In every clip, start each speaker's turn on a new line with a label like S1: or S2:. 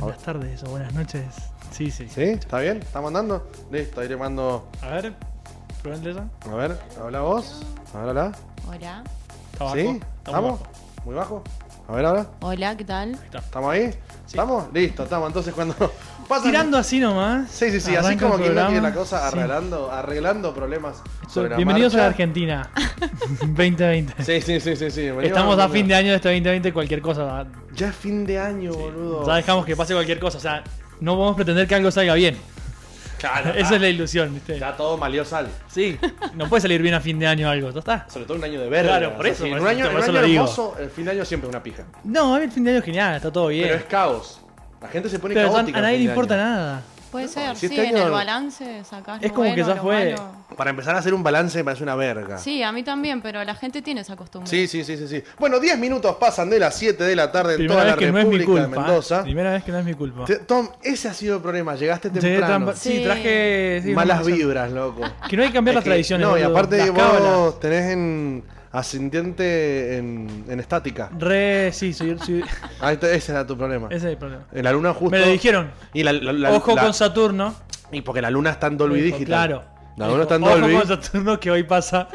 S1: buenas tardes o buenas noches. Ah. Sí, sí.
S2: ¿Sí? ¿Está bien? ¿Estamos andando? Listo, iré mando.
S1: A ver, probadle ya.
S2: A ver, habla vos. A ver, habla.
S3: Hola.
S1: Está bajo.
S2: ¿Sí?
S1: Está muy
S2: ¿Estamos?
S1: bajo.
S2: Muy bajo. A ver, ahora.
S3: Hola, ¿qué tal?
S2: ¿Estamos ahí? ¿Estamos? Listo, estamos. Entonces, cuando pasan.
S1: Tirando así nomás.
S2: Sí, sí, sí. Así
S1: arranca
S2: como
S1: el
S2: que no tiene
S1: programa.
S2: la cosa
S1: Sí.
S2: arreglando, arreglando problemas. sobre la
S1: Bienvenidos a la
S2: marcha.
S1: Argentina 2020.
S2: Sí, sí, sí, sí. sí.
S1: Estamos a fin de año de este 2020, cualquier cosa.
S2: Ya es fin de año, boludo.
S1: Ya dejamos que pase cualquier cosa. O sea, no podemos pretender que algo salga bien.
S2: Claro,
S1: Esa es la ilusión, ¿viste?
S2: Ah. Ya todo malió sal.
S1: Sí, no puede salir bien a fin de año algo, ¿no está?
S2: Sobre todo un año de verga.
S1: Claro, por
S2: O sea,
S1: eso,
S2: sí,
S1: por
S2: en
S1: eso-
S2: un año,
S1: por
S2: en un
S1: eso
S2: año
S1: lo digo.
S2: hermoso, el fin de año siempre es una pija.
S1: No, a mí el fin de año es genial, está todo bien.
S2: Pero es caos. La gente se pone
S1: Pero ya
S2: caótica.
S1: a
S2: el
S1: nadie
S2: fin
S1: le
S2: de
S1: importa
S2: año.
S1: nada.
S3: Puede
S2: No,
S3: ser,
S2: si
S3: sí,
S2: este
S3: en
S2: año-
S3: el balance sacás
S1: Es
S3: lo
S1: como que
S3: bueno,
S1: ya
S3: lo
S1: fue.
S3: malo.
S2: Para empezar a hacer un balance me parece una verga.
S3: Sí, a mí también, pero la gente tiene esa costumbre.
S2: Sí, sí, sí, sí, sí. Bueno, 10 minutos pasan de las 7 de la tarde en
S1: Primera
S2: toda
S1: vez
S2: la
S1: que no
S2: República
S1: es mi
S2: de
S1: culpa.
S2: Mendoza.
S1: Primera vez que no es mi culpa.
S2: Te- Tom, ese ha sido el problema. Llegaste
S1: Llegué
S2: temprano.
S1: tan- Sí,
S3: Sí.
S1: traje. sí,
S2: Malas
S1: no sé.
S2: vibras, loco.
S1: Que no hay que cambiar
S2: Es
S1: las
S2: que-
S1: tradiciones.
S2: No, y
S1: boludo.
S2: aparte
S1: Las
S2: vos
S1: cábalas.
S2: tenés en ascendiente en, en estática.
S1: Re, sí, soy, soy-
S2: Ahí está- ese era tu problema.
S1: ese es el problema.
S2: El La luna justo.
S1: Me lo dijeron.
S2: Y la, la- la-
S1: Ojo
S2: la-
S1: con Saturno.
S2: Y porque la luna está en Dolby
S1: Me dijo,
S2: Digital.
S1: Claro.
S2: La
S1: Me
S2: luna
S1: dijo,
S2: está en
S1: Ojo
S2: Dolby.
S1: con Saturno que hoy pasa.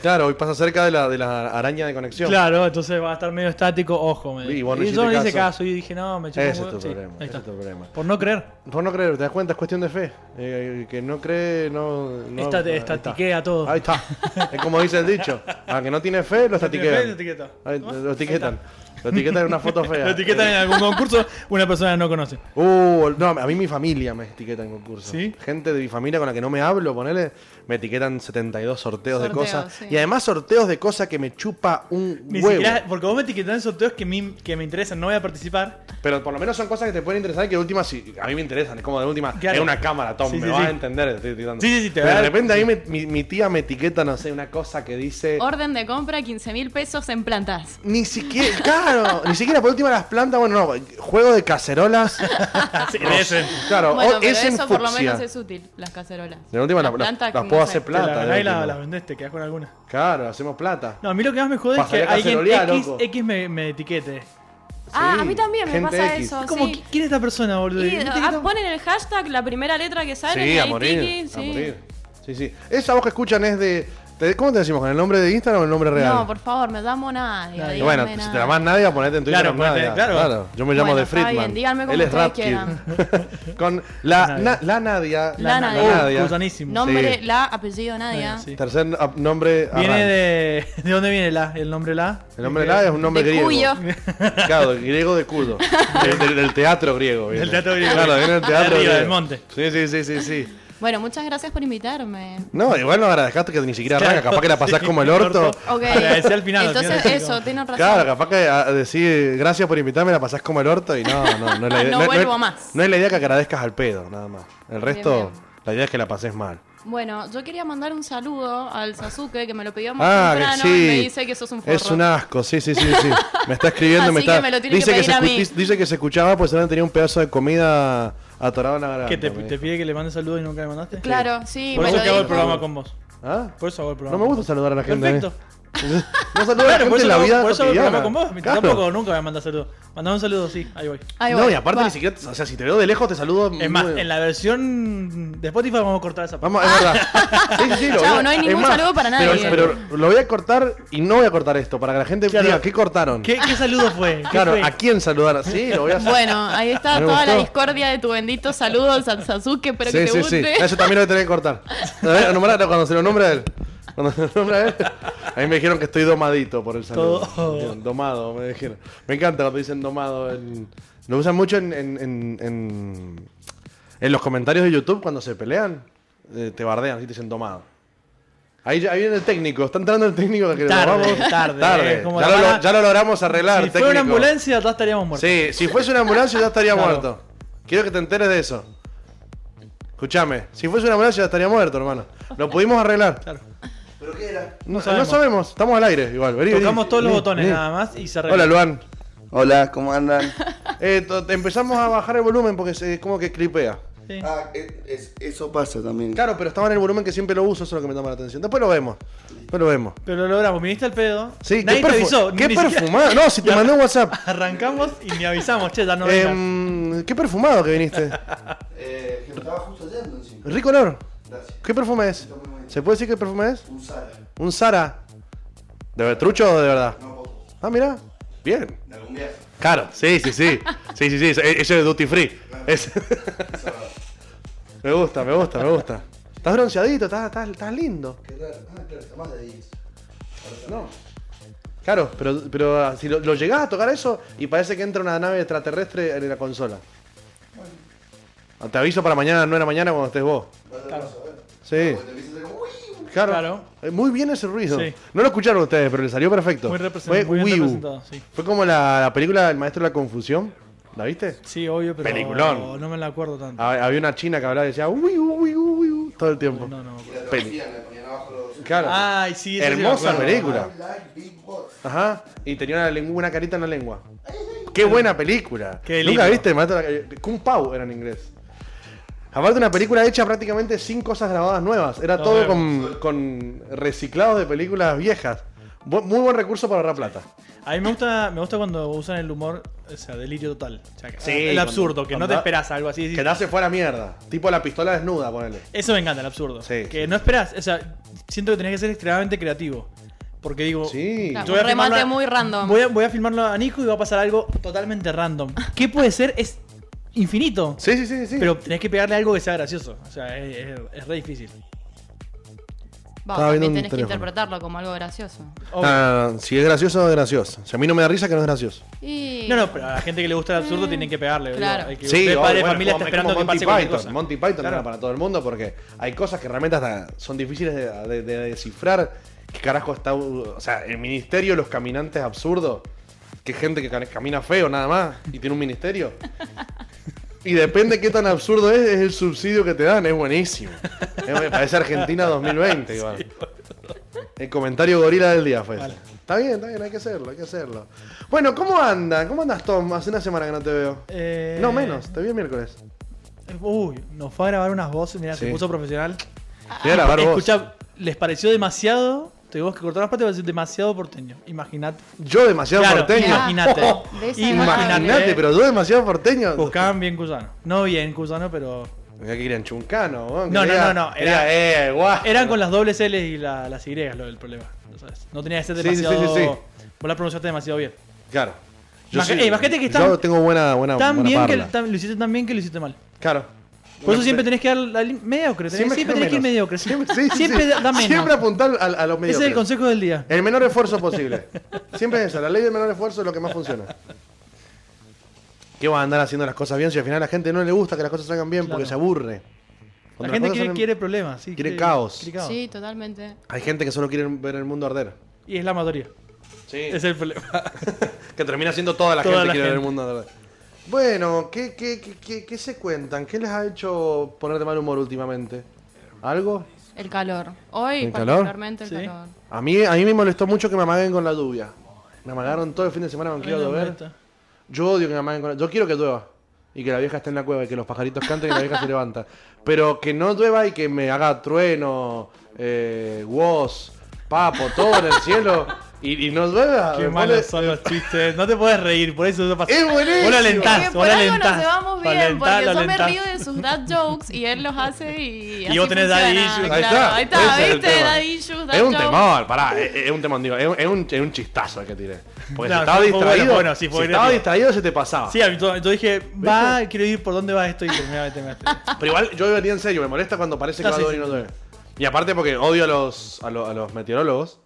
S2: Claro, hoy pasa cerca de la, de la araña de conexión.
S1: Claro, entonces va a estar medio estático, ojo. Me
S2: Y
S1: dijo.
S2: vos no
S1: y yo no le
S2: hiciste
S1: hice
S2: caso.
S1: caso y dije, no, me chupo
S2: Ese
S1: un
S2: es tu
S1: huevo. Sí,
S2: problema.
S1: ahí
S2: ese
S1: está.
S2: es tu problema.
S1: Por no creer.
S2: Por no creer, te das cuenta, es cuestión de fe. Eh, el que no cree, no. no
S1: Esta-
S2: ahí
S1: estatiquea
S2: está.
S1: todo.
S2: Ahí está. Es como dice el dicho: al que no tiene fe, lo
S1: Fe,
S2: estatiquean.
S1: etiqueta.
S2: Ahí,
S1: ¿No?
S2: Lo etiquetan.
S1: Ahí
S2: Lo etiquetan en una foto
S1: está.
S2: fea.
S1: Lo etiquetan en algún concurso, una persona que no conoce.
S2: Uh, no, a mí mi familia me etiqueta en concursos.
S1: ¿Sí?
S2: Gente de mi familia con la que no me hablo, ponele, me etiquetan 72 sorteos, de
S3: Sorteos,
S2: cosas.
S3: sí.
S2: Y además sorteos de cosas que me chupa un
S1: Ni
S2: huevo.
S1: siquiera, porque vos me etiquetás en sorteos que, mi- que me interesan, no voy a participar.
S2: Pero por lo menos son cosas que te pueden interesar y que de última, sí, a mí me interesan. Es como de última,
S1: Claro.
S2: es una cámara, Tom,
S1: Sí,
S2: me
S1: sí,
S2: vas
S1: sí.
S2: a entender. te estoy tirando.
S1: Sí, sí, sí, te
S2: Pero
S1: va
S2: de
S1: a-
S2: repente ahí me- mi, mi tía me etiqueta, no sé, una cosa que dice...
S3: Orden de compra 15 mil pesos en plantas.
S2: Ni siquiera, claro, ni siquiera por última las plantas, bueno, no, juego de cacerolas.
S1: Ah, Sí,
S2: Ros-
S1: ese.
S2: Claro,
S3: bueno,
S2: o-
S3: pero
S2: es en
S3: eso por lo
S2: fucsia.
S3: menos es útil, las cacerolas.
S2: De última las,
S3: Las
S2: las-
S3: plantas,
S2: las
S3: no
S2: puedo
S3: sé.
S2: hacer
S3: Te
S1: Te
S2: plata. eh,
S1: la
S2: de
S1: ganás y la,
S2: última.
S1: la vendés, te quedás con alguna.
S2: Claro, hacemos plata.
S1: No, a mí lo que más me jode es
S2: Pasaría
S1: que alguien
S2: caceroleá,
S1: X,
S2: loco.
S1: X me, me etiquete.
S3: Ah,
S2: Sí,
S3: a mí también me
S2: gente
S3: pasa
S2: X.
S3: eso,
S1: Como,
S3: Oh, sí.
S1: ¿quién es esta persona, boludo?
S3: Y,
S1: ¿Me
S3: ah,
S1: etiquetó?
S3: ponen el hashtag, la primera letra que sale, y
S2: Sí, a
S3: ahí
S2: morir.
S3: tiki,
S2: A
S3: sí.
S2: morir. Sí, sí. Esa voz que escuchan es de. te- ¿Cómo te decimos? ¿Con el nombre de Instagram o el nombre real?
S3: No, por favor, me llamo Nadia.
S1: Nadia.
S3: díganme
S2: bueno, si
S3: Nadia.
S2: te llamás Nadia, ponete en Twitter
S1: Claro, ponete-
S2: Nadia.
S1: claro.
S2: Yo me llamo
S3: Bueno,
S2: de
S3: está
S2: Friedman.
S3: bien, díganme cómo
S2: Él es
S3: ustedes
S2: Rap Kid. Con
S1: La Nadia.
S2: la, na- la Nadia.
S3: La Nadia.
S1: Oh,
S2: Nadia.
S1: cusanísimo.
S3: Nombre,
S2: Sí.
S3: la, apellido Nadia.
S1: Sí.
S2: Tercer ah, nombre.
S1: Viene
S2: Arran.
S1: de. ¿De dónde viene la? ¿El nombre la?
S2: El nombre de Nadia es un nombre
S3: De
S2: griego.
S3: Cuyo.
S2: Claro, el griego de Cudo. Del, del- del teatro griego. viene.
S1: Del teatro griego.
S2: Claro, viene del
S1: De
S2: teatro
S1: arriba,
S2: griego.
S1: del monte.
S2: Sí, sí, sí, sí, sí.
S3: Bueno, muchas gracias por invitarme.
S2: No, igual no agradezcaste que ni siquiera
S1: Claro,
S2: arranca. Capaz que la pasás
S1: sí,
S2: como el orto.
S3: Ok.
S1: Agradecí al final,
S3: Entonces,
S1: señora.
S3: eso, tienen razón.
S2: Claro, capaz que ah, decís gracias por invitarme, la pasás como el orto y no, no, no es la idea.
S3: Ah, No
S2: es-
S3: vuelvo
S2: es-
S3: más.
S2: No es la idea que agradezcas al pedo, nada más. El resto,
S3: bien.
S2: la idea es que la pases mal.
S3: Bueno, yo quería mandar un saludo al Sasuke que me lo pidió más
S2: Ah, que
S3: temprano
S2: sí.
S3: y me dice que sos un forro.
S2: Es un asco, sí, sí, sí, sí. Me está escribiendo,
S3: Así
S2: me está.
S3: que me lo tiene
S2: dice,
S3: que
S2: se
S3: pedir a
S2: escu-
S3: mí.
S2: dice- dice que se escuchaba pues ahora tenía un pedazo de comida atorado en la garganta.
S1: Que te,
S2: me
S1: te
S2: dijo.
S1: pide que le mandes saludos y nunca le mandaste.
S3: Claro, sí,
S1: Por
S3: me
S1: eso
S3: lo
S1: es que hago el
S3: dijo.
S1: programa con vos.
S2: ¿Ah?
S1: Por eso hago el
S2: No
S1: programa.
S2: me
S1: con
S2: gusta
S1: vos.
S2: saludar a la gente.
S1: Perfecto.
S2: ¿eh? No saludo a la
S1: Claro,
S2: gente
S1: por eso,
S2: en la
S1: hago-
S2: vida
S1: por eso hago el
S2: cotidiana.
S1: programa con vos.
S2: Claro.
S1: Tampoco nunca voy a mandar saludos. Mandame un saludo, sí, ahí voy.
S3: Ahí
S2: No,
S3: voy,
S2: y aparte
S3: va.
S2: ni siquiera, o sea, si te veo de lejos te saludo.
S1: Es más,
S2: muy-
S1: en la versión de Spotify vamos a cortar esa parte.
S2: Vamos, es verdad. Sí, sí, sí, lo
S3: Chao,
S2: voy a-
S3: no hay
S2: es
S3: ningún saludo para
S2: pero-
S3: nadie.
S2: Pero, lo voy a cortar y no voy a cortar esto, para que la gente
S1: Claro.
S2: diga, ¿qué cortaron?
S1: ¿Qué, qué saludo fue? ¿Qué
S2: Claro,
S1: fue?
S2: ¿a quién saludar? Sí, lo voy a hacer.
S3: Bueno, ahí está
S2: Me
S3: toda la
S2: gustó.
S3: discordia de tu bendito saludo al Sasuke, espero
S2: sí,
S3: que te
S2: sí, sí.
S3: guste.
S2: Eso también lo voy a tener que cortar. A ver, nombralo cuando se lo nombre a él. Cuando se lo nombre a él. A mí me dijeron que estoy domadito por el saludo.
S1: Todo.
S2: Me dijeron, Domado, me dijeron. Me encanta cuando dicen domado. en- Lo usan mucho en, en, en, en- en los comentarios de YouTube cuando se pelean. eh, te bardean, así te dicen domado. Ahí, ya- ahí viene el técnico, está entrando el técnico que lo
S1: Tarde,
S2: vamos-
S1: tarde,
S2: tarde.
S1: como
S2: Ya,
S1: la
S2: lo,
S1: mala-
S2: ya lo logramos arreglar.
S1: si fuera una
S2: técnico.
S1: ambulancia, todos estaríamos muertos.
S2: Sí, si fuese una ambulancia ya estaría
S1: Claro.
S2: muerto. Quiero que te enteres de eso. Escúchame, si fuese una ambulancia ya estaría muerto, hermano. Lo pudimos arreglar.
S1: Claro.
S2: ¿Pero qué era? No, no sabemos.
S1: sabemos.
S2: estamos al aire igual. Vení, vení.
S1: Tocamos todos los
S2: Vení,
S1: botones
S2: vení.
S1: nada más y se arregla.
S2: Hola, Luan.
S4: Hola, ¿cómo andan?
S2: Eh, to- empezamos a bajar el volumen porque es como que clipea.
S1: Sí.
S4: Ah, e- es- eso pasa también.
S2: Claro, pero estaba en el volumen que siempre lo uso, eso es lo que me llama la atención. Después lo vemos. Después lo vemos.
S1: Pero lo logramos, viniste al pedo.
S2: Sí,
S1: nadie
S2: qué,
S1: te
S2: perfu-
S1: avisó.
S2: qué
S1: ni siquiera-
S2: perfumado. No, si te
S1: Ya.
S2: mandé un WhatsApp.
S1: Arrancamos y ni avisamos, che, ya no vengas.
S2: Em, qué perfumado que viniste.
S4: Eh, que me estaba justo yendo encima.
S2: Rico olor.
S4: Gracias.
S2: ¿Qué perfume es? ¿Se puede decir qué perfume es?
S4: Un sal.
S2: Un Sara. ¿De betrucho o de verdad?
S4: No poco.
S2: Ah, mira. Bien.
S4: De algún viaje.
S2: Claro, sí, sí, sí. Sí, sí, sí. Eso eso es duty free. Es-
S4: Eso va.
S2: me gusta, me gusta, me gusta. Estás bronceadito, estás, estás- estás lindo.
S4: Qué raro. Ah, claro, está más de 10.
S2: No. Claro, pero, pero ah, si lo, lo llegás a tocar eso y parece que entra una nave extraterrestre en la consola. Ah, Te aviso para mañana, no era mañana cuando estés vos. Sí.
S4: Ah, Porque te empieza a hacer como, "Uy".
S2: Claro.
S1: Claro.
S2: Eh, Muy bien ese ruido.
S1: Sí.
S2: No lo escucharon ustedes, pero le salió perfecto.
S1: Muy represent-
S2: Fue
S1: muy bien
S2: Wii U.
S1: representado, sí.
S2: Fue como la, la película El Maestro de la Confusión. ¿La viste?
S1: Sí, obvio, pero
S2: Peliculón. Ah.
S1: no me la acuerdo tanto.
S2: Ha- Había una china que hablaba y decía uy, uy, uy, uy, uy", todo el tiempo.
S1: No, no me
S4: Y
S1: acuerdo.
S4: la
S2: Peli.
S4: traducían, le ponían abajo los.
S2: Claro.
S1: Ay, sí, eso sí me
S2: Hermosa
S1: acuerdo.
S2: película.
S4: I like big bots.
S2: Ajá. Y tenía una, lengua- una carita en la lengua. Qué buena película.
S1: Qué
S2: Nunca
S1: lindo.
S2: viste El Maestro de la Kung Pao era en inglés. Aparte una película hecha prácticamente sin cosas grabadas nuevas. Era
S1: No,
S2: todo
S1: no.
S2: con, con reciclados de películas viejas. Bu- muy buen recurso para ahorrar plata.
S1: A mí me gusta, me gusta cuando usan el humor, o sea, delirio total. O sea, que-
S2: Sí,
S1: el
S2: cuando-
S1: absurdo, que no
S2: cuando-
S1: te esperas algo así. decís,
S2: Que te hace fuera mierda. Tipo la pistola desnuda, ponele.
S1: Eso me encanta, el absurdo.
S2: Sí,
S1: que
S2: sí.
S1: no esperas, o sea, siento que tenés que ser extremadamente creativo. Porque digo,
S2: Sí.
S3: Claro.
S1: Oh. yo voy a
S3: Un remate
S1: filmarlo a-
S3: muy random.
S1: Voy a, voy a filmarlo a Nico y va a pasar algo totalmente random.
S2: Ah.
S1: ¿Qué puede ser? Es infinito.
S2: Sí, sí, sí, sí.
S1: Pero tenés que pegarle algo que sea gracioso. O sea, es, es- es re difícil.
S3: Va,
S2: Estaba viendo
S3: también
S2: un
S3: tenés que
S2: teléfono.
S3: interpretarlo como algo gracioso.
S1: Obvio.
S2: Ah, si es gracioso, es gracioso. Si a mí no me da risa, que no es gracioso.
S3: Y...
S1: No, no, pero a la gente que le gusta el absurdo tienen que pegarle. digo,
S3: Mm. Claro.
S1: hay que-
S2: Sí,
S1: usted,
S2: obvio,
S1: padre de
S2: bueno,
S1: familia está
S2: como- es
S1: esperando
S2: como
S1: que
S2: Monty
S1: pase cualquier
S2: Python.
S1: cosa.
S2: Monty Python
S1: Claro.
S2: era para todo el mundo porque hay cosas que realmente hasta son difíciles de, de- de descifrar. ¿Qué carajo está.? u- O sea, el ministerio de los caminantes absurdos. Que gente que cam- camina feo nada más y tiene un ministerio. Y depende qué tan absurdo es, es el subsidio que te dan. Es buenísimo. Es- parece Argentina 2020, Iván. El comentario gorila del día fue. ese.
S1: Vale.
S2: Está bien, está bien, hay que hacerlo, hay que hacerlo. Bueno, ¿cómo andan? ¿Cómo andas, Tom? Hace una semana que no te veo.
S1: Eh,
S2: No, menos, te vi el miércoles.
S1: Uy, nos fue a grabar unas voces, mira, se
S2: Sí.
S1: puso profesional.
S2: Voy a grabar vos.
S1: Escuchá, ¿les pareció demasiado? Tuvimos que cortar las partes, pareció demasiado porteño. Imagínate.
S2: Yo demasiado
S1: Claro,
S2: porteño.
S1: imagínate.
S3: De esa
S2: Imagínate,
S1: Imagínate, eh.
S2: pero yo demasiado porteño.
S1: Buscaban bien cusano. No bien cusano, pero.
S2: Mirá que eran chuncano, weón, que
S1: No, no,
S2: era-
S1: no, no,
S2: Era, eh, guau.
S1: Eran con las dobles L y la- las Y lo del problema. ¿no sabes? No tenía que ser
S2: Sí, sí, sí,
S1: demasiado.
S2: sí, sí.
S1: Vos la pronunciaste demasiado bien.
S2: Claro.
S1: Imagi- eh, imagínate que
S2: Yo
S1: están-
S2: tengo buena, buena,
S1: Tan
S2: buena
S1: bien que
S2: parla.
S1: tan- lo hiciste tan bien que lo hiciste mal.
S2: Claro.
S1: Por eso
S2: Una-
S1: siempre tenés que dar la li- mediocre. Tenés,
S2: Siempre
S1: siempre tenés que ir
S2: menos.
S1: mediocre.
S2: Siempre,
S1: Siempre,
S2: sí, sí, sí.
S1: da- da menos.
S2: Siempre apuntar a, a los medios.
S1: Ese es el consejo del día.
S2: El menor esfuerzo posible. Siempre es eso, la ley del menor esfuerzo es lo que más funciona. ¿Qué va a andar haciendo las cosas bien si al final a la gente no le gusta que las cosas salgan bien porque
S1: Claro.
S2: se aburre? Cuando
S1: La gente
S2: las cosas
S1: quiere,
S2: salen-
S1: quiere problemas. Sí,
S2: quiere caos.
S1: quiere caos.
S3: Sí, totalmente.
S2: Hay gente que solo quiere ver el mundo arder.
S1: Y es la mayoría.
S2: Sí.
S1: Es el problema.
S2: que termina siendo toda la
S1: Toda
S2: gente
S1: la
S2: quiere ver el
S1: gente.
S2: mundo arder. Bueno, ¿qué, qué, qué, qué, qué se cuentan? ¿Qué les ha hecho ponerte mal humor últimamente? ¿Algo?
S3: El calor. Hoy,
S2: ¿El calor?
S3: particularmente,
S1: Sí.
S3: el calor.
S2: A mí, a mí me molestó mucho que me amaguen con la lluvia. Me amagaron todo el fin de semana, no quiero
S1: Ay, no,
S2: llover.
S1: molesta.
S2: Yo odio que me amaguen con la... Yo quiero que llueva. Y que la vieja esté en la cueva y que los pajaritos canten y la vieja se levanta. Pero que no llueva y que me haga trueno, eh, woz, papo, todo en el cielo. Y, y no llueva.
S1: Qué
S2: me
S1: malos
S2: pone-
S1: son los chistes. No te puedes reír, por eso eso pasa.
S2: ¡Es buenísimo!
S1: Vos lo
S3: Que
S1: alentás,
S3: Eh, por
S1: vos lo
S3: algo
S1: alentás.
S3: nos llevamos
S1: Lo
S3: bien,
S1: alentás,
S3: porque
S1: lo
S3: yo me
S1: alentás.
S3: río de sus dad jokes y él los hace y.
S1: Y
S3: así
S1: vos tenés
S3: funciona.
S1: daddy issues.
S2: Ahí
S3: Claro,
S2: está,
S3: ahí está,
S2: ese es el
S3: ¿viste?
S2: tema.
S3: Daddy issues, dad
S2: Es un
S3: jokes.
S2: temor, pará, es, es un temor, digo, es, es un, es un chistazo el que tiré.
S1: Claro,
S2: Porque si estaba
S1: fue- fue
S2: distraído,
S1: bueno, bueno, sí, fue
S2: si estaba
S1: creativo.
S2: distraído se te pasaba.
S1: Sí, entonces dije, va, quiero ir por dónde va esto y terminaba de temer.
S2: Pero igual yo venía en serio, me molesta cuando parece que
S1: Ah,
S2: va a
S1: sí,
S2: llover y
S1: sí,
S2: no llueve. Y aparte porque odio a los, a, lo- a los meteorólogos,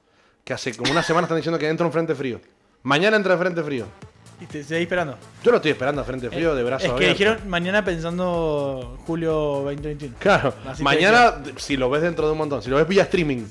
S2: que hace como una semana están diciendo que entra un frente frío. Mañana entra el frente frío.
S1: Y te seguís esperando.
S2: Yo lo estoy esperando a frente frío de brazos
S1: Es que
S2: abiertos.
S1: dijeron mañana pensando julio 2021.
S2: Claro,
S1: Así te
S2: mañana si lo ves dentro de un montón, si lo ves vía streaming.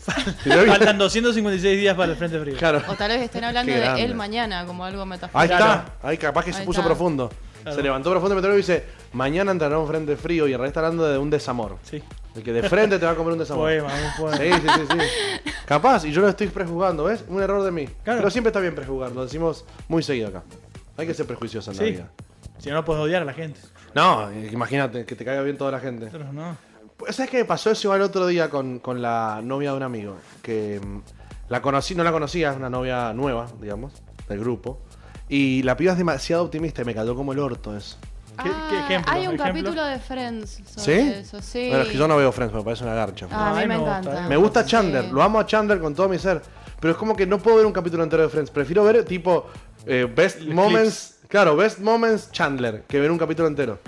S2: si lo ves vía-
S1: Faltan 256 días para el Frente Frío.
S2: Claro.
S3: O tal vez estén hablando
S2: Qué grande.
S3: de él mañana como algo
S2: Ahí
S3: metafórico.
S1: Claro.
S2: está, ahí capaz que se
S3: Ahí
S2: puso
S3: está.
S2: profundo.
S1: Claro.
S2: Se levantó profundo el meteorólogo y dice, mañana entrará un frente frío y el rey está hablando de un desamor.
S1: Sí.
S2: El que de frente te va a comer un desamor.
S1: Poema, un poema.
S2: Sí, sí, sí, sí. Capaz, y yo lo estoy prejuzgando, ¿ves? Un error de mí.
S1: Claro.
S2: Pero siempre está bien prejugar, lo decimos muy seguido acá. Hay que ser prejuiciosos en
S1: Sí.
S2: la vida.
S1: Si no, no puedes odiar a la gente.
S2: No, eh, imagínate, que te caiga bien toda la gente.
S1: Nosotros no.
S2: Pues, ¿Sabes qué me pasó eso igual el otro día con, con la novia de un amigo? Que mm, la conocí, no la conocía, es una novia nueva, digamos, del grupo. Y la piba es demasiado optimista y me cayó como el orto eso.
S1: ¿Qué- qué
S3: Ah,
S1: ejemplo?
S3: Hay un
S1: ¿Ejemplo?
S3: capítulo de Friends
S2: ¿Sí?
S3: sobre eso, sí.
S2: Bueno, es que yo no veo Friends, me parece una garcha.
S3: Ah, a mí
S1: Ay,
S3: me,
S1: me gusta,
S3: encanta.
S1: eh.
S2: Me gusta
S3: Sí.
S2: Chandler, lo amo a Chandler con todo mi ser. Pero es como que no puedo ver un capítulo entero de Friends. Prefiero ver tipo eh, Best
S1: Clips.
S2: Moments. Claro, Best Moments Chandler, que ver un capítulo entero.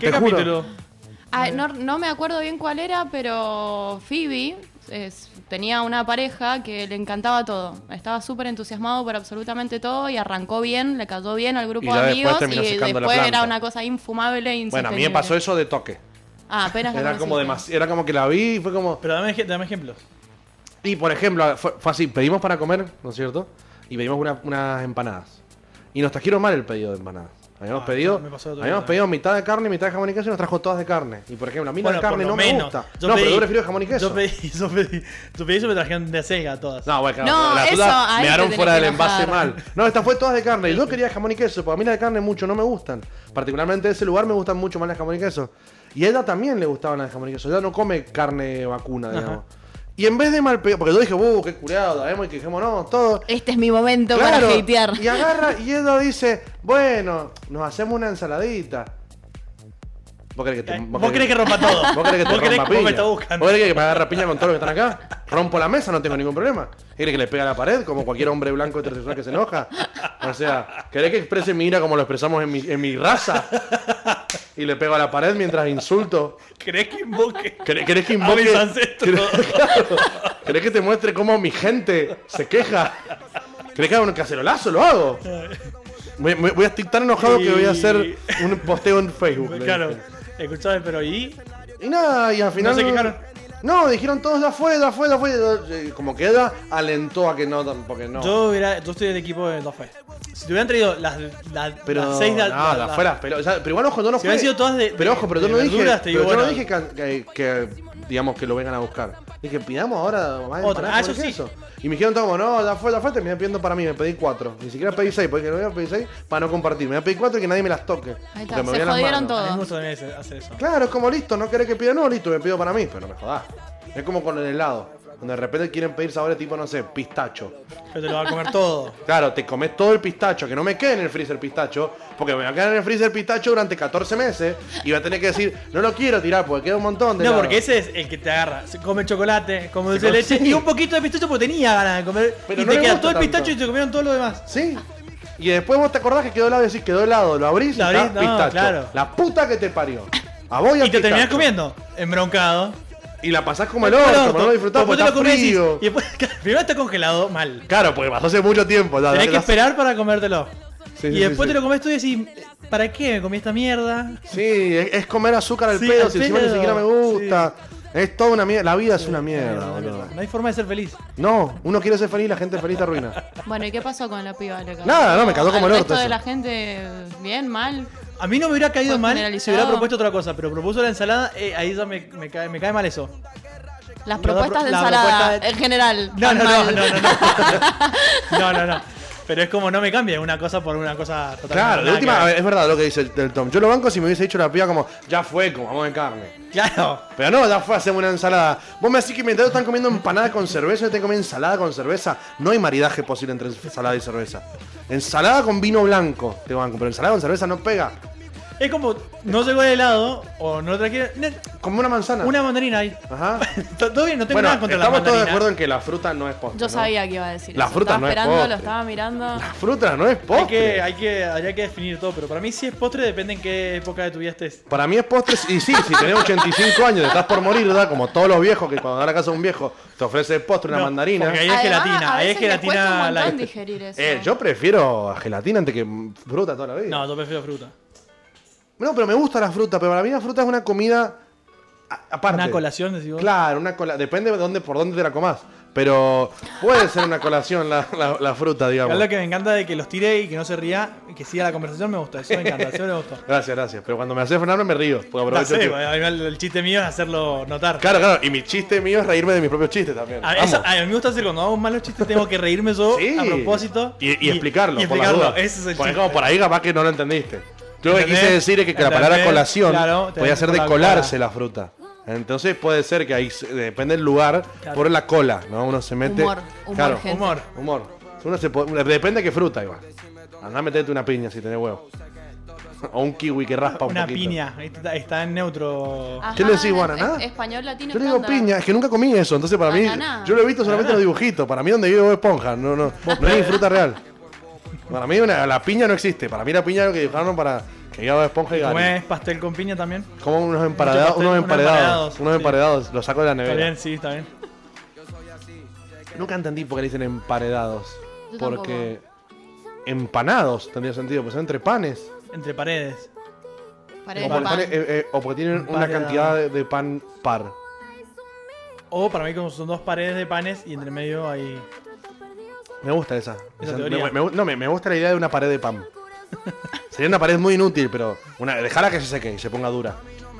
S1: ¿Qué
S2: Te juro.
S1: capítulo?
S3: Ah, no, no me acuerdo bien cuál era, pero Phoebe es- tenía una pareja que le encantaba todo. Estaba súper entusiasmado por absolutamente todo y arrancó bien, le cayó bien al grupo
S2: Y ya
S3: de
S2: después
S3: amigos
S2: terminó
S3: y
S2: secando la
S3: después
S2: planta.
S3: era una cosa infumable e
S2: Bueno, a mí me
S3: insostenible.
S2: pasó eso de toque.
S3: Ah, apenas la
S2: Era como,
S3: conociste.
S2: demasi- era como que la vi y fue como.
S1: Pero dame, ej- dame ejemplos.
S2: Y por ejemplo, fue, fue así: pedimos para comer, ¿no es cierto? Y pedimos una- unas empanadas. Y nos trajeron mal el pedido de empanadas. Habíamos
S1: Ah,
S2: pedido,
S1: me pasó otro
S2: habíamos
S1: día.
S2: pedido mitad de carne, mitad de jamón y queso y nos trajo todas de carne. Y por ejemplo, a mí la
S1: por
S2: carne
S1: lo
S2: no me
S1: menos.
S2: gusta.
S1: Yo
S2: no, pero
S1: pedí-
S2: yo prefiero jamón y queso.
S1: Yo pedí, yo pedí, yo pedí eso me trajeron de selga todas.
S2: No, bueno, claro,
S3: No,
S2: la
S3: eso,
S2: puta
S3: ahí
S2: me
S3: te
S2: daron
S3: tenés
S2: fuera
S3: que
S2: del envase
S3: enojar.
S2: mal. No, estas fue todas de carne. Y yo quería jamón y queso, porque a mí las de carne mucho no me gustan. Particularmente de ese lugar me gustan mucho más las de jamón y queso. Y a ella también le gustaban las de jamón y queso. Ella no come carne vacuna, digamos. Y en vez de mal pegar, porque yo dije, uh, qué curado, sabemos y que dijimos, no, todo.
S3: Este es mi momento
S2: Claro,
S3: para hatear.
S2: y agarra y ella dice, bueno, nos hacemos una ensaladita. ¿Vos crees que te,
S1: Ay, Eh, Vos crees que rompa todo.
S2: ¿Vos querés que te rompa
S1: vos me
S2: piña?
S1: estás buscando.
S2: ¿Vos querés que me agarra piña con todos los que están acá? Rompo la mesa, no tengo ningún problema. ¿Querés que le pegue a la pared como cualquier hombre blanco heterosexual que se enoja? O sea, ¿querés que exprese mi ira como lo expresamos en mi, en mi raza? Y le pego a la pared mientras insulto.
S1: ¿Crees que invoque?
S2: ¿Querés, querés que
S1: A
S2: invoque...
S1: mis ancestros.
S2: ¿Querés, claro. ¿Querés que te muestre cómo mi gente se queja? ¿Querés que haga un cacerolazo? Lo hago. Voy, voy- voy a estar tan enojado que voy a hacer un posteo en Facebook. le
S1: Claro.
S2: dije.
S1: Escuchame, pero ¿y?
S2: Y nada, y al final.
S1: se quejaron?
S2: No, dijeron todos, ya fue, ya fue, ya fue. Eh, Como que ella alentó a que no, porque no.
S1: Yo, hubiera, yo estoy del equipo de la fe. Si te hubieran traído las, las,
S2: pero.
S1: las seis de
S2: no, ya fue, la- pero, o sea, pero igual, ojo, yo no
S1: Si
S2: fue.
S1: hubieran sido todas de-
S2: pero
S1: de-
S2: ojo, pero yo
S1: de
S2: no dije.
S1: verduras, te digo,
S2: pero yo no
S1: bueno.
S2: dije que, que- que, digamos, que lo vengan a buscar. Dije, pidamos ahora más
S1: Otra,
S2: empanadas
S1: ah,
S2: con
S1: eso sí.
S2: queso. Y me dijeron todo como, no, ya fue, ya fue, terminé pidiendo para mí, me pedí cuatro. Ni siquiera pedí seis, porque no voy a pedir seis para no compartir. Me voy a pedir cuatro y que nadie me las toque.
S3: Ahí
S2: porque
S3: está,
S2: me
S3: se
S2: voy a las
S3: jodieron
S2: manos.
S1: A mí me
S3: todos.
S1: gusta también ese- hacer eso.
S2: Claro, es como listo, no querés que pida, no, listo, me pido para mí, pero no me jodas. Es como con el helado, donde de repente quieren pedir sabores tipo, no sé, pistacho.
S1: Pero te lo va a comer todo.
S2: Claro, te comes todo el pistacho, que no me quede en el freezer pistacho, porque me va a quedar en el freezer pistacho durante 14 meses y va a tener que decir, no lo quiero tirar porque queda un montón de
S1: No,
S2: helado".
S1: porque ese es el que te agarra. Se come chocolate, come dulce de
S2: come-
S1: leche
S2: sí.
S1: y un poquito de pistacho porque tenía ganas de comer.
S2: Pero
S1: y
S2: no
S1: te
S2: le
S1: queda
S2: gusta
S1: todo el
S2: tanto.
S1: pistacho y te comieron todo lo demás.
S2: Sí. Y después vos te acordás que quedó helado y decís, quedó helado, lo abrís y
S1: Lo
S2: está
S1: abrís, no,
S2: pistacho.
S1: claro.
S2: La puta que te parió. A vos y, al
S1: Y te terminás
S2: pistacho.
S1: comiendo, embroncado.
S2: Y la pasás como el orto, pero no lo disfrutás
S1: Después
S2: porque
S1: te lo
S2: está
S1: comés y-
S2: frío.
S1: Y después, primero está congelado, mal.
S2: Claro, porque pasó hace mucho tiempo. ya-
S1: Tenés
S2: ya-
S1: que esperar para comértelo.
S2: Sí,
S1: y
S2: sí, sí,
S1: después
S2: sí.
S1: te lo comes tú y decís, ¿para qué me comí esta mierda?
S2: Sí, es, es comer azúcar al
S1: Sí,
S2: pedo,
S1: al
S2: si encima ni
S1: pedo,
S2: siquiera me gusta. Es toda una mierda. La vida es una mierda,
S1: No,
S2: boludo.
S1: No hay forma de ser feliz.
S2: No, uno quiere ser feliz, la gente feliz te arruina.
S3: Bueno, ¿y qué pasó con la piba? ¿Le cagó?
S2: Nada, no, me cagó como
S3: ¿Al
S2: el orto
S3: resto de
S2: eso.
S3: la gente bien, mal.
S1: A mí no me hubiera caído
S3: Fue
S1: mal si
S3: Pues generalizado.
S1: hubiera propuesto otra cosa, pero propuso la ensalada, eh, ahí ya me, me cae, me cae mal eso.
S3: Las
S1: pro-
S3: propuestas de
S1: la
S3: ensalada,
S1: propuesta de-
S3: en general.
S1: No,
S3: tan
S1: no, no,
S3: mal.
S1: no, no, no. No, no, no. Pero es como no me cambia una cosa por una cosa totalmente.
S2: Claro,
S1: nada
S2: de
S1: que
S2: última, a
S1: ver.
S2: ver, es verdad lo que dice el, el Tom. Yo lo banco si me hubiese dicho la piba como, ya fue, comamos de carne.
S1: Claro.
S2: Pero no, ya fue, hacemos una ensalada. Vos me decís que mientras están comiendo empanada con cerveza, yo estoy comiendo ensalada con cerveza. No hay maridaje posible entre ensalada y cerveza. Ensalada con vino blanco, te banco, pero ensalada con cerveza no pega.
S1: Es como, no llegó el helado o no traje.
S2: Como una manzana.
S1: Una mandarina ahí.
S2: Ajá.
S1: Todo bien, no tengo
S2: Bueno,
S1: nada contra la
S2: estamos todos de
S1: mandarina.
S2: acuerdo en que la fruta no es postre.
S3: Yo
S2: ¿no?
S3: sabía que iba a decir
S2: La
S3: eso.
S2: fruta
S3: estaba
S2: no es
S3: esperando,
S2: postre.
S3: lo estaba mirando.
S2: La fruta no es postre.
S1: Hay que, hay que, habría que definir todo, pero para mí si es postre depende en qué época de tu vida estés.
S2: Para mí es postre, y sí, si tenés 85 años, estás por morir, ¿verdad? Como todos los viejos que cuando van a la casa de un viejo te ofrece postre, una
S1: No,
S2: mandarina.
S1: porque ahí es
S3: Además,
S1: gelatina,
S3: a
S1: ahí es
S3: veces les cuesta
S1: gelatina
S3: un
S1: light.
S3: montón digerir eso.
S2: Eh, yo prefiero gelatina antes que fruta toda la vida.
S1: No, yo prefiero fruta.
S2: No, pero me gusta la fruta, pero para mí la fruta es una comida a- aparte.
S1: Una colación, decís vos.
S2: Claro, una cola. Depende de dónde, por dónde te la comás. Pero puede ser una colación la, la- la fruta, digamos.
S1: Es lo que me encanta de que los tire y que no se ría, y que siga la conversación, me gusta, eso me encanta, eso me gustó.
S2: Gracias, gracias. Pero cuando me haces Fernando me río. porque
S1: Ya
S2: aprovecho
S1: sé,
S2: el tiempo.
S1: bueno, el, el chiste mío es hacerlo notar.
S2: Claro, claro. Y mi chiste mío es reírme de mis propios chistes también.
S1: A, eso-
S2: Amo.
S1: a mí me gusta hacer cuando hago malos chistes, tengo que reírme yo
S2: Sí.
S1: a propósito.
S2: Y, y explicarlo.
S1: Y
S2: por las
S1: explicarlo,
S2: dudas.
S1: ese es el
S2: Porque
S1: chiste.
S2: como por ahí capaz que no lo entendiste. Yo lo que
S1: ¿Entendés?
S2: quise decir es que la palabra
S1: ¿Entendés?
S2: colación
S1: Claro, te
S2: podía
S1: ven
S2: ser
S1: por
S2: de
S1: la
S2: colarse
S1: cola.
S2: la fruta. Entonces puede ser que ahí, se- depende del lugar,
S1: Claro.
S2: por la cola, ¿no? Uno se mete...
S3: Humor, humor,
S2: claro,
S3: gente.
S2: humor, humor. Uno se po- depende de qué fruta igual. Andá a meterte una piña si tenés huevo. o un kiwi que raspa un
S1: Una
S2: poquito.
S1: piña. ahí Está, está en neutro.
S3: Ajá,
S2: ¿Qué le decís, guana,
S3: es-
S2: nada?
S3: Español latino.
S2: Yo le digo
S3: estándar.
S2: piña, es que nunca comí eso, entonces para mí,
S3: Ananá.
S2: yo lo he visto solamente en los dibujitos, para mí donde vivo es esponja, no, no, no es fruta real. Para mí una- la piña no existe, para mí la piña es lo que dibujaron para que llegaba esponja y
S1: ¿Comés
S2: gana.
S1: pastel con piña también?
S2: Como unos emparedados,
S1: pastel,
S2: unos
S1: unos
S2: emparedados,
S1: emparedados,
S2: unos
S1: sí.
S2: emparedados, los saco de la
S1: Está
S2: nevera.
S1: bien, sí, está bien.
S2: Nunca entendí por qué le dicen emparedados,
S3: Yo
S2: porque empanados tendría sentido, pues son entre panes.
S1: Entre paredes.
S3: Pared
S2: o,
S3: de
S1: pan.
S2: porque
S3: pan.
S2: están, eh, eh, o porque tienen una
S1: Emparedado.
S2: cantidad de, de pan par.
S1: O para mí como son dos paredes de panes y entre medio hay...
S2: Me gusta esa.
S1: Esa
S2: Esa-
S1: teoría.
S2: me- me gu- no, me, me gusta la idea de una pared de pan. Sería una pared muy inútil, pero una, dejala que se seque y se ponga dura.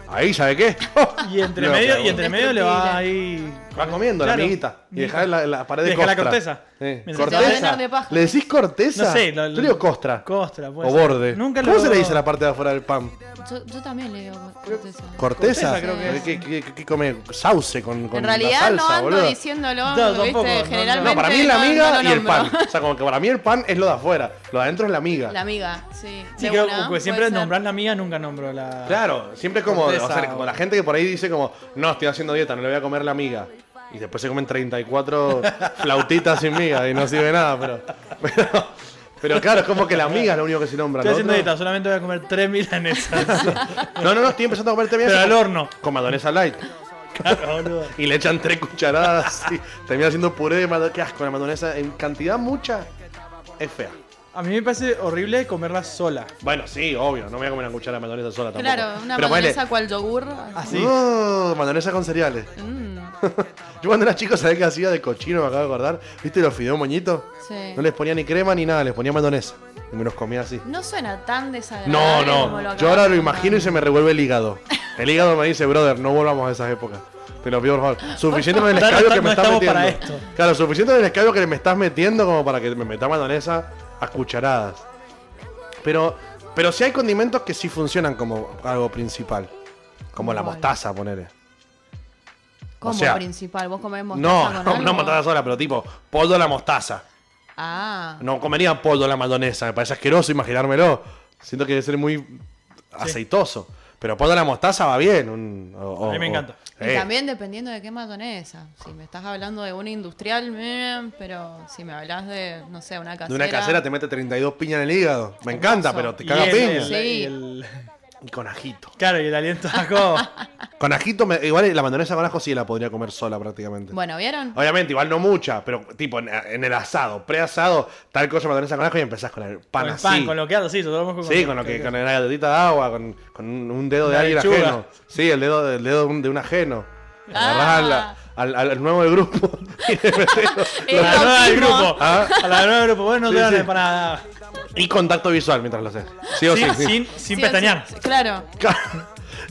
S2: Ahí, ¿sabe qué? ¡Oh!
S1: Y entre
S2: Loca,
S1: medio, y
S2: bueno.
S1: entre medio le va ahí...
S2: Va comiendo
S1: Claro.
S2: la amiguita. Y dejar la, la pared de
S1: Deja la
S2: costra.
S1: corteza.
S2: Sí.
S1: Mientras se
S3: va a
S2: ¿Corteza?
S3: llenar de paja.
S2: ¿Le decís corteza?
S1: No sé, lo-
S2: Yo le digo costra.
S1: Costra, pues.
S2: o borde.
S1: Nunca
S2: ¿Cómo
S1: lo-
S2: se le dice la parte de afuera del pan?
S3: Yo, yo también le digo corteza.
S2: ¿Corteza?
S1: Corteza creo
S3: que es.
S2: ¿Qué, qué- qué- qué come? Sauce con, con
S3: En
S2: la
S3: realidad
S2: salsa,
S3: no ando
S2: boludo.
S3: diciéndolo,
S1: No,
S3: ¿viste?
S1: tampoco, no, no.
S3: Generalmente
S2: No, para mí es la
S3: no-
S2: miga
S3: no lo
S2: y el pan.
S3: nombro.
S2: O sea, como que para mí el pan es lo de afuera. Lo de adentro es la miga.
S3: La amiga, sí.
S1: Sí,
S3: de
S1: que
S3: una,
S1: porque
S3: puede
S1: siempre
S3: ser.
S1: nombrás la mía, nunca nombro la...
S2: Claro, siempre es como, o sea,
S1: Corteza,
S2: como
S1: o-
S2: la gente que por ahí dice como, no, estoy haciendo dieta, no le voy a comer la miga. Y después se comen 34 flautitas sin miga y no sirve nada, pero, pero... pero claro, es como que la miga es lo único que se nombra.
S1: Estoy
S2: ¿no?
S1: haciendo
S2: ¿No?
S1: dieta, solamente voy a comer tres milanesas.
S2: No, no, no, estoy empezando a comer
S1: pero
S2: miga
S1: al horno.
S2: con madonesa light.
S1: Claro, boludo.
S2: Y le echan tres cucharadas y termina haciendo puré de madonesa. Qué asco, la madonesa en cantidad mucha es fea.
S1: A mí me parece horrible comerla sola.
S2: Bueno, sí, obvio, no me voy a comer una cuchara de madonesa sola tampoco.
S3: Claro, una
S2: Pero ponele,
S3: mayonesa cual yogur.
S1: Así. Mm.
S2: Oh, mayonesa con cereales. Yo cuando era chico, ¿sabés qué hacía de cochino? Me acabo de acordar. ¿Viste los fideos moñitos?
S3: Sí.
S2: No les ponía ni crema ni nada, les ponía mayonesa. Y me los comía así.
S3: No suena tan desagradable.
S2: No,
S3: como
S2: no.
S3: acabas
S2: Yo ahora lo
S3: de
S2: imagino y
S3: contar.
S2: se me revuelve el hígado. El hígado me dice, brother, no volvamos a esas épocas. Te lo pido, por favor. Suficiente con el
S1: No, no,
S2: escabio que
S1: no
S2: me estás
S1: estamos
S2: metiendo.
S1: para esto.
S2: Claro, suficiente con el escabio que me estás metiendo como para que me meta mayonesa a cucharadas. Pero, pero sí hay condimentos que sí funcionan como algo principal. Como la
S3: ¿Cuál?
S2: mostaza, ponele.
S3: Como
S2: o sea,
S3: principal, vos comés mostaza
S2: No,
S3: con
S2: no,
S3: algo?
S2: no mostaza sola, pero tipo, pollo a la mostaza.
S3: Ah.
S2: No comería pollo a la mayonesa, me parece asqueroso imaginármelo. Siento que debe ser muy aceitoso. Pero pollo a la mostaza va bien. un- o-
S1: A mí me
S2: o-
S1: encanta.
S2: o-
S3: Y
S2: eh,
S3: también dependiendo de qué mayonesa. Si me estás hablando de una industrial, meh, pero si me hablas de, no sé, una casera.
S2: De una casera te mete 32 piñas en el hígado. Me encanta, pero te caga
S1: Y el-
S2: piña.
S1: el-
S3: Sí.
S1: el-
S2: Y con ajito.
S1: claro, y el aliento sacó.
S2: Con ajito, me- igual la mayonesa con ajo sí la podría comer sola prácticamente.
S3: Bueno, ¿vieron?
S2: Obviamente, igual no mucha, pero tipo en, en el asado, preasado, tal cosa mayonesa con ajo y empezás con el pan
S1: Con el
S2: así.
S1: pan, con lo que hago, sí, yo tomo con
S2: Sí, con lo que con la gotita de agua, con, con un un dedo de
S1: Una
S2: alguien
S1: lechuga.
S2: ajeno. Sí, el dedo, el dedo de un- de un ajeno.
S3: Ah.
S2: Agarrás al- al, al- al nuevo del grupo. y le metés los-
S1: A la
S3: Esto
S1: nueva del
S3: mismo.
S1: grupo.
S2: Ah.
S1: A la nueva del grupo. Bueno, no
S2: Sí,
S1: te dan
S2: sí.
S1: empanada.
S2: y contacto visual mientras lo haces. Sí o sí.
S1: Sin,
S2: sí.
S1: sin, sin
S3: Sí,
S1: pestañear.
S3: sí, Claro.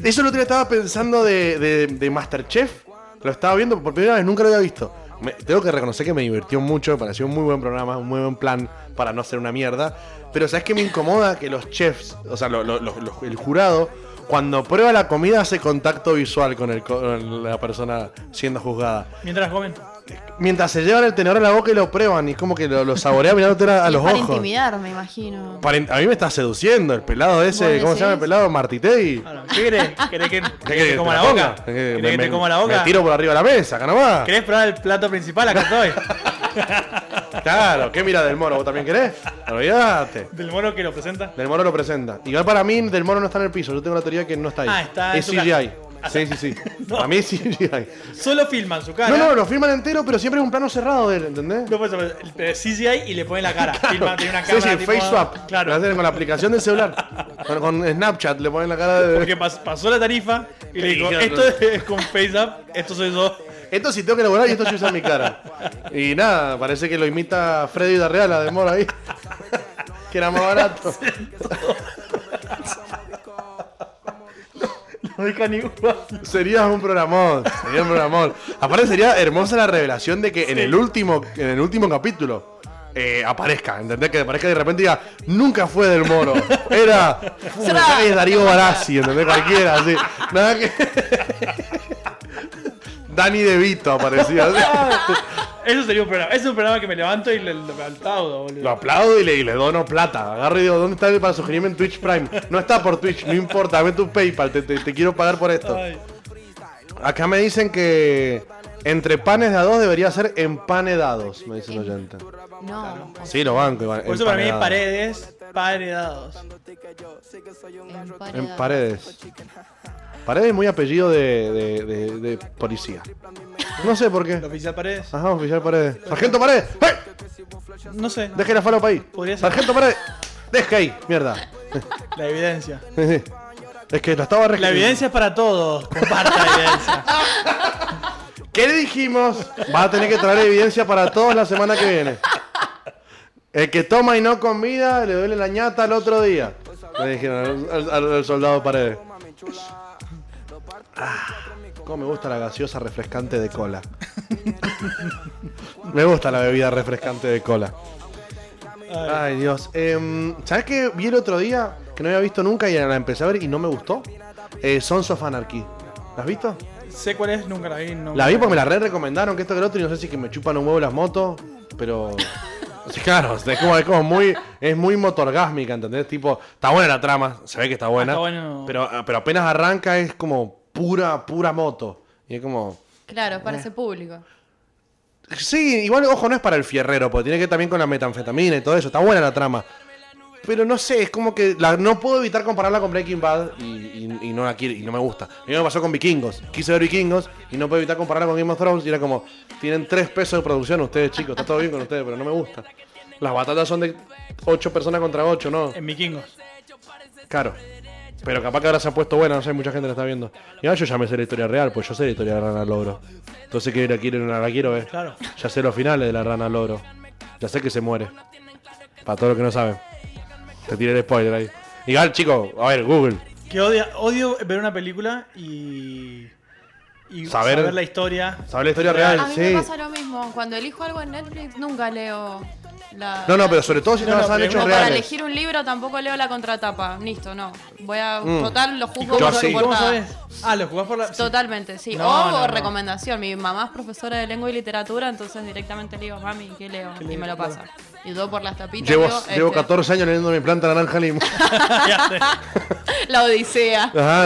S2: Eso lo otro día estaba pensando de, de, de Masterchef. Lo estaba viendo por primera vez, nunca lo había visto. Me- tengo que reconocer que me divirtió mucho, me pareció un muy buen programa, un muy buen plan para no ser una mierda. Pero ¿sabes qué me incomoda? Que los chefs, o sea, lo- lo- lo- lo- el jurado, cuando prueba la comida hace contacto visual con, el, co- con la persona siendo juzgada.
S1: Mientras comen.
S2: Mientras se llevan el tenedor a la boca y lo prueban, y es como que lo, lo saborea mirándote a, a
S3: Y
S2: los
S3: para
S2: ojos.
S3: intimidar, me imagino.
S2: Para in- a mí me está seduciendo el pelado ese,
S3: ¿Vos
S2: ¿cómo se llama el
S3: decís?
S2: pelado? Martitegui.
S1: Ahora, ¿Qué querés? ¿Querés que,
S2: ¿Qué
S1: que
S2: querés,
S1: te coma
S2: te
S1: la
S2: ponga?
S1: boca?
S2: ¿Qué querés?
S1: ¿Querés que
S2: Me-
S1: te coma la boca?
S2: Me tiro por arriba de la mesa, acá nomás.
S1: ¿Querés probar el plato principal? Acá estoy.
S2: Claro, ¿qué mira del moro? ¿Vos también querés? Olvídate.
S1: Del mono que lo presenta.
S2: Del moro lo presenta. Igual para mí, del moro no está en el piso. Yo tengo la teoría que no está ahí.
S1: Ah, está en
S2: Es
S1: su casa.
S2: CGI. Sí, sí, sí. Para mí es CGI.
S1: Solo filman su cara.
S2: No, no, lo firman entero, pero siempre es un plano cerrado de él, ¿entendés?
S1: No puede ser, el- el CGI y le ponen la cara. Filma, tiene una
S2: Sí,
S1: cámara.
S2: sí,
S1: tipo-
S2: face swap. Lo
S1: Claro.
S2: hacen con la aplicación del celular. Con, con Snapchat le ponen la cara de.
S1: Porque pas- pasó la tarifa y le dijo: Esto es con face up, esto soy yo.
S2: Esto sí tengo que elaborar y esto yo usa mi cara. Y nada, parece que lo imita Freddy Darreal, la de Mora ahí. que era más barato.
S1: No dejan igual.
S2: Sería un programón, sería un programón. Aparte sería hermosa la revelación de que en el último, en el último capítulo, eh, aparezca, ¿entendés? Que aparezca de repente y diga, nunca fue del moro, era puta, es Darío Barassi, ¿entendés? Cualquiera, así. Nada que... Dani De Vito aparecía. así.
S1: Eso sería un programa. Es un programa que me levanto y le, le aplaudo, boludo.
S2: Lo aplaudo y le, y le dono plata. Agarro y digo, ¿dónde está para sugerirme en Twitch Prime? No está por Twitch, no importa, dame tu PayPal, te, te- te quiero pagar por esto.
S1: Ay.
S2: Acá me dicen que entre panes de a dos debería ser empanedados, me dice el oyente.
S3: No.
S2: Sí, lo banco, Iván.
S1: Por eso para mí hay
S2: empanedados.
S1: paredes, paredados.
S3: emparedado.
S2: En paredes. Paredes muy apellido de, de- de- de policía. No sé por qué.
S1: ¿Lo oficial paredes?
S2: Ajá, oficial Paredes. ¡Sargento Paredes! ¡Hey!
S1: No sé.
S2: Deje la falopa ahí.
S1: Podría ser.
S2: ¡Sargento Paredes! ¡Deje ahí! Mierda.
S1: La evidencia.
S2: Es que lo estaba re-
S1: La evidencia es para todos. Comparta la evidencia.
S2: ¿Qué le dijimos? Va a tener que traer evidencia para todos la semana que viene. El que toma y no comida le duele la ñata al otro día. Le dijeron al, al- al soldado Paredes. Ah, cómo me gusta la gaseosa refrescante de cola. me gusta la bebida refrescante de cola. Ay, Dios. Em, ¿Sabes qué vi el otro día? Que no había visto nunca y la empecé a ver y no me gustó. Eh, Sons of Anarchy. ¿La has visto?
S1: Sé cuál es, nunca la vi. no-
S2: La vi porque me la re recomendaron, que esto que el otro, y no sé si es que me chupan un huevo las motos, pero. Sí, claro, es como, es como muy. Es muy motorgásmica, ¿entendés? Tipo, está buena la trama, se ve que está buena.
S1: Ah, Está bueno.
S2: pero, ah, pero apenas arranca es como pura, pura moto. Y es como.
S3: Claro, es para
S2: Eh.
S3: ese público.
S2: Sí, igual, ojo, no es para el fierrero, porque tiene que ver también con la metanfetamina y todo eso. Está buena la trama. Pero no sé, es como que la- no puedo evitar compararla con Breaking Bad y, y- y no la quiero- y no me gusta. Lo mismo me pasó con Vikingos. Quise ver Vikingos y no puedo evitar compararla con Game of Thrones y era como, tienen tres pesos de producción ustedes, chicos. Está todo bien con ustedes, pero no me gusta. Las batallas son de ocho personas contra ocho, ¿no?
S1: En vikingos.
S2: Claro. Pero capaz que ahora se ha puesto buena, no sé, mucha gente la está viendo. Y ahora yo ya me sé la historia real, pues yo sé la historia de la Rana Logro. Entonces quiero ir a- quiero, ir a- la quiero ver.
S1: Claro.
S2: Ya sé los finales de la Rana Logro. Ya sé que se muere. Para todos los que no saben. Te tiré el spoiler ahí. Igual, chicos, a ver, Google.
S1: Que odia, odio ver una película y. y
S2: Saber-
S1: saber, la historia.
S2: ¿Sabes la historia
S3: A
S2: real?
S3: mí me
S2: Eh, Sí.
S3: pasa lo mismo. Cuando elijo algo en Netflix, nunca leo la.
S2: No, no, pero sobre todo si
S1: No,
S2: está
S1: no,
S2: basado en
S1: pero
S2: hechos
S3: O para
S2: reales.
S3: elegir un libro tampoco leo la contratapa. Listo, no. Voy a
S2: Mm.
S3: total los
S1: ¿Y
S3: juzgo
S1: cómo,
S2: Yo
S3: por
S1: sabes-
S2: así.
S3: su
S1: cómo
S3: portada.
S1: sabes? Ah, lo jugás por la. sí.
S3: Totalmente, sí.
S1: No,
S3: o
S1: no, no.
S3: recomendación. Mi mamá es profesora de lengua y literatura, entonces directamente le digo, mami, ¿qué leo?
S1: ¿Qué
S3: y
S1: leo?
S3: me lo pasa. Y yo por las tapitas.
S2: Llevo,
S3: digo,
S2: llevo
S3: este,
S2: 14 años leyendo mi planta naranja limo.
S3: La Odisea.
S2: Ajá,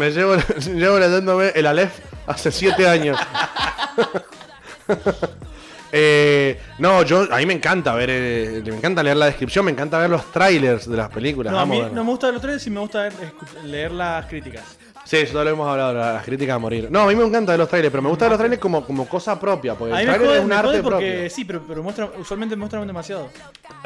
S2: me llevo, llevo leyéndome el Aleph hace siete años. Eh, no, yo a mí me encanta ver, eh, me encanta leer la descripción, me encanta ver los trailers de las películas.
S1: No, a
S2: amo
S1: mí
S2: verlo.
S1: no me gusta ver los trailers y me gusta ver- escu- leer las críticas.
S2: Sí, eso ya lo hemos hablado, la- las críticas a morir. No, a mí me encanta ver los trailers, pero me gusta ver los trailers como, como cosa propia, porque
S1: A
S2: el
S1: mí me
S2: trailer
S1: jode,
S2: es un
S1: me jode
S2: arte
S1: porque
S2: propio.
S1: sí, pero, pero muestra, usualmente muestran demasiado.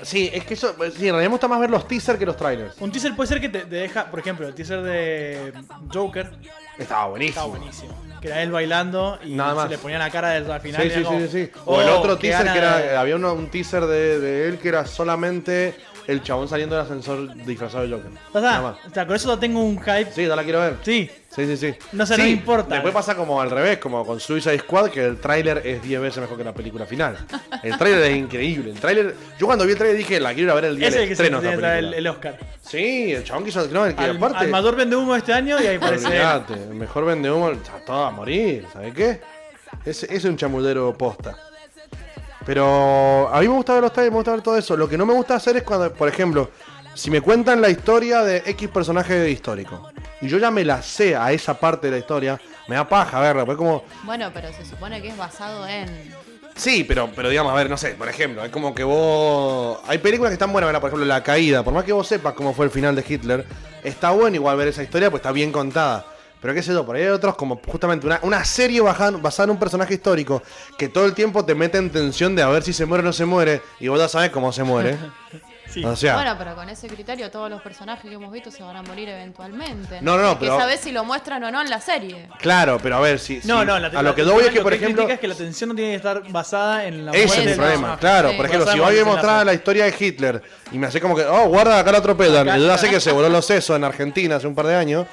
S2: Sí, es que eso, sí, en realidad me gusta más ver los teasers que los trailers.
S1: Un teaser puede ser que te, te deja, por ejemplo, el teaser de Joker
S2: Estaba buenísimo.
S1: estaba buenísimo. Que era él bailando y
S2: Nada más.
S1: se le ponía la cara del, al final.
S2: Sí,
S1: y
S2: sí,
S1: era como,
S2: sí, sí.
S1: "Oh,
S2: O el otro
S1: qué
S2: teaser que
S1: gana de-
S2: era. eh, Había uno- un teaser de, de él que era solamente el chabón saliendo del ascensor disfrazado de Joker.
S1: O sea,
S2: Nada más.
S1: o sea, con eso ya tengo un hype. Sí.
S2: Sí, ya la quiero ver. Sí, sí, sí.
S1: No sé, no
S2: Sí,
S1: importa.
S2: Después pasa como al revés, como con Suicide Squad, que el tráiler es 10 veces mejor que la película final. El tráiler es increíble. El tráiler, yo cuando vi el tráiler dije, la quiero ir a ver el día
S1: Ese es
S2: del
S1: el que se
S2: estreno.
S1: tiene
S2: esta
S1: que traer el,
S2: película.
S1: el Oscar.
S2: Sí, el chabón quiso... No, el que
S1: Al,
S2: aparte...
S1: al mayor vende humo de este año y ahí parece. él.
S2: Olvidate, el mejor vende humo está todo a morir, ¿sabes qué? Ese ese es un chamuldero posta. Pero a mí me gusta ver los trailers, me gusta ver todo eso. Lo que no me gusta hacer es cuando, por ejemplo, si me cuentan la historia de X personaje histórico y yo ya me la sé a esa parte de la historia, me da paja verla, pues como,
S3: Bueno, pero se supone que es basado en.
S2: Sí, pero, pero digamos, a ver, no sé, por ejemplo, es como que vos. Hay películas que están buenas, ¿verdad? por ejemplo, La Caída. Por más que vos sepas cómo fue el final de Hitler, está bueno igual ver esa historia, pues está bien contada. Pero qué sé yo, por ahí hay otros como justamente una, una serie baja- basada en un personaje histórico que todo el tiempo te mete en tensión de a ver si se muere o no se muere y vos ya sabes cómo se muere.
S1: Sí.
S2: O sea,
S3: Bueno, pero con ese criterio todos los personajes que hemos visto se van a morir eventualmente.
S2: No, no, no,
S3: Porque
S2: pero-
S3: sabés si lo muestran o no en la serie.
S2: claro, pero a ver, si.
S1: No,
S2: si-
S1: no, la
S2: a lo que doy es que, por ejemplo.
S1: critica es que la tensión no tiene que estar basada en la
S2: Ese es
S1: muerte
S2: el
S1: del
S2: problema,
S1: personaje.
S2: claro.
S3: Sí.
S2: Por ejemplo, si
S1: Basado en
S2: hoy
S1: el
S2: mostraba
S1: desenlace.
S2: la historia de Hitler y me hace como que, oh, guarda, acá lo atropellan.
S1: Acá-
S2: Yo ya sé que se voló los sesos en Argentina hace un par de años.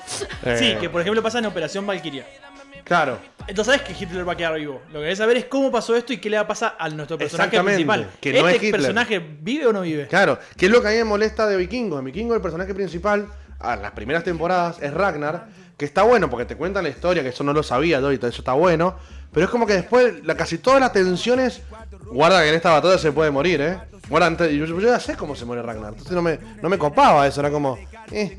S2: Eh,
S1: Sí, que por ejemplo pasa en Operación Valkyria.
S2: Claro.
S1: Entonces sabes que Hitler va a quedar vivo. Lo que querés saber es cómo pasó esto y qué le va a pasar a nuestro personaje
S2: Exactamente,
S1: principal.
S2: que no
S1: ¿Este
S2: es Hitler.
S1: personaje vive o no vive?
S2: Claro, que es lo que a mí me molesta de Vikingo. En Vikingo el personaje principal, a las primeras temporadas, es Ragnar, que está bueno porque te cuentan la historia, que eso no lo sabía yo y todo eso está bueno. Pero es como que después la, casi todas las tensiones, guarda que en esta batalla se puede morir, ¿eh? Guarda, antes- yo, yo ya sé cómo se muere Ragnar, entonces no me, no me copaba eso, era como, eh,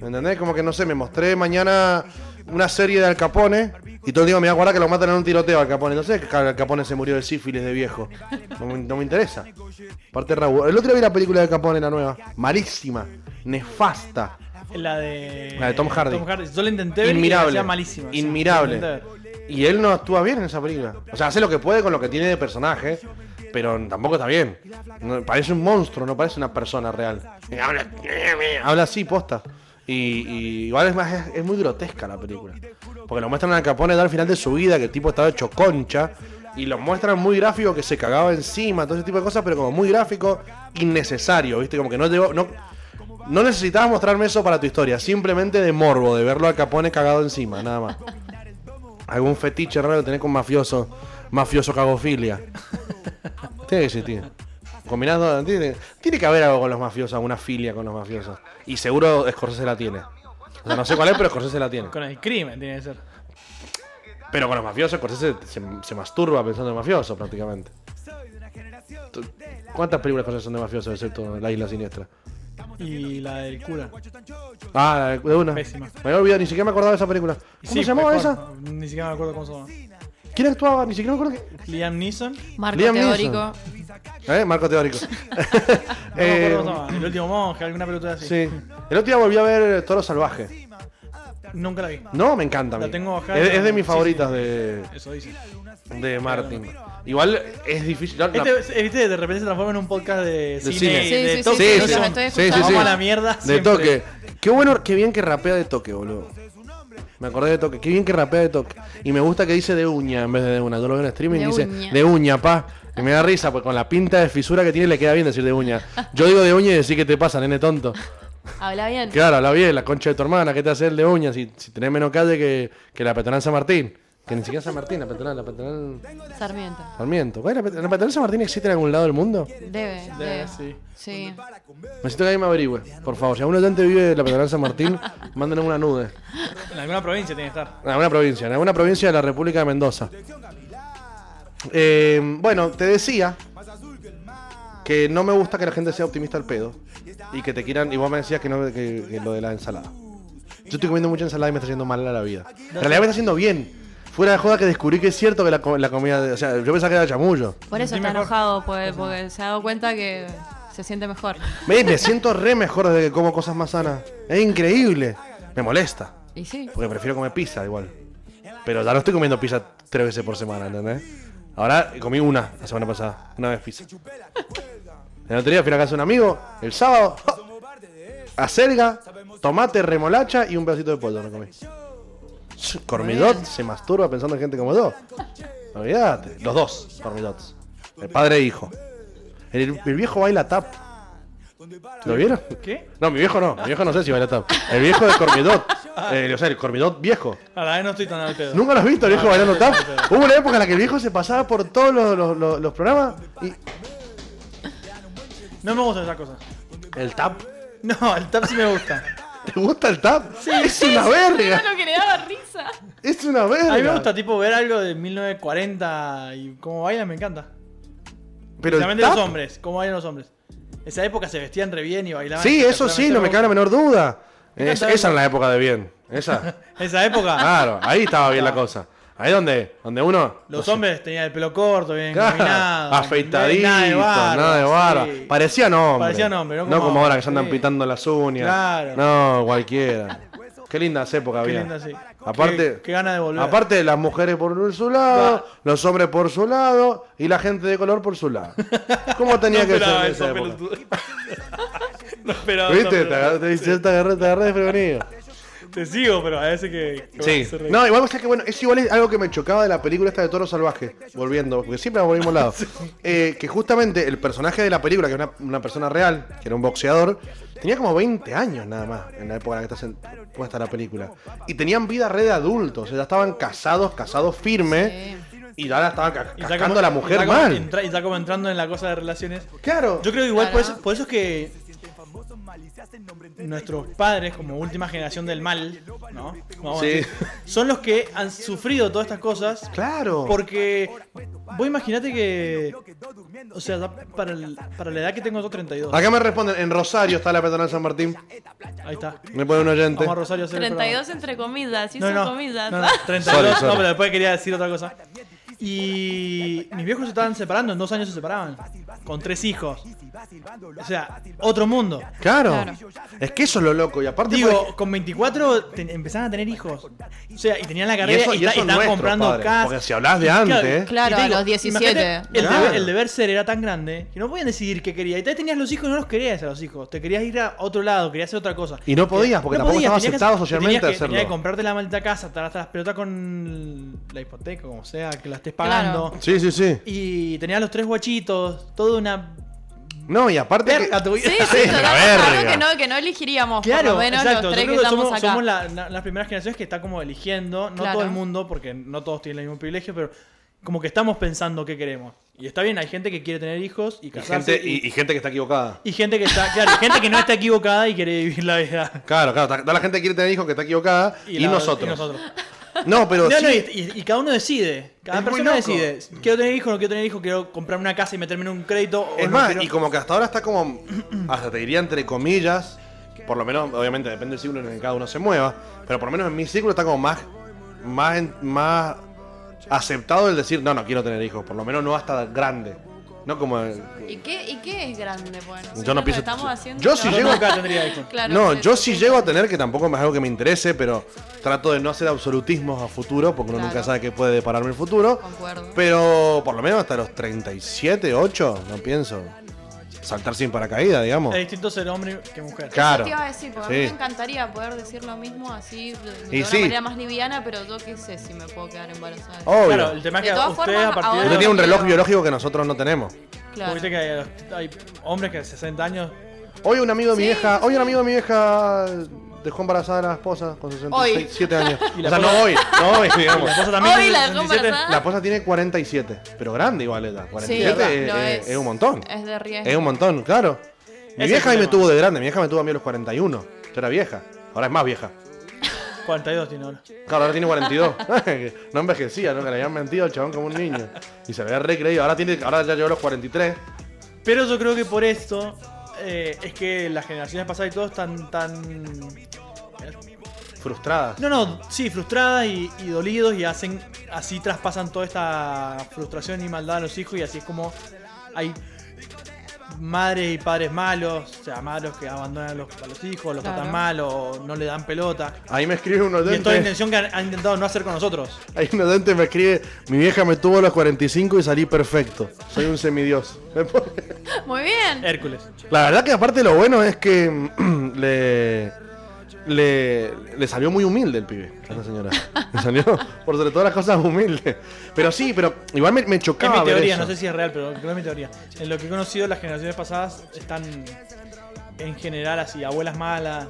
S2: ¿me entendés? Como que no sé, me mostré mañana una serie de Al Capone y todo el día me iba a guardar que lo matan en un tiroteo Al Capone, no sé que Al Capone se murió de sífilis de viejo, no me- no me interesa. Parte Raúl. El otro día vi la película de Capone, la nueva. Malísima. Nefasta.
S1: La de.
S2: La de Tom Hardy.
S1: Yo la intenté ver y me
S2: Inmirable.
S1: parecía malísima. Sí,
S2: Inmirable.
S1: la intenté ver.
S2: Y él no actúa bien en esa película. O sea, hace lo que puede con lo que tiene de personaje, pero tampoco está bien. No- parece un monstruo, no parece una persona real. Habla, habla así, posta. Y, y igual es, más, es, es muy grotesca la película. Porque lo muestran a Capone al final de su vida, que el tipo estaba hecho concha. Y lo muestran muy gráfico, que se cagaba encima, todo ese tipo de cosas, pero como muy gráfico, innecesario, ¿viste? Como que no llegó. No, no necesitabas mostrarme eso para tu historia, simplemente de morbo, de verlo a Capone cagado encima, nada más. Algún fetiche raro tenés con mafioso, mafioso cagofilia. Tiene que existir. Combinando, tiene, tiene que haber algo con los mafiosos, alguna filia con los mafiosos. Y seguro Scorsese la tiene. O sea, no sé cuál es, pero Scorsese la tiene.
S1: Con el crimen tiene que ser.
S2: Pero con los mafiosos, Scorsese se, se masturba pensando en mafiosos prácticamente. Tú- ¿Cuántas películas Scorsese son de mafiosos excepto La Isla Siniestra?
S1: Y la del cura.
S2: Ah, de una.
S1: Pésima.
S2: Me había olvidado, ni siquiera me acordaba de esa película. ¿Cómo
S1: Y
S2: se
S1: sí,
S2: llamaba
S1: mejor.
S2: esa?
S1: Ni siquiera me acuerdo cómo se llama.
S2: ¿Quién actuaba? Ni siquiera me acuerdo que...
S1: Liam Neeson. No
S3: Marco
S2: Liam
S3: teórico.
S2: ¿Eh? Marco Teórico.
S1: me
S2: Eh,
S1: acuerdo cómo se llama. El último monje, alguna pelota así.
S2: sí. El otro día volví a ver Toro Salvaje.
S1: Nunca la vi.
S2: No, me encanta. a mí.
S1: La tengo bajada.
S2: es, es de mis
S1: Sí,
S2: favoritas
S1: sí.
S2: de,
S1: Eso dice.
S2: de Martin. Igual es difícil. la- la-
S1: Este, eh, viste, de repente se transforma en un podcast de cine.
S2: cine.
S1: y
S2: Sí,
S1: de
S3: sí,
S1: toque.
S2: sí,
S1: Entonces,
S2: sí.
S1: vamos-
S3: Sí,
S2: sí,
S1: vamos
S2: sí.
S1: a la mierda.
S2: de
S1: siempre.
S2: toque. Qué bueno, qué bien que rapea de toque, boludo. Me acordé de toque. Qué bien que rapea de toque. Y me gusta que dice de uña en vez de de una. Yo lo veo en streaming y
S3: De
S2: dice
S3: uña.
S2: de uña, pa. Y me da risa, porque con la pinta de fisura que tiene le queda bien decir de uña. Yo digo de uña y decir que te pasa, nene tonto.
S3: Habla bien.
S2: Claro, habla bien, la concha de tu hermana, ¿qué te hace el de uñas? Si, si tenés menos calle que, que la peatonal San Martín. Que ni siquiera San Martín, la peatonal, la peatonal
S3: Sarmiento.
S2: Sarmiento. Güey, ¿La pet- la peatonal San Martín existe en algún lado del mundo?
S3: Debe, debe.
S1: Debe, sí.
S3: Sí.
S2: Necesito que alguien me averigüe, por favor. Si algún oyente vive en la peatonal San Martín, mándenme una nude.
S1: En alguna provincia tiene que estar.
S2: En alguna provincia, en alguna provincia de la República de Mendoza. Eh, bueno, te decía que no me gusta que la gente sea optimista al pedo y que te quieran. Y vos me decías que no que, que lo de la ensalada. Yo estoy comiendo mucha ensalada y me está haciendo mal a la vida. En realidad me está haciendo bien. Fuera de joda que descubrí que es cierto que la, co- la comida. de- o sea, yo pensaba que era chamullo.
S3: Por eso
S1: Sí,
S3: está
S1: mejor.
S3: enojado, pues, porque se ha dado cuenta que se siente mejor.
S2: Me, me siento re mejor desde que como cosas más sanas. Es increíble. Me molesta.
S3: Y sí.
S2: Porque prefiero comer pizza igual. Pero ya no estoy comiendo pizza tres veces por semana, ¿entendés? Ahora comí una la semana pasada, una vez pizza. El otro día fui a la casa de un amigo, el sábado, ¡ja! acelga, tomate, remolacha y un pedacito de pollo me comí. Cormidot se masturba pensando en gente como yo. Olvídate. Los dos, Cormidots. El padre e hijo. El, el viejo baila tap. ¿Lo vieron?
S1: ¿Qué?
S2: No, mi viejo no. Mi viejo no sé si baila tap. El viejo de Cormidot. Eh, o sea, el Cormidot viejo.
S1: A la vez no estoy tan al pedo.
S2: ¿Nunca lo has visto, el viejo bailando tap? Hubo una época en la que el viejo se pasaba por todos los, los- los- los programas y
S1: No me gustan esas cosas.
S2: el tap.
S1: No, el tap sí me gusta.
S2: ¿Te gusta el tap? es una verga.
S3: lo que le daba risa.
S2: Es una verga.
S1: A mí me gusta, tipo, ver algo de 1940 y cómo bailan, me encanta.
S2: Pero el
S1: Especialmente los
S2: tap.
S1: hombres, cómo bailan los hombres. Esa época se vestían re bien y bailaban.
S2: Sí, eso sí, no me cabe la menor duda.
S1: Me
S2: Es-
S1: encanta
S2: esa
S1: verlo.
S2: es la época de bien. Esa.
S1: Esa época,
S2: Claro, ahí estaba bien la cosa. Ahí donde, donde uno. no
S1: los
S2: sé,
S1: hombres tenían el pelo corto, bien
S2: Claro,
S1: caminado.
S2: afeitadito, nada de barba.
S1: sí.
S2: Parecían hombres.
S1: Parecían hombres,
S2: no
S1: no
S2: como,
S1: como
S2: ahora
S1: ahora,
S2: que se andan
S1: sí.
S2: pintando las uñas.
S1: Claro.
S2: No, cualquiera. Qué lindas épocas
S1: Qué
S2: había.
S1: linda, sí.
S2: Aparte,
S1: Qué- qué gana de volver. Ah.
S2: Aparte, las mujeres por su lado, los hombres por su lado y la gente de color por su lado. ¿Cómo tenía
S1: No
S2: que ser?
S1: esperaba
S2: en esa
S1: eso,
S2: época?
S1: pelotudo. No esperaba
S2: ¿Viste?
S1: eso,
S2: Te agarré, te, te agarré desprevenido.
S1: Te sigo, pero a veces que. que
S2: Sí.
S1: vas a reír.
S2: No, igual, o sea que bueno, es igual es algo que me chocaba de la película esta de Toro Salvaje, volviendo, porque siempre vamos por el mismo lado. Eh, que justamente el personaje de la película, que era una, una persona real, que era un boxeador, tenía como 20 años nada más en la época en la que está sen- puesta la película. Y tenían vida red de adultos, o sea, ya estaban casados, casados firme, y ahora estaban ca-
S1: Y está
S2: cascando
S1: como-
S2: a la
S1: y
S2: mujer
S1: está como
S2: mal.
S1: entra- y está como entrando en la cosa de relaciones.
S2: Claro.
S1: Yo creo que igual por
S3: Claro.
S1: eso, por eso es que nuestros padres, como última generación del mal, ¿no? Vamos a
S2: Sí.
S1: decir, son los que han sufrido todas estas cosas.
S2: Claro.
S1: Porque vos imaginate que. O sea, da- para, el- para la edad que tengo yo, 32.
S2: Acá me responden, en Rosario está la peatonal San Martín.
S1: Ahí está.
S2: Me pone un oyente.
S1: Vamos a Rosario a hacer el
S3: 32 entre comidas, sí
S1: programa.
S3: son
S1: No, no,
S3: comidas.
S1: no, no, 32.
S2: Sorry, sorry.
S1: No, pero después quería decir otra cosa. Y mis viejos se estaban separando, en dos años se separaban. Con tres hijos. O sea, otro mundo.
S2: Claro.
S3: Claro.
S2: Es que eso es lo loco. Y aparte, por ej-
S1: Digo, con 24 te- empezaban a tener hijos. O sea, y tenían la
S2: y
S1: carrera y,
S2: eso, y
S1: está-
S2: eso
S1: y estaban
S2: nuestro,
S1: comprando
S2: padre,
S1: casas.
S2: Porque si hablas de
S1: Claro,
S2: antes.
S3: Claro,
S1: Y te
S3: a los 17.
S1: imagínate, El,
S2: Claro.
S1: deber, el deber ser era tan grande que no podían decidir qué quería. Y te tenías los hijos y no los querías a los hijos. Te querías ir a otro lado, querías hacer otra cosa.
S2: Y no podías, porque tampoco estaba
S1: tenías que-
S2: aceptado socialmente
S1: tenías que,
S2: hacerlo.
S1: Tenías que comprarte la maldita casa, estar hasta las pelotas con la hipoteca, como sea, que la estés pagando.
S2: Sí, sí, sí.
S1: Y tenías los tres guachitos, toda una
S2: No, y aparte. que-
S1: verga tu vida.
S3: Sí,
S2: Sí,
S3: sí, total,
S2: la
S3: algo
S2: verga.
S3: que no, que no elegiríamos, por
S1: Claro,
S3: lo menos
S1: exacto. Yo
S3: los tres que
S1: creo que
S3: estamos
S1: somos,
S3: acá.
S1: somos la- la- las primeras generaciones que está como eligiendo, no
S3: Claro.
S1: todo el mundo, porque no todos tienen el mismo privilegio, pero como que estamos pensando qué queremos. Y está bien, hay gente que quiere tener hijos y
S2: y,
S1: casarse.
S2: gente, y, y gente que está equivocada.
S1: y gente que está, claro, y gente que no está equivocada y quiere vivir la vida.
S2: Claro, claro. está- está La gente que quiere tener hijos que está equivocada. Y,
S1: la-
S2: nosotros.
S1: y nosotros.
S2: No, pero.
S1: No,
S2: sí,
S1: no, y, y- y cada uno decide. Cada
S2: Es muy
S1: persona
S2: loco.
S1: decide. Quiero tener hijos, no quiero tener hijos, quiero comprarme una casa y meterme en un crédito. o no
S2: es más,
S1: quiero-
S2: y como que hasta ahora está como. Hasta te diría entre comillas. Por lo menos, obviamente, depende del círculo en el que cada uno se mueva. Pero por lo menos en mi círculo está como más. Más. en- más aceptado el decir, no, no quiero tener hijos. Por lo menos no hasta grande. No como. el-
S3: ¿Y qué, ¿Y qué es grande? Bueno,
S2: Yo no
S3: nosotros
S2: pienso-
S3: estamos haciendo
S2: yo si
S1: Yo
S3: lo-
S2: llego-
S1: nunca tendría hijos.
S3: Claro,
S2: no,
S3: por
S2: yo
S3: eso.
S2: sí llego a tener, que tampoco es algo que me interese, pero trato de no hacer absolutismos a futuro, porque uno
S3: Claro.
S2: nunca sabe qué puede depararme el futuro.
S3: Concuerdo.
S2: Pero por lo menos hasta los 37, 8, no pienso saltar sin paracaídas, digamos.
S1: Es distinto ser hombre que mujer.
S2: Claro.
S3: Te iba a decir, porque a
S2: Sí.
S3: mí me encantaría poder decir lo mismo así, de, de
S2: Y
S3: una
S2: sí.
S3: manera más liviana, pero yo qué sé si me puedo quedar embarazada.
S2: Obvio.
S1: Claro, el tema es
S3: De
S1: que
S3: todas
S1: ustedes
S3: formas,
S1: a partir de.
S3: ahora-
S2: Usted tiene un reloj
S3: Pero-
S2: biológico que nosotros no tenemos.
S3: claro.
S1: Viste que hay, hay hombres que a 60 años
S2: Hoy un amigo de mi
S3: Sí,
S2: vieja, hoy un
S3: sí.
S2: amigo de mi vieja dejó embarazada a la esposa con 67 años.
S1: Y
S2: o
S1: la
S2: sea, no
S1: esposa-
S2: hoy, no hoy, digamos.
S1: La esposa también
S3: Hoy
S1: tiene
S3: la dejó
S1: 67.
S3: embarazada.
S2: La esposa tiene 47, pero grande igual ella.
S3: Sí,
S2: 47 es,
S3: lo
S2: es- es un montón.
S3: Es de riesgo.
S2: Es un montón, claro. Mi
S1: Ese es
S2: vieja
S1: el
S2: ahí me
S1: tema.
S2: tuvo de grande, mi vieja me tuvo a mí a los 41. Yo era vieja, ahora es más vieja.
S1: 42 tiene ahora.
S2: Claro, ahora tiene 42. no envejecía, ¿no? Que le habían mentido al chabón como un niño. Y se le había recreído. Ahora, tiene, ahora ya llegó a los 43.
S1: Pero yo creo que por esto eh, es que las generaciones pasadas y todos están tan.
S2: Frustradas.
S1: No, no, sí, frustradas y, y dolidos y hacen. Así traspasan toda esta frustración y maldad a los hijos y así es como hay madres y padres malos, o sea, malos que abandonan a los, a los hijos, los
S3: Claro.
S1: tratan mal o no le dan pelota.
S2: Ahí me escribe un
S1: Y es toda la
S2: oyente.
S1: intención que han, han intentado no hacer con nosotros.
S2: Ahí un oyente me escribe: Mi vieja me tuvo a los 45 y salí perfecto. Soy un semidios. Me pone-
S3: Muy bien.
S1: Hércules.
S2: La verdad que aparte lo bueno es que mm, le, le, le salió muy humilde el pibe, a la señora. Le salió, por sobre todas las cosas, humilde. Pero sí, pero igual me, me
S1: Es
S2: chocaba
S1: mi
S2: ver
S1: teoría,
S2: eso.
S1: no sé si es real, pero creo que es mi teoría. En lo que he conocido, las generaciones pasadas están en general así, abuelas malas,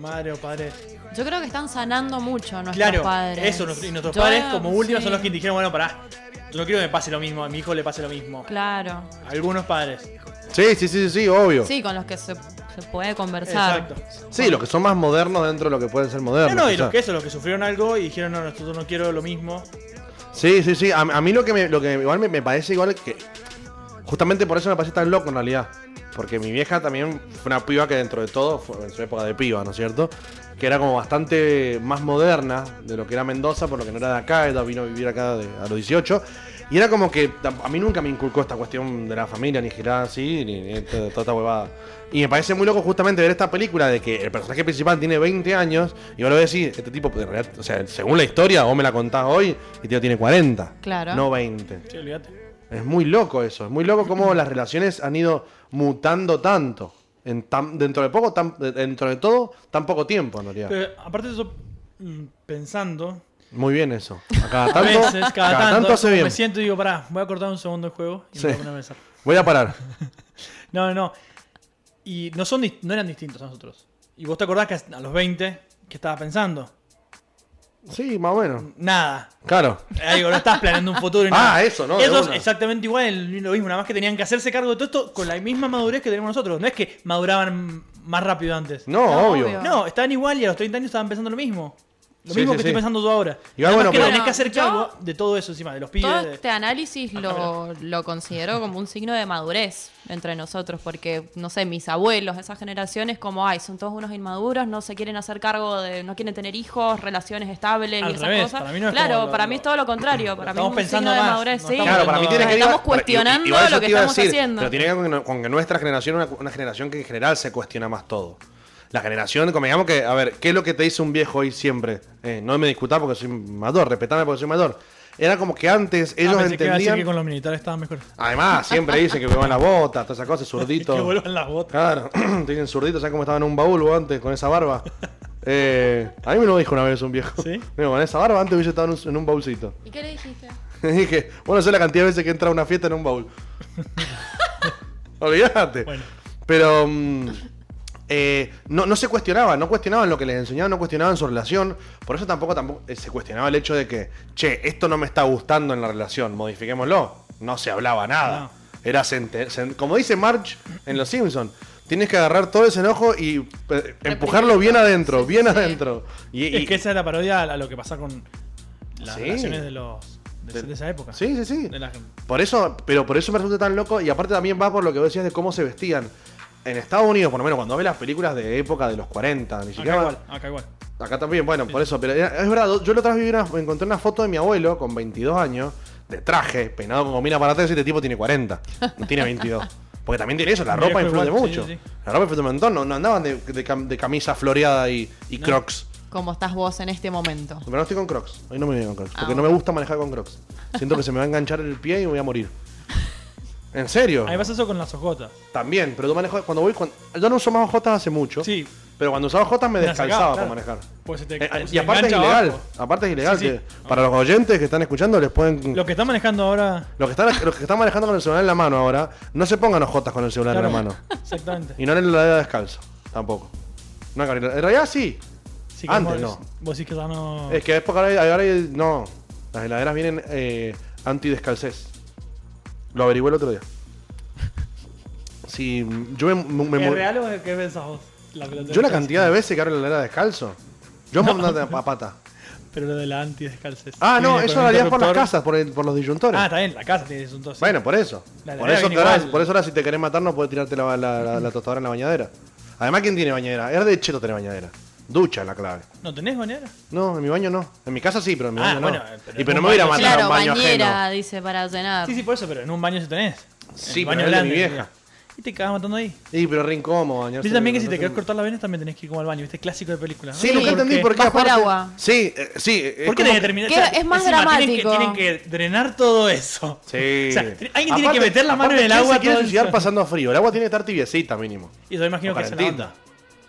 S1: madre o padres.
S3: Yo creo que están sanando mucho nuestros
S1: Claro,
S3: padres.
S1: eso, nos- y nuestros
S3: Yo-
S1: padres como últimos
S3: sí.
S1: son los que dijeron, bueno, pará, yo no quiero que me pase lo mismo, a mi hijo le pase lo mismo.
S3: Claro.
S1: Algunos padres.
S2: Sí, sí, sí, sí, sí, obvio. Sí,
S3: Sí, con los que se, se puede conversar.
S1: Exacto.
S2: los que son más modernos dentro de lo que pueden ser
S1: No,
S2: modernos.
S1: no, y
S2: quizá.
S1: los que eso, los que sufrieron algo y dijeron, no, nosotros no quiero lo mismo.
S2: Sí, sí, sí. A, a mí lo que, me, lo que igual me, me parece igual que. Justamente por eso me parece tan loco en realidad. Porque mi vieja también fue una piba que dentro de todo, fue en su época de piba, ¿no es cierto? Que era como bastante más moderna de lo que era Mendoza, por lo que no era de acá, ella vino a vivir acá de- a los 18. Y era como que tam- a mí nunca me inculcó esta cuestión de la familia, ni girar así, ni, ni to- toda esta huevada. Y me parece muy loco justamente ver esta película de que el personaje principal tiene 20 años y vos lo ves y este tipo, de realidad, o sea, según la historia, vos me la contás hoy, y este tío tiene 40.
S3: Claro.
S2: No 20.
S1: Sí, olvídate.
S2: Es muy loco eso, es muy loco cómo las relaciones han ido mutando tanto. en tan- dentro de poco, tan- dentro de todo, tan poco tiempo en realidad.
S1: Pero, aparte de eso, mm, pensando,
S2: Muy bien eso. A cada
S1: a
S2: tanto,
S1: veces, cada, tanto,
S2: hace bien.
S1: me siento y digo, pará, voy a cortar un segundo el juego y
S2: Sí.
S1: me pongo una mesa.
S2: Voy a parar.
S1: No, no, no. Y no, son, dis- no eran distintos a nosotros. Y vos te acordás que a los 20, ¿qué estabas pensando?
S2: Sí, más o menos.
S1: Nada.
S2: Claro.
S1: Eh, digo, no estás planeando un futuro. y
S2: Ah,
S1: nada.
S2: eso, no, de
S1: Eso es
S2: una.
S1: exactamente igual, lo mismo. Nada más que tenían que hacerse cargo de todo esto con la misma madurez que tenemos nosotros. No es que maduraban más rápido antes.
S2: No,
S3: No,
S2: obvio.
S3: obvio.
S1: No, estaban igual y a los 30 años estaban pensando lo mismo. Lo
S2: Sí,
S1: mismo
S2: sí,
S1: que
S2: sí.
S1: estoy pensando yo ahora.
S2: Igual,
S1: Nada más
S2: bueno,
S1: que
S2: pero-
S1: tenés que hacer
S3: Yo-
S1: cargo de todo eso encima, de los
S3: Todo
S1: pibes. de- Ah,
S3: este análisis lo, lo considero como un signo de madurez entre nosotros, porque, no sé, mis abuelos, de esas generaciones, como, ay, son todos unos inmaduros, no se quieren hacer cargo de, no quieren tener hijos, relaciones estables
S1: Al
S3: y esas
S1: revés,
S3: cosas.
S1: para mí no es
S3: claro,
S1: como lo-
S3: para
S1: lo-
S3: mí es todo lo contrario, para mí es
S1: estamos
S3: un
S1: pensando
S3: signo de
S1: más,
S3: madurez,
S1: no
S3: sí.
S1: estamos
S2: Claro, para mí
S1: No,
S2: tiene que ir
S3: Estamos
S2: a- para-
S3: cuestionando
S2: igual eso
S3: lo que
S2: te iba a
S3: estamos
S2: decir,
S3: haciendo.
S2: Pero tiene que ver con, que no- con que nuestra generación es una, una generación que en general se cuestiona más todo. La generación, como digamos que, a ver, ¿qué es lo que te dice un viejo hoy siempre? Eh, no me discutas porque soy mayor, respetame porque soy mayor. Era como que antes
S1: Ah,
S2: ellos
S1: pensé que iba a decir
S2: entendían.
S1: que con los militares estaban mejor.
S2: Además, siempre dicen que vuelvan las botas, todas esas cosas, zurdito.
S1: Que vuelvan las botas.
S2: Claro, tienen zurdito, ¿sabes cómo estaba en un baúl vos, antes con esa barba? Eh, a mí me lo dijo una vez un viejo.
S1: ¿Sí?
S2: Mira, con esa barba antes hubiese estado en un, en un baúlcito.
S3: ¿Y qué le dijiste?
S2: dije, bueno, sé la cantidad de veces que entra a una fiesta en un baúl. Olvídate.
S1: Bueno.
S2: Pero mm, eh, no, no se cuestionaban, no cuestionaban lo que les enseñaban, no cuestionaban su relación. Por eso tampoco, tampoco eh, se cuestionaba el hecho de que, che, esto no me está gustando en la relación, modifiquémoslo. No se hablaba nada. Era sente- sen- como dice Marge en Los Simpsons. Tienes que agarrar todo ese enojo y eh, empujarlo bien adentro,
S3: Sí,
S2: bien
S3: sí.
S2: adentro. Y, y-
S1: Es que esa es la parodia a lo que pasa con las
S2: Sí.
S1: relaciones de los de, de esa época.
S2: sí, sí, sí.
S1: De la-
S2: Por eso, pero por eso me resulta tan loco. Y aparte también va por lo que vos decías de cómo se vestían. En Estados Unidos, por lo menos cuando ves las películas de época de los 40, ni
S1: acá
S2: siquiera.
S1: igual, acá igual.
S2: Acá también, bueno, por eso. Pero era- es verdad, yo la otra vez vi una- encontré una foto de mi abuelo con 22 años, de traje, peinado como mina para tres, y este tipo tiene 40. No tiene 22. Porque también tiene eso, la
S1: Mi
S2: ropa
S1: viejo
S2: influye
S1: igual, sí,
S2: mucho.
S1: sí, sí.
S2: La ropa influye un montón, no, no andaban de, de cam- de camisa floreada y, y crocs.
S3: ¿Cómo estás vos en este momento?
S2: Pero no estoy con crocs, hoy no me viene con crocs,
S3: Ah,
S2: porque no
S3: bueno.
S2: me gusta manejar con crocs. Siento que se me va a enganchar el pie y voy a morir. ¿En serio?
S1: A mí pasa eso con las ojotas.
S2: También, pero yo manejo cuando voy cuando, yo no uso más ojotas hace mucho.
S1: Sí.
S2: Pero cuando usaba ojotas me
S1: Me las
S2: descalzaba
S1: sacaba,
S2: para
S1: claro.
S2: manejar.
S1: Pues se te-
S2: Eh,
S1: se
S2: y
S1: te
S2: aparte es
S1: engancha
S2: ilegal,
S1: abajo.
S2: aparte es ilegal
S1: Sí, sí.
S2: que para los oyentes que están escuchando les pueden
S1: Lo que está manejando ahora.
S2: los que están los que están manejando con el celular en la mano ahora, no se pongan ojotas con el celular en la
S1: Claro.
S2: mano
S1: Exactamente.
S2: y no en la edad descalzo, tampoco. No, Gabriel, en realidad sí.
S1: Sí
S2: Antes
S1: vos,
S2: no.
S1: Vos decís que ya no.
S2: Es que es porque ahora, hay- ahora hay- no, las heladeras vienen eh, anti descalces. Lo averigüé el otro día. Si yo me, me- me
S1: ¿Es
S2: mu-
S1: real o es que pensás vos? La pelota
S2: Yo la
S1: descalza.
S2: cantidad de veces que abro la heladera descalzo. Yo me ando a pata.
S1: Pero lo de la anti descalces.
S2: Ah, no,
S1: Viene
S2: eso
S1: con un
S2: lo harías por las
S1: interruptor.
S2: casas, por, el- por los disyuntores.
S1: Ah, está bien, la casa tiene un tos.
S2: bueno, por eso.
S1: La
S2: Por
S1: heladera
S2: eso,
S1: viene
S2: ahora-
S1: igual.
S2: por eso ahora si te querés matar no puedes tirarte la, la- la- la tostadora en la bañadera. Además, ¿quién tiene bañadera? Es de cheto tener bañadera. Ducha es la clave.
S1: ¿No tenés bañera?
S2: No, en mi baño no. En mi casa sí, pero en mi
S1: Ah,
S2: baño
S1: bueno,
S2: no.
S1: eh, pero
S2: y
S1: en
S2: pero no
S1: un
S2: me voy a ir a
S1: baño-
S2: matar a
S3: Claro,
S2: un baño
S3: bañera,
S2: ajeno.
S3: dice, para llenar.
S1: Sí, sí, por eso, pero en un baño sí tenés.
S2: Sí,
S1: En
S2: pero el de mi
S1: grande,
S2: vieja.
S1: Y te cagas matando ahí.
S2: Y pero re incómodo bañarse.
S1: Dice también que
S2: no
S1: si te
S2: sé-
S1: querés cortar la venas también tenés que ir como al baño, ¿viste? Clásico de película. ¿no?
S2: Sí, nunca
S3: Sí,
S2: entendí por qué
S3: bajo el
S2: aparte...
S3: agua.
S2: Sí, eh, sí. eh,
S1: ¿Por qué tenés
S2: como que-
S1: que terminar?
S3: Que es más
S1: encima tienen que-
S3: dramático.
S1: Tienen que, drenar todo eso.
S2: Sí.
S1: O sea, tri- alguien tiene que meter la mano en
S2: aparte,
S1: el
S2: ¿quién
S1: agua.
S2: Se quiere
S1: todo el-
S2: suicidar pasando frío. El agua tiene que estar tibiecita mínimo.
S1: Y yo imagino
S2: O
S1: que esa es la
S2: calentita.
S1: onda.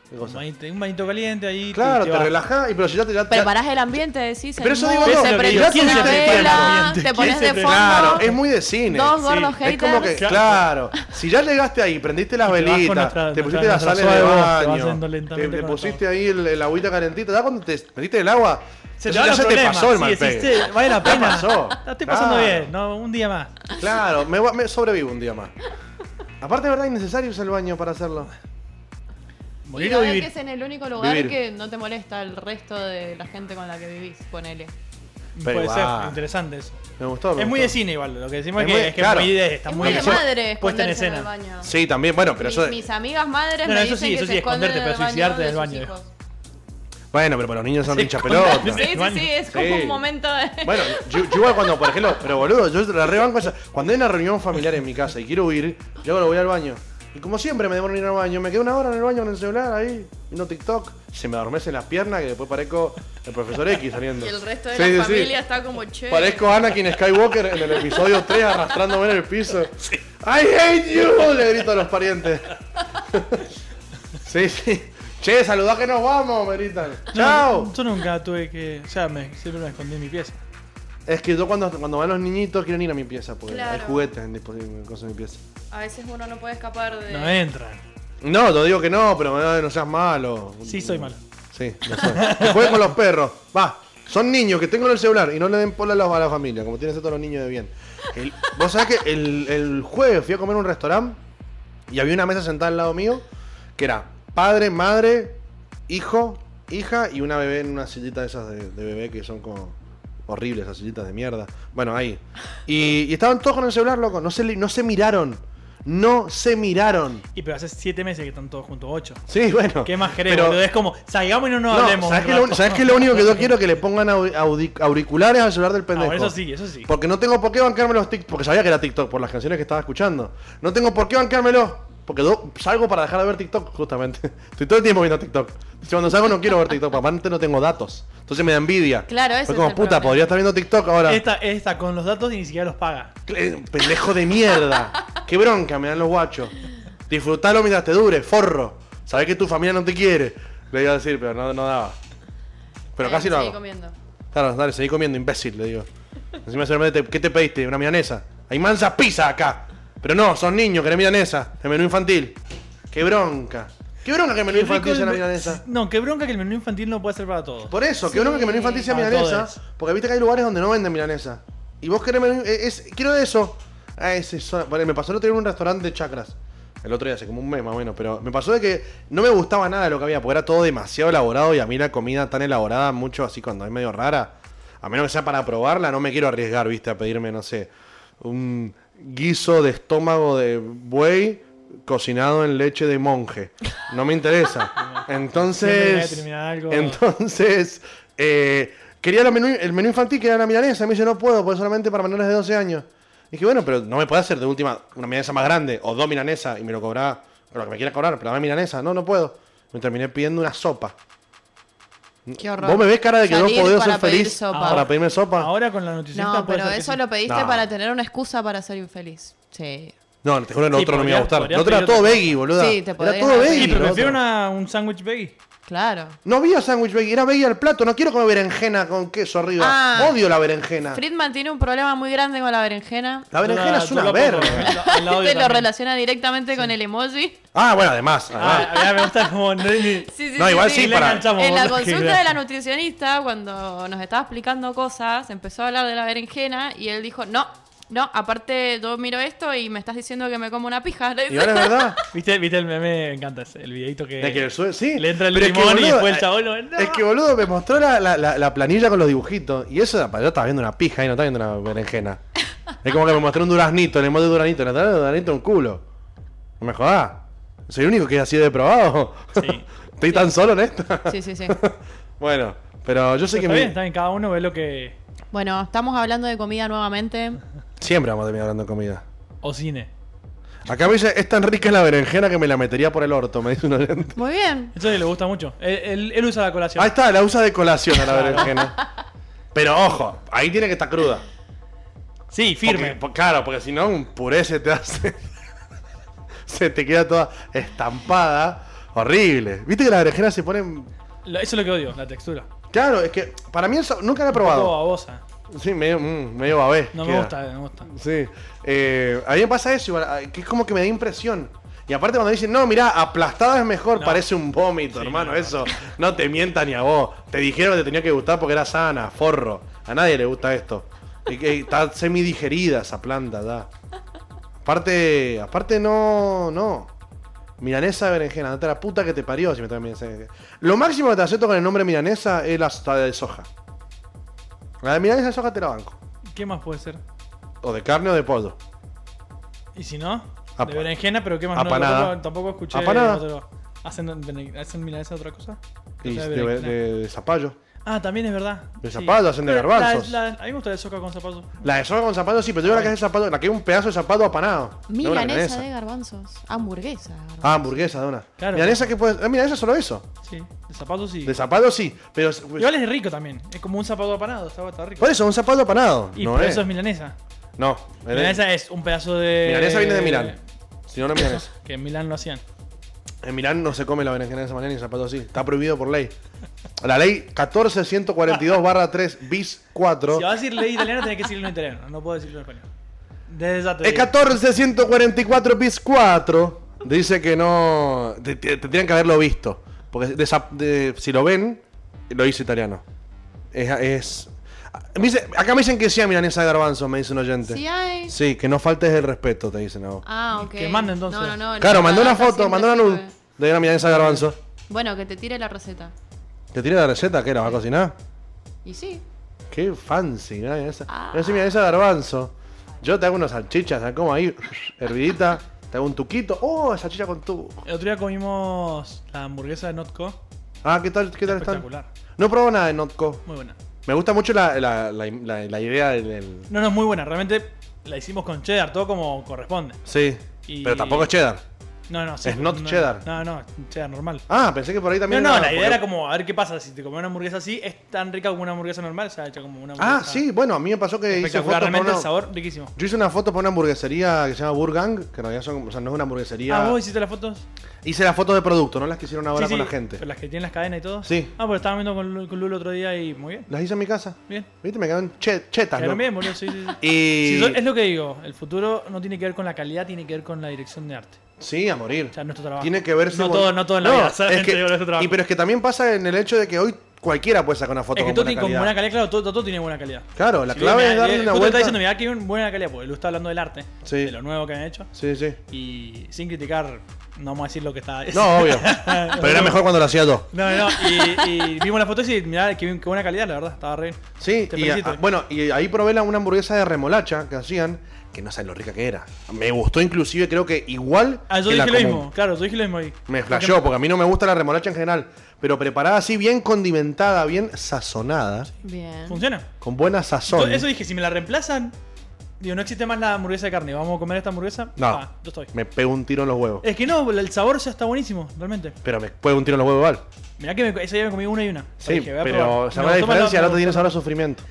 S2: ¿Qué
S1: Un
S2: cosa?
S1: bañito, un bañito caliente ahí.
S2: Claro, te
S1: vas.
S2: relajás y pero si ya te ya-
S3: Preparás el ambiente, decís,
S2: Pero eso
S3: hermoso,
S2: digo yo,
S1: lo
S3: se
S1: que
S3: prende
S1: yo- ¿quién
S3: una
S1: se prepara el
S3: vela,
S1: ambiente?
S3: te
S1: ¿Quién
S3: pones
S1: se
S3: de
S1: prepara?
S3: fondo,
S2: Claro, es muy de cine.
S3: dos gordos
S1: Sí,
S2: Es como que,
S3: haters.
S2: claro, si ya llegaste ahí, prendiste las
S1: Y te vas con
S2: velitas,
S1: nuestra-
S2: te pusiste
S1: nuestra-
S2: las sales
S1: nuestra
S2: de
S1: suave voz, te vas
S2: baño,
S1: yendo
S2: te,
S1: lentamente
S2: te
S1: con
S2: pusiste
S1: todo.
S2: ahí el, el agüita calentita, ya cuando te metiste el agua,
S1: Se te
S2: ya,
S1: van
S2: ya
S1: los
S2: se te
S1: problemas.
S2: pasó el
S1: Sí,
S2: mal
S1: decís,
S2: pedo.
S1: "Che, Vale la
S2: Ya
S1: pena.
S2: pasó.
S1: La estoy pasando
S2: Claro.
S1: bien. No, un día más.
S2: Claro, me, va- me sobrevivo un día más. Aparte, de verdad, innecesario usar el baño para hacerlo.
S1: Morir
S3: y
S1: o
S3: no
S1: vivir.
S3: que es en el único lugar
S2: Vivir.
S3: que no te molesta el resto de la gente con la que vivís, ponele.
S2: Pero
S1: Puede
S2: va.
S1: ser, interesante eso.
S2: Me gustó. me
S1: Es muy
S2: gustó.
S1: de cine igual, lo que decimos
S2: Es
S1: es que
S2: muy-
S1: es que
S2: claro.
S1: es muy de, está
S3: es
S1: muy
S3: muy de
S1: puesta-
S3: madre
S1: puesta en
S3: esconderse en el
S1: escena.
S3: baño.
S2: Sí, también, bueno, pero
S3: mis,
S2: eso.
S3: mis amigas madres
S1: No, no,
S3: me
S1: eso
S3: dicen
S1: sí,
S3: que
S1: eso
S3: se
S1: sí,
S3: esconden
S1: esconderte,
S3: en el
S1: pero suicidarte del
S3: baño de
S1: baño.
S3: sus hijos.
S2: Bueno, pero para los niños son
S1: Sí,
S2: hinchas
S1: con-
S2: pelotas.
S1: Sí,
S3: Sí, sí, sí, es como
S2: Sí.
S3: un momento de...
S2: Bueno, yo, yo igual cuando, por ejemplo, pero boludo, yo la rebanco esa. Cuando hay una reunión familiar en mi casa y quiero huir, yo ahora voy al baño. Y como siempre me demoro en ir al baño, me quedo una hora en el baño con el celular ahí, viendo TikTok, se me adormecen las piernas que después parezco el profesor X saliendo.
S3: Y el resto de
S2: Sí,
S3: la
S2: sí, sí.
S3: familia está como che.
S2: Parezco Anakin Skywalker en el episodio 3 arrastrándome en el piso. ¡I hate you! Le grito a los parientes. Sí, sí. Che, saludá que nos vamos, me gritan. ¡Chao!
S1: Yo nunca tuve que. O sea, me, siempre me escondí en mi pieza.
S2: Es que yo cuando, cuando van los niñitos quieren ir a mi pieza, porque hay
S3: Claro.
S2: juguetes en, dispo- en cosas en mi pieza.
S3: A veces uno no puede escapar de.
S1: No entran.
S2: No, te digo que no, pero eh, no, no seas malo.
S1: Sí, soy malo.
S2: Sí, lo soy. que jueguen con los perros. Va, son niños que tengo en el celular y no le den pola a la, a la familia, como tienen que ser todos los niños de bien. El- Vos sabés que el, el jueves fui a comer a un restaurante y había una mesa sentada al lado mío que era padre, madre, hijo, hija y una bebé en una sillita de esas de, de bebé que son como horribles, esas sillitas de mierda. Bueno, ahí. Y, y estaban todos con el celular, loco. No se, li- no se miraron. No se miraron.
S1: Y pero hace siete meses que están todos juntos, ocho.
S2: Sí, bueno.
S1: ¿Qué más querés,
S2: Pero-
S1: boludo? Es como, salgamos y no nos
S2: no,
S1: hablemos.
S2: ¿sabes
S1: un
S2: qué, lo,
S1: rato.
S2: ¿sabes qué es lo único que yo quiero? Que le pongan au- audi- auriculares al celular del
S1: Ah,
S2: pendejo.
S1: bueno, eso sí, eso sí.
S2: Porque no tengo por qué bancarme los TikTok. Porque sabía que era TikTok por las canciones que estaba escuchando. No tengo por qué bancármelos. Porque do- salgo para dejar de ver TikTok, justamente. Estoy todo el tiempo viendo TikTok. Entonces, Cuando salgo no quiero ver TikTok. Aparte no tengo datos. Entonces me da envidia.
S3: Claro, ese
S2: Fue
S3: es
S2: como,
S3: el
S2: puta,
S3: problema.
S2: podría estar viendo TikTok ahora.
S1: Esta, esta con los datos y ni siquiera los paga.
S2: Cl- eh, Pendejo de mierda. Qué bronca me dan los guachos. Disfrutalo mientras te dure, forro. Sabés que tu familia no te quiere. Le iba a decir, pero no, no daba. Pero
S3: Eh,
S2: casi lo
S3: seguí
S2: hago.
S3: comiendo.
S2: Claro, dale, seguí comiendo, imbécil, le digo. Encima se me- te- ¿qué te pediste? ¿Una milanesa? Hay mansas pizza acá. Pero no, son niños, querés milanesa. De menú infantil. Qué bronca. Qué bronca que el menú
S1: Qué rico
S2: infantil
S1: el
S2: sea una
S1: me-
S2: milanesa.
S1: No, qué bronca que el menú infantil no puede ser para todos.
S2: Por eso, qué bronca que el menú infantil sea
S1: Para
S2: milanesa.
S1: todos.
S2: Porque viste que hay lugares donde no venden milanesa. Y vos querés menú- eh, es- quiero eso. Ah, ese so- bueno, me pasó el otro día en un restaurante de chacras. El otro día, hace como un mes más o menos, pero me pasó de que no me gustaba nada de lo que había, porque era todo demasiado elaborado y a mí la comida tan elaborada, mucho así cuando es medio rara, a menos que sea para probarla, no me quiero arriesgar, viste, a pedirme, no sé, un guiso de estómago de buey cocinado en leche de monje. No me interesa.
S1: Siempre voy a
S2: Entonces...
S1: terminar algo-
S2: entonces entonces, eh, quería la menú- el menú infantil, que era la milanesa. Me dice, no puedo, porque es solamente para menores de 12 años. Y dije, bueno, pero no me puede hacer de última una milanesa más grande o dos milanesas y me lo cobrá lo que me quiera cobrar, pero dame milanesa. No, no puedo. Me terminé pidiendo una sopa.
S3: Qué horror.
S2: ¿Vos me ves cara de que no
S3: Salir
S2: he podido
S3: para
S2: ser
S3: pedir
S2: feliz
S3: sopa.
S2: para pedirme sopa?
S1: Ahora con la nutricionista
S3: No,
S1: puede
S3: pero
S1: ser que
S3: eso
S1: sí.
S3: lo pediste
S2: No.
S3: para tener una excusa para ser infeliz. Sí.
S2: No, te juro que el
S1: Sí,
S2: otro no me iba
S1: podría-
S2: a gustar.
S1: podría
S2: El otro era
S1: pedir
S2: todo
S1: otra
S2: veggie, boluda.
S3: Sí, te
S2: Era
S3: podés
S2: todo
S3: hacer.
S2: veggie.
S1: Sí, Eh, pero
S2: lo
S1: prefiero
S2: otro.
S1: una- un sándwich veggie.
S3: Claro.
S2: No había sándwich veggie, era veggie al plato. No quiero comer berenjena con queso arriba.
S3: Ah.
S2: Odio la berenjena.
S3: Friedman tiene un problema muy grande con la berenjena.
S2: La berenjena es una verga.
S3: Este lo
S1: relaciona.
S3: relaciona directamente con el emoji.
S2: Ah, bueno, además. además.
S1: Ah, a mí me gusta como. no- ni-
S3: Sí, sí,
S2: No, igual sí,
S1: ni la
S2: para-
S1: enganchamos,
S3: En la
S1: boludo, que
S3: consulta
S1: gra-
S3: de la nutricionista, cuando nos estaba explicando cosas, empezó a hablar de la berenjena y él dijo, no, no, aparte yo miro esto y me estás diciendo que me como una pija. le
S2: Y
S3: dice.
S2: ahora es verdad.
S1: ¿Viste, ¿Viste el meme? Me encanta ese, el videito que.
S2: De que le sube- sí.
S1: Le entra el
S2: Pero es que,
S1: limón y
S2: boludo,
S1: después
S2: eh,
S1: el chabón lo. no.
S2: Es que boludo me mostró la, la- la- la planilla con los dibujitos. Y eso era para yo estaba viendo una pija y no estaba viendo una berenjena. es como que me mostró un duraznito, le mostré un duraznito, le mostré un duraznito un culo. No me jodás. Soy el único que ha sido deprobado.
S1: Sí.
S2: Estoy tan solo en esta.
S3: Sí, sí, sí.
S2: bueno, pero yo sé
S1: Pero
S2: que
S1: está
S2: mi-
S1: bien, está bien, cada uno ve lo que.
S3: Bueno, estamos hablando de comida nuevamente.
S2: siempre vamos a terminar hablando de comida.
S1: O cine.
S2: Acá me dice, es tan rica la berenjena que me la metería por el orto, me dice un oyente.
S3: Muy bien.
S1: Eso le gusta mucho. Él, él- él usa la colación.
S2: Ahí está, la usa de colación a la berenjena. Pero ojo, ahí tiene que estar cruda.
S1: Sí, firme.
S2: Porque- po- claro, porque si no, un puré se te hace. se te queda toda estampada. Horrible. ¿Viste que las berenjenas se ponen.?
S1: Lo- Eso es lo que odio, la textura.
S2: Claro, es que para mí eso nunca la he
S1: Un poco
S2: probado.
S1: babosa.
S2: Sí, medio, mm, medio babé.
S1: No
S2: queda.
S1: me gusta, no me gusta.
S2: Sí. Eh, a mí me pasa eso, igual, ah, que es como que me da impresión. Y aparte cuando dicen, no, mirá, aplastada es mejor,
S1: No.
S2: parece un vómito,
S1: Sí, no,
S2: hermano,
S1: no.
S2: eso. No te mientas ni a vos. Te dijeron que te tenía que gustar porque era sana, forro. A nadie le gusta esto. Y que está semidigerida esa planta, da. Aparte, aparte no, no. Milanesa de berenjena, date la puta que te parió si me traes milanesa de berenjena. Lo máximo que te acepto con el nombre milanesa es la la de soja. La de milanesa de soja te la banco.
S1: ¿Qué más puede ser?
S2: O de carne o de pollo.
S1: ¿Y si no?
S2: Apa-
S1: De berenjena, pero ¿qué más?
S2: Apanada.
S1: No, tampoco, tampoco escuché.
S2: Apanada.
S1: otro- ¿Hacen, ¿Hacen milanesa otra cosa?
S2: Y
S1: Otra
S2: de,
S1: de berenjena.
S2: de- de zapallo.
S1: Ah, también es verdad.
S2: De zapallo, hacen de
S1: Pero
S2: garbanzos.
S1: la- la- a mí me gusta el soca con zapallo.
S2: La de soja con zapallo sí, pero yo digo la que es de zapallo, la que es un pedazo de zapallo apanado. no una
S3: Milanesa de garbanzos. Hamburguesa. de garbanzos.
S2: Ah, hamburguesa de una.
S1: Claro.
S2: milanesa que puede. Ah, milanesa solo eso.
S1: Sí, de zapallo sí.
S2: De zapallo sí, pero.
S1: Igual es rico también. Es como un zapallo apanado, está, está rico.
S2: Pues- Por eso, un zapallo apanado.
S1: Y
S2: no
S1: por
S2: es.
S1: eso es milanesa.
S2: No. es de-
S1: Milanesa es un pedazo de. Eh.
S2: Milanesa viene de Milán. Si no, no es milanesa.
S1: Que en Milán lo hacían.
S2: En Milán no se come la berenjena de esa manera ni zapatos así. Está prohibido por ley. La ley 14142 barra 3 bis 4.
S1: Si vas a decir ley italiana, tenés que decirlo en italiano. No puedo decirlo en español. Desde ya te
S2: Es
S1: digo.
S2: 14144 bis 4. Dice que no. te- te- Tendrían que haberlo visto. Porque de zap- de- si lo ven, lo hizo italiano. Es. es- me dice- acá me dicen que sí a milanesa de garbanzo, me dice un oyente.
S3: Sí hay.
S2: Sí, que no faltes el respeto, te dicen a vos.
S3: Ah, ok.
S1: Que mande, entonces.
S3: No, no, no, la
S2: claro, mandó una
S3: receta
S2: foto,
S3: siempre
S2: mandó una luz
S3: sirve.
S2: de una milanesa de garbanzo.
S3: Bueno, que te tire la receta.
S2: ¿Te tiene la receta? ¿Qué? ¿La va a cocinar?
S3: Y sí.
S2: Qué fancy, ¿no? Esa,
S3: Ah.
S2: no sé, mira, esa garbanzo. Yo te hago unas salchichas, la como ahí, hervidita, te hago un tuquito. ¡Oh, salchicha con tu!
S1: El otro día comimos la hamburguesa de Notco.
S2: Ah, ¿qué tal, qué tal están?
S1: Espectacular.
S2: No probo nada de Notco.
S1: Muy buena.
S2: Me gusta mucho la, la- la- la- la idea del... del-
S1: No, no, es muy buena. Realmente la hicimos con cheddar, todo como corresponde.
S2: Sí,
S1: Y-
S2: pero tampoco es cheddar.
S1: No, no, sí,
S2: Es not
S1: no,
S2: cheddar.
S1: No, no, cheddar normal.
S2: Ah, pensé que por ahí
S1: No,
S2: también...
S1: no, la idea
S2: porque-
S1: era como a ver qué pasa. Si te comes una hamburguesa así, es tan rica como una hamburguesa normal. O sea, hecha como una hamburguesa.
S2: Ah, sí, bueno, a mí me pasó que hice
S1: Espectacular,
S2: fotos para
S1: realmente el
S2: una-
S1: sabor riquísimo.
S2: Yo hice una foto para una hamburguesería que se llama Burgang, que en realidad son, o sea, no es una hamburguesería...
S1: Ah, vos hiciste las fotos.
S2: Hice las fotos de producto, no las que hicieron ahora
S1: Sí,
S2: con
S1: sí,
S2: la gente.
S1: pero Las que tienen las cadenas y todo.
S2: Sí.
S1: Ah, pero estaba viendo con, Lu- con Lulu el otro día y muy bien.
S2: Las hice en mi casa.
S1: Bien.
S2: ¿Viste? Me quedaron che- chetas,
S1: Quedaron
S2: ¿no?
S1: bien, boludo. Sí, sí, sí.
S2: Y...
S1: Sí, so- es lo que digo, el futuro no tiene que ver con la calidad, tiene que ver con la dirección de arte.
S2: Sí, a morir.
S1: O sea, nuestro trabajo.
S2: Tiene que verse...
S1: No
S2: con-
S1: todo, no todo en la vida, solamente
S2: es que-
S1: digo nuestro trabajo.
S2: y pero es que también pasa en el hecho de que hoy cualquiera puede sacar una foto
S1: es que
S2: con
S1: todo
S2: buena
S1: tiene con
S2: calidad.
S1: buena calidad, claro, todo, todo tiene buena calidad.
S2: Claro, la
S1: Si
S2: clave
S1: bien,
S2: es
S1: mira,
S2: darle
S1: eh,
S2: una
S1: justo está
S2: vuelta.
S1: diciendo, mirá que bien buena calidad, porque Lu está hablando del arte,
S2: Sí.
S1: de lo nuevo que han hecho,
S2: Sí, sí.
S1: y sin criticar, no vamos a decir lo que está...
S2: No, obvio. Pero era mejor cuando lo hacía dos.
S1: No, no, y, y vimos las fotos y mirá, qué, bien- qué buena calidad, la verdad, estaba re bien.
S2: Sí,
S1: Te
S2: y
S1: felicito.
S2: ah, bueno, y ahí probé la- una hamburguesa de remolacha que hacían, que no saben lo rica que era. Me gustó inclusive, creo que igual
S1: Ah, yo
S2: que
S1: dije
S2: la
S1: lo
S2: común.
S1: mismo, claro, yo dije lo mismo ahí.
S2: Me flasheó, porque a mí no me gusta la remolacha en general, pero preparada así, bien condimentada, bien sazonada,
S3: Bien.
S1: Funciona.
S2: con buena
S1: Yo-
S2: sazón.
S1: Eso dije, si me la reemplazan, digo, no existe más la hamburguesa de carne, vamos a comer esta hamburguesa,
S2: No.
S1: Ah, yo estoy.
S2: Me pego un tiro en los huevos.
S1: Es que no, el sabor ya está buenísimo, realmente.
S2: Pero me pego un tiro en los huevos igual.
S1: Mirá que me, ese día me comí una y una.
S2: Sí,
S1: Dije, voy a
S2: pero
S1: probar.
S2: ¿sabes
S1: Me
S2: la
S1: gustó más
S2: diferencia?
S1: la-
S2: El otro
S1: me
S2: tiene
S1: gustó
S2: sabor a sufrimiento.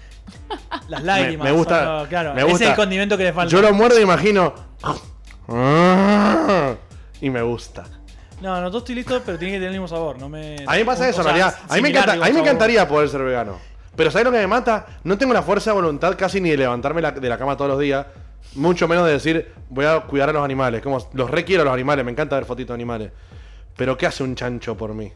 S1: más- Las lágrimas.
S2: me gusta-
S1: son lo- claro,
S2: me
S1: ese es
S2: gusta.
S1: el condimento que le falta.
S2: Yo lo muerdo y imagino. ¡ah! Y me gusta.
S1: No, no, yo estoy listo, pero tiene que tener el mismo sabor. No me...
S2: A mí me
S1: o-
S2: pasa
S1: o
S2: eso, en
S1: sea,
S2: realidad. A mí, me,
S1: similar, digo,
S2: encanta- a mí me
S1: sabor.
S2: encantaría poder ser vegano. Pero ¿sabes lo que me mata? No tengo la fuerza de voluntad casi ni de levantarme la- de la cama todos los días. Mucho menos de decir, voy a cuidar a los animales. Como los requiero a los animales, me encanta ver fotitos de animales. Pero ¿qué hace un chancho por mí?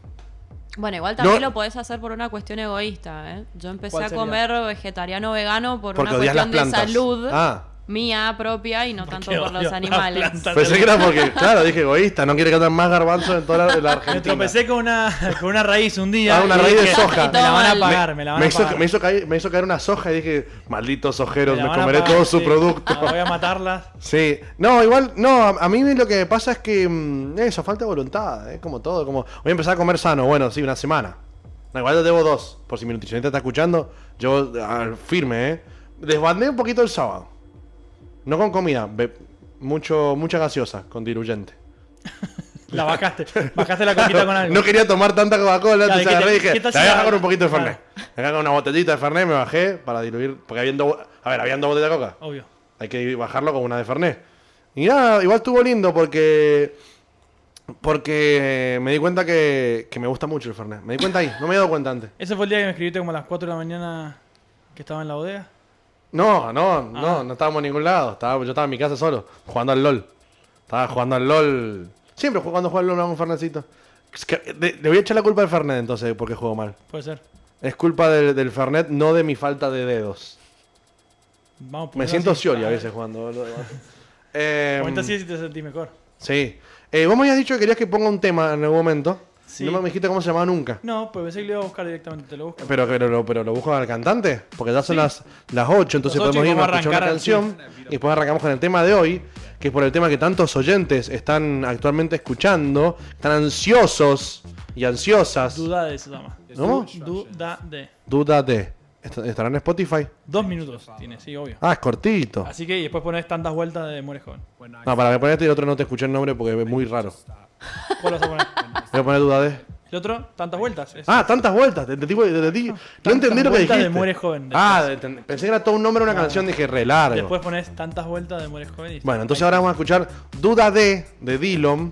S3: Bueno, igual también
S2: No.
S3: lo podés hacer por una cuestión egoísta, ¿eh? Yo empecé
S1: ¿Cuál
S3: a
S1: sería?
S3: comer vegetariano vegano por
S2: Porque
S3: una
S2: odias las
S3: cuestión de
S2: plantas.
S3: salud
S2: Ah.
S3: mía propia y no tanto
S1: Porque
S3: por
S1: odio
S3: los
S1: las
S3: animales.
S1: plantas.
S2: Pensé que era porque, claro, dije egoísta, no quiere que hagan más garbanzos en toda la, la
S1: Me
S2: Argentina.
S1: tropecé con una, con una raíz un día.
S2: Ah, una
S1: y
S2: raíz de
S1: dije,
S2: soja.
S1: Me la van a
S3: Me-
S1: pagar, me la van
S2: me,
S1: a
S2: hizo,
S1: pagar.
S2: me hizo caer, me hizo caer una soja y dije, malditos ojeros,
S1: la
S2: me
S1: van a
S2: comeré
S1: pagar,
S2: todo su
S1: sí.
S2: producto.
S1: Ah, Voy a matarlas.
S2: Sí, no, igual, no, a, a mí lo que me pasa es que mm, eso, falta de voluntad, es como todo, como voy a empezar a comer sano, bueno, sí, una semana. No, igual yo debo dos, por si mi nutricionista está escuchando, yo al firme, eh. Desbandé un poquito el sábado. No con comida, be- mucho, mucha gaseosa, con diluyente.
S1: La bajaste. Bajaste la coquita con algo.
S2: No quería tomar tanta Coca-Cola,
S1: Claro,
S2: entonces
S1: ¿qué te-
S2: agarré y dije,
S1: qué
S2: la
S1: tal
S2: voy
S1: si
S2: a
S1: la-
S2: dejar con un poquito de
S1: claro.
S2: Fernet. Me con una botellita de Fernet, me bajé para diluir, porque habiendo, a ver, habiendo botella de Coca.
S1: Obvio.
S2: Hay que bajarlo con una de Fernet. Y nada, igual estuvo lindo porque. Porque me di cuenta que, que me gusta mucho el Fernet. Me di cuenta ahí, no me he dado cuenta antes.
S1: Ese fue el día que me escribiste como a las 4 de la mañana que estaba en la bodega.
S2: No, no,
S1: Ah.
S2: no, no estábamos en ningún lado. Estaba, yo estaba en mi casa solo, jugando al LOL. Estaba jugando al LOL. Siempre ju- cuando juego al LOL me hago un Fernecito. Es que, de- le voy a echar la culpa al Fernet entonces, porque juego mal.
S1: Puede ser.
S2: Es culpa del, del Fernet, no de mi falta de dedos.
S1: Vamos,
S2: Me
S1: ponerlo
S2: siento
S1: así.
S2: Scioli a
S1: Ah,
S2: veces jugando. boludo. Eh,
S1: Comenta así si te sentís mejor.
S2: Sí. Eh, vos me habías dicho que querías que ponga un tema en algún momento.
S1: Sí.
S2: No me dijiste cómo se llamaba nunca.
S1: No, pues pensé que lo iba a buscar directamente, te lo busco.
S2: Pero, pero, lo- pero lo busco al cantante, porque ya son las, las 8, entonces
S1: Las ocho
S2: podemos
S1: y
S2: irnos a
S1: vamos a
S2: escuchar una canción
S1: arrancar
S2: y después arrancamos con el tema de hoy, que es por el tema que tantos oyentes están actualmente escuchando, están ansiosos y ansiosas.
S1: Duda de se llama.
S2: ¿No?
S1: Duda de.
S2: Dúdate. Est- ¿Estarán en Spotify?
S1: Dos minutos tiene, sí, obvio.
S2: Ah, es cortito.
S1: Así que y después pones tantas vueltas de Mueres Joven.
S2: No, para que ponerte el otro no te escuché el nombre porque es muy raro.
S1: ¿Cuál vas a poner?
S2: Voy a poner Dúdate.
S1: El otro, tantas vueltas. es-
S2: Ah, tantas vueltas. te entendí- te entendí. no entendí lo
S1: vueltas
S2: que dijiste.
S1: de Muere Joven.
S2: Ah, entendí. pensé que era todo un nombre de una canción, dije re largo.
S1: Después pones tantas vueltas de Mueres Joven. y-
S2: Bueno, entonces ahora vamos a escuchar Duda D de Dillom.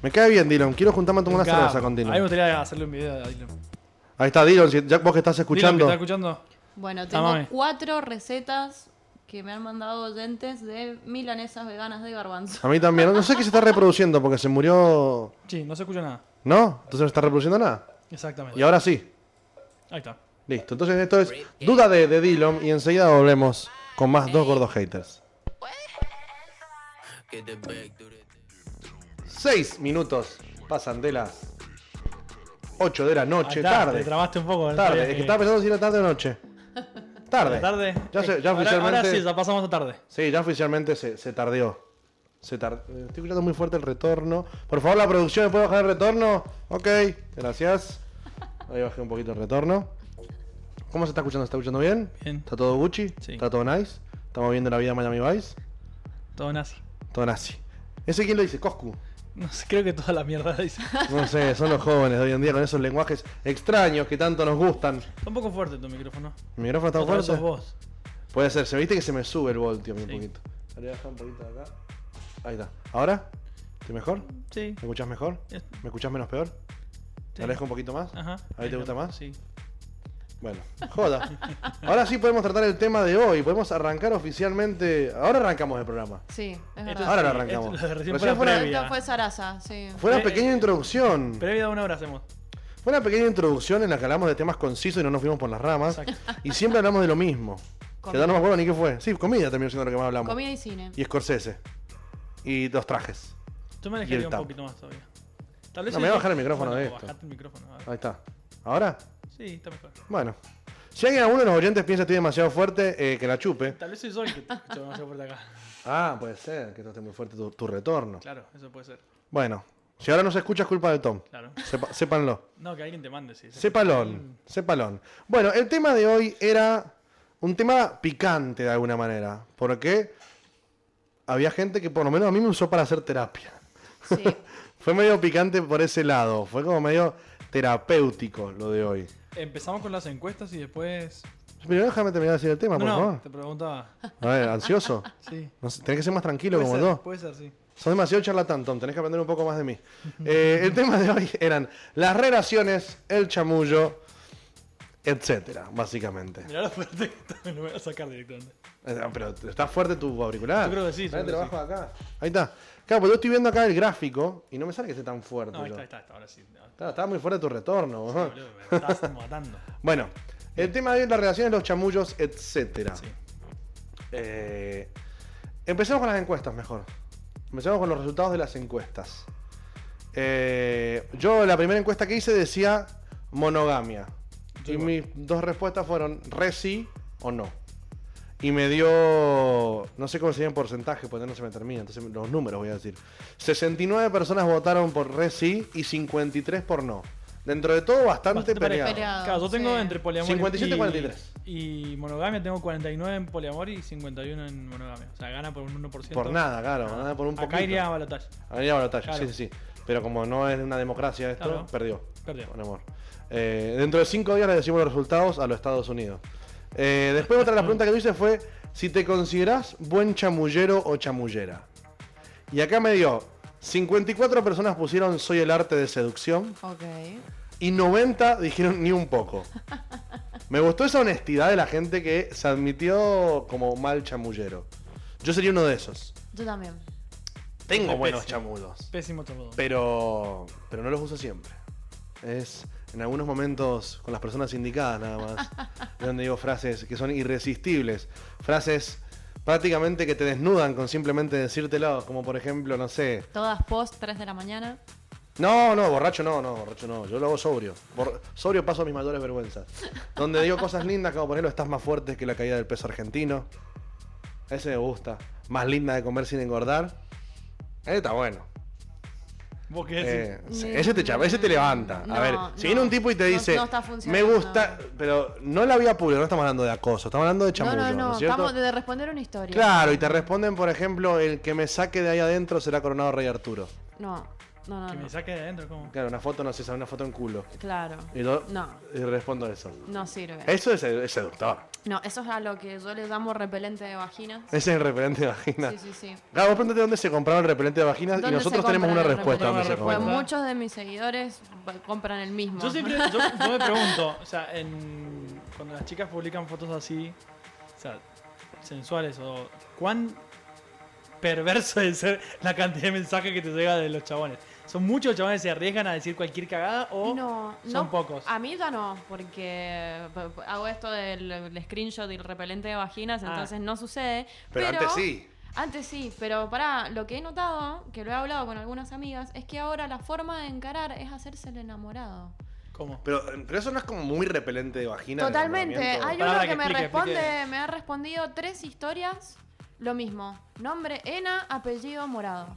S2: Me cae bien, Dylan. Quiero juntarme a tomar una
S1: Un capo.
S2: cerveza con
S1: A mí me
S2: Dylan.
S1: gustaría hacerle un video a Dylan.
S2: Ahí está, Dylan. si- ya vos que estás
S1: Dylan, ¿me
S2: escuchando.
S1: estás escuchando?
S3: Bueno, tengo
S1: mami.
S3: cuatro recetas que me han mandado oyentes de milanesas veganas de garbanzo.
S2: A mí también. No sé qué se está reproduciendo porque se murió.
S1: Sí, no se escucha nada.
S2: ¿No? Entonces no está reproduciendo nada.
S1: Exactamente.
S2: Y ahora sí.
S1: Ahí está.
S2: Listo. Entonces esto es duda de, de Dylan y enseguida volvemos con más dos gordos haters.
S5: Get the back to the
S2: Seis minutos pasan de las 8 de la noche.
S1: Ahí está,
S2: tarde.
S1: Te trabaste un poco. no
S2: Tarde,
S1: sabía
S2: es que
S1: que-
S2: estaba pensando si era tarde o noche. Tarde.
S1: Tarde.
S2: Ya, se- ya
S1: Ahora-
S2: oficialmente.
S1: Ahora sí,
S2: sí,
S1: ya pasamos a tarde.
S2: ya oficialmente se, se tardeó. Se tar- eh, Estoy escuchando muy fuerte el retorno. Por favor, la producción, ¿me puede bajar el retorno? Ok, gracias. Ahí bajé un poquito el retorno. ¿Cómo se está escuchando? ¿Se está escuchando bien?
S1: Bien.
S2: ¿Está todo Gucci?
S1: Sí.
S2: ¿Está todo nice? ¿Estamos viendo la vida Miami Vice?
S1: Todo nazi.
S2: Todo nazi. ¿Ese quién lo dice? Coscu.
S1: No sé, creo que toda la mierda dice.
S2: No sé, son los jóvenes de hoy en día con esos lenguajes extraños que tanto nos gustan.
S1: Está un poco fuerte tu micrófono.
S2: ¿Mi micrófono está
S1: Otra vez
S2: fuerte?
S1: sos vos.
S2: Puede ser, se viste que se me sube el voltio a mí un
S1: Sí.
S2: poquito. Le voy a dejar un poquito de acá. Ahí está. ¿Ahora? ¿Estoy mejor? ¿Me
S1: Sí.
S2: escuchás mejor?
S1: Es-
S2: ¿Me escuchás menos peor? ¿Te
S1: Sí.
S2: alejo un poquito más?
S1: Ajá.
S2: ¿Ahí te gusta
S1: lo-
S2: más?
S1: Sí.
S2: Bueno, joda. Ahora sí podemos tratar el tema de hoy. Podemos arrancar oficialmente. Ahora arrancamos el programa.
S3: Sí, es
S1: Esto
S3: verdad.
S1: es-
S2: Ahora lo
S1: sí,
S2: arrancamos.
S1: esto- recién
S2: Recién
S1: fue la
S2: fue una-
S1: previa.
S3: Esto fue Sarasa, sí.
S2: Fue una
S1: Eh,
S2: pequeña
S1: eh,
S2: introducción.
S1: Previa de una hora hacemos.
S2: Fue una pequeña introducción en la que hablamos de temas concisos y no nos fuimos por las ramas. Y siempre hablamos de lo mismo. Que ya no me acuerdo ni qué fue. Sí, comida también siendo lo que más hablamos.
S3: Comida y cine.
S2: Y Scorsese. Y los trajes.
S1: Yo me
S2: Y el
S1: alejaría un
S2: tap.
S1: poquito más todavía. Tal vez
S2: No,
S1: sí
S2: me voy a
S1: que-
S2: bajar el micrófono
S1: Bueno,
S2: de esto.
S1: bajate el micrófono. a ver.
S2: Ahí está. ¿Ahora?
S1: Sí, está mejor.
S2: Bueno. Si alguien, alguno de los oyentes piensa que estoy demasiado fuerte, eh, que la chupe.
S1: Tal vez soy yo el que te escucho demasiado fuerte acá.
S2: Ah, puede ser, que no esté muy fuerte tu, tu retorno.
S1: Claro, eso puede ser.
S2: Bueno, si ahora no se escucha es culpa de Tom.
S1: Claro.
S2: Sepa- sépanlo.
S1: No, que alguien te mande, sí.
S2: Sépalón. Sépalón. Bueno, el tema de hoy era un tema picante de alguna manera. Porque había gente que por lo menos a mí me usó para hacer terapia.
S3: Sí.
S2: Fue medio picante por ese lado. Fue como medio terapéutico lo de hoy.
S1: Empezamos con las encuestas y después.
S2: Primero déjame terminar de decir el tema,
S1: No,
S2: por
S1: no,
S2: favor.
S1: te preguntaba.
S2: A ver, ansioso.
S1: Sí.
S2: No sé, tenés que ser más tranquilo como
S1: puede,
S2: yo.
S1: ser, puede ser, sí.
S2: Sos demasiado charlatán, Tom. Tenés que aprender un poco más de mí. Eh, el tema de hoy eran las relaciones, el chamullo, etcétera, básicamente.
S1: Mirá lo fuerte que está, lo voy a sacar directamente.
S2: Eh, Pero está fuerte tu auricular.
S1: Yo creo que sí, yo
S2: Traete
S1: creo que
S2: abajo acá. Ahí está. Claro, pues yo estoy viendo acá el gráfico y no me sale que esté tan fuerte.
S1: No, ahí
S2: yo.
S1: está, ahí está, está, ahora sí. No,
S2: Claro, estaba muy fuerte tu retorno. ajá. Ah.
S1: boludo, me estás matando.
S2: Bueno, el tema de hoy es las relaciones, los chamullos, etcétera.
S1: Sí.
S2: Eh, empecemos con las encuestas mejor. Empecemos con los resultados de las encuestas. Eh, yo la primera encuesta que hice decía monogamia.
S1: Yo
S2: y
S1: igual.
S2: mis dos respuestas fueron re sí o no. Y me dio, no sé cómo sería en porcentaje, porque no se me termina, entonces los números voy a decir. 69 personas votaron por re sí y 53 por no. Dentro de todo bastante,
S1: Bastante
S2: peleado.
S3: parejo. Peleado,
S1: Claro, yo tengo
S3: sí.
S1: entre poliamor
S2: 57 y
S1: y
S2: 43.
S1: Y monogamia tengo 49 en poliamor y 51 en monogamia. O sea, gana por un 1%.
S2: Por nada, claro, nada, por un poquito.
S1: Ah. Acá iría a balotaje.
S2: Avenida Balotaje,
S1: Claro.
S2: sí, sí, sí. Pero como no es una democracia esto,
S1: Claro.
S2: perdió.
S1: Perdió.
S2: Bueno, amor. Eh, dentro de cinco días le decimos los resultados a los Estados Unidos. Eh, después otra de las preguntas que yo hice fue si te considerás buen chamullero o chamullera. Y acá me dio 54 personas pusieron soy el arte de seducción
S3: Ok.
S2: y 90 dijeron ni un poco. Me gustó esa honestidad de la gente que se admitió como mal chamullero. Yo sería uno de esos.
S3: Yo también.
S2: Tengo
S1: Pésimo.
S2: buenos chamullos.
S1: Pésimo todo.
S2: Pero, pero no los uso siempre. Es en algunos momentos con las personas indicadas nada más. donde digo frases que son irresistibles. Frases prácticamente que te desnudan con simplemente decírtelo. Como por ejemplo, no sé.
S3: Todas post 3 de la mañana.
S2: No, no, borracho no, no, borracho no. Yo lo hago sobrio. Bor- sobrio paso mis mayores vergüenzas. Donde digo cosas lindas como por ejemplo, estás más fuerte que la caída del peso argentino. Ese me gusta. Más linda de comer sin engordar. Ese está bueno.
S1: ¿Vos qué decís?
S2: Eh, sí, ese, te, chapa- ese te levanta. A
S3: No,
S2: ver, si viene
S3: no.
S2: un tipo y te
S3: No-
S2: dice,
S3: no está funcionando.
S2: me gusta, pero no la vía pública, no estamos hablando de acoso, estamos hablando de chamullo,
S3: no, no, no.
S2: ¿no es cierto?
S3: Estamos de responder una historia.
S2: Claro, y te responden, por ejemplo, el que me saque de ahí adentro será coronado rey Arturo.
S3: No. No, no,
S1: Que
S3: no.
S1: me saque de adentro, ¿cómo?
S2: Claro, una foto no se sabe, una foto en culo.
S3: Claro.
S2: Y, yo-
S3: No.
S2: y respondo eso.
S3: No sirve.
S2: Eso es, es seductor.
S3: No, eso es a lo que yo le llamo repelente de vaginas.
S2: Ese es el repelente de vagina.
S3: Sí, sí, sí.
S2: Claro, vos pregúntate dónde se compraba el repelente de vaginas y
S3: ¿Dónde se
S2: nosotros
S3: compran
S2: tenemos una
S3: el
S2: respuesta.
S1: repelente?
S2: Dónde se
S1: Tenemos
S3: Pues
S1: una
S2: compra.
S1: respuesta.
S3: muchos de mis seguidores va- compran el mismo.
S1: Yo siempre yo, yo me pregunto, o sea, en, cuando las chicas publican fotos así, o sea, sensuales, o cuán perverso es ser la cantidad de mensajes que te llega de los chabones. ¿Son muchos los chabones que se arriesgan a decir cualquier cagada o
S3: No,
S1: son
S3: no.
S1: pocos?
S3: A mí ya no, porque p- p- hago esto del el screenshot y el repelente de vaginas,
S1: Ah.
S3: entonces no sucede.
S2: Pero antes sí.
S3: Antes sí, pero para lo que he notado, que lo he hablado con algunas amigas, es que ahora la forma de encarar es hacerse el enamorado.
S1: ¿Cómo?
S2: Pero, pero eso no es como muy repelente de vagina.
S3: Totalmente.
S2: de enamoramiento.
S3: Hay
S1: Pará,
S3: uno
S1: pará,
S3: que,
S1: que
S3: me
S1: explique,
S3: responde,
S1: explique.
S3: me ha respondido tres historias, lo mismo. Nombre Ena, apellido Morado.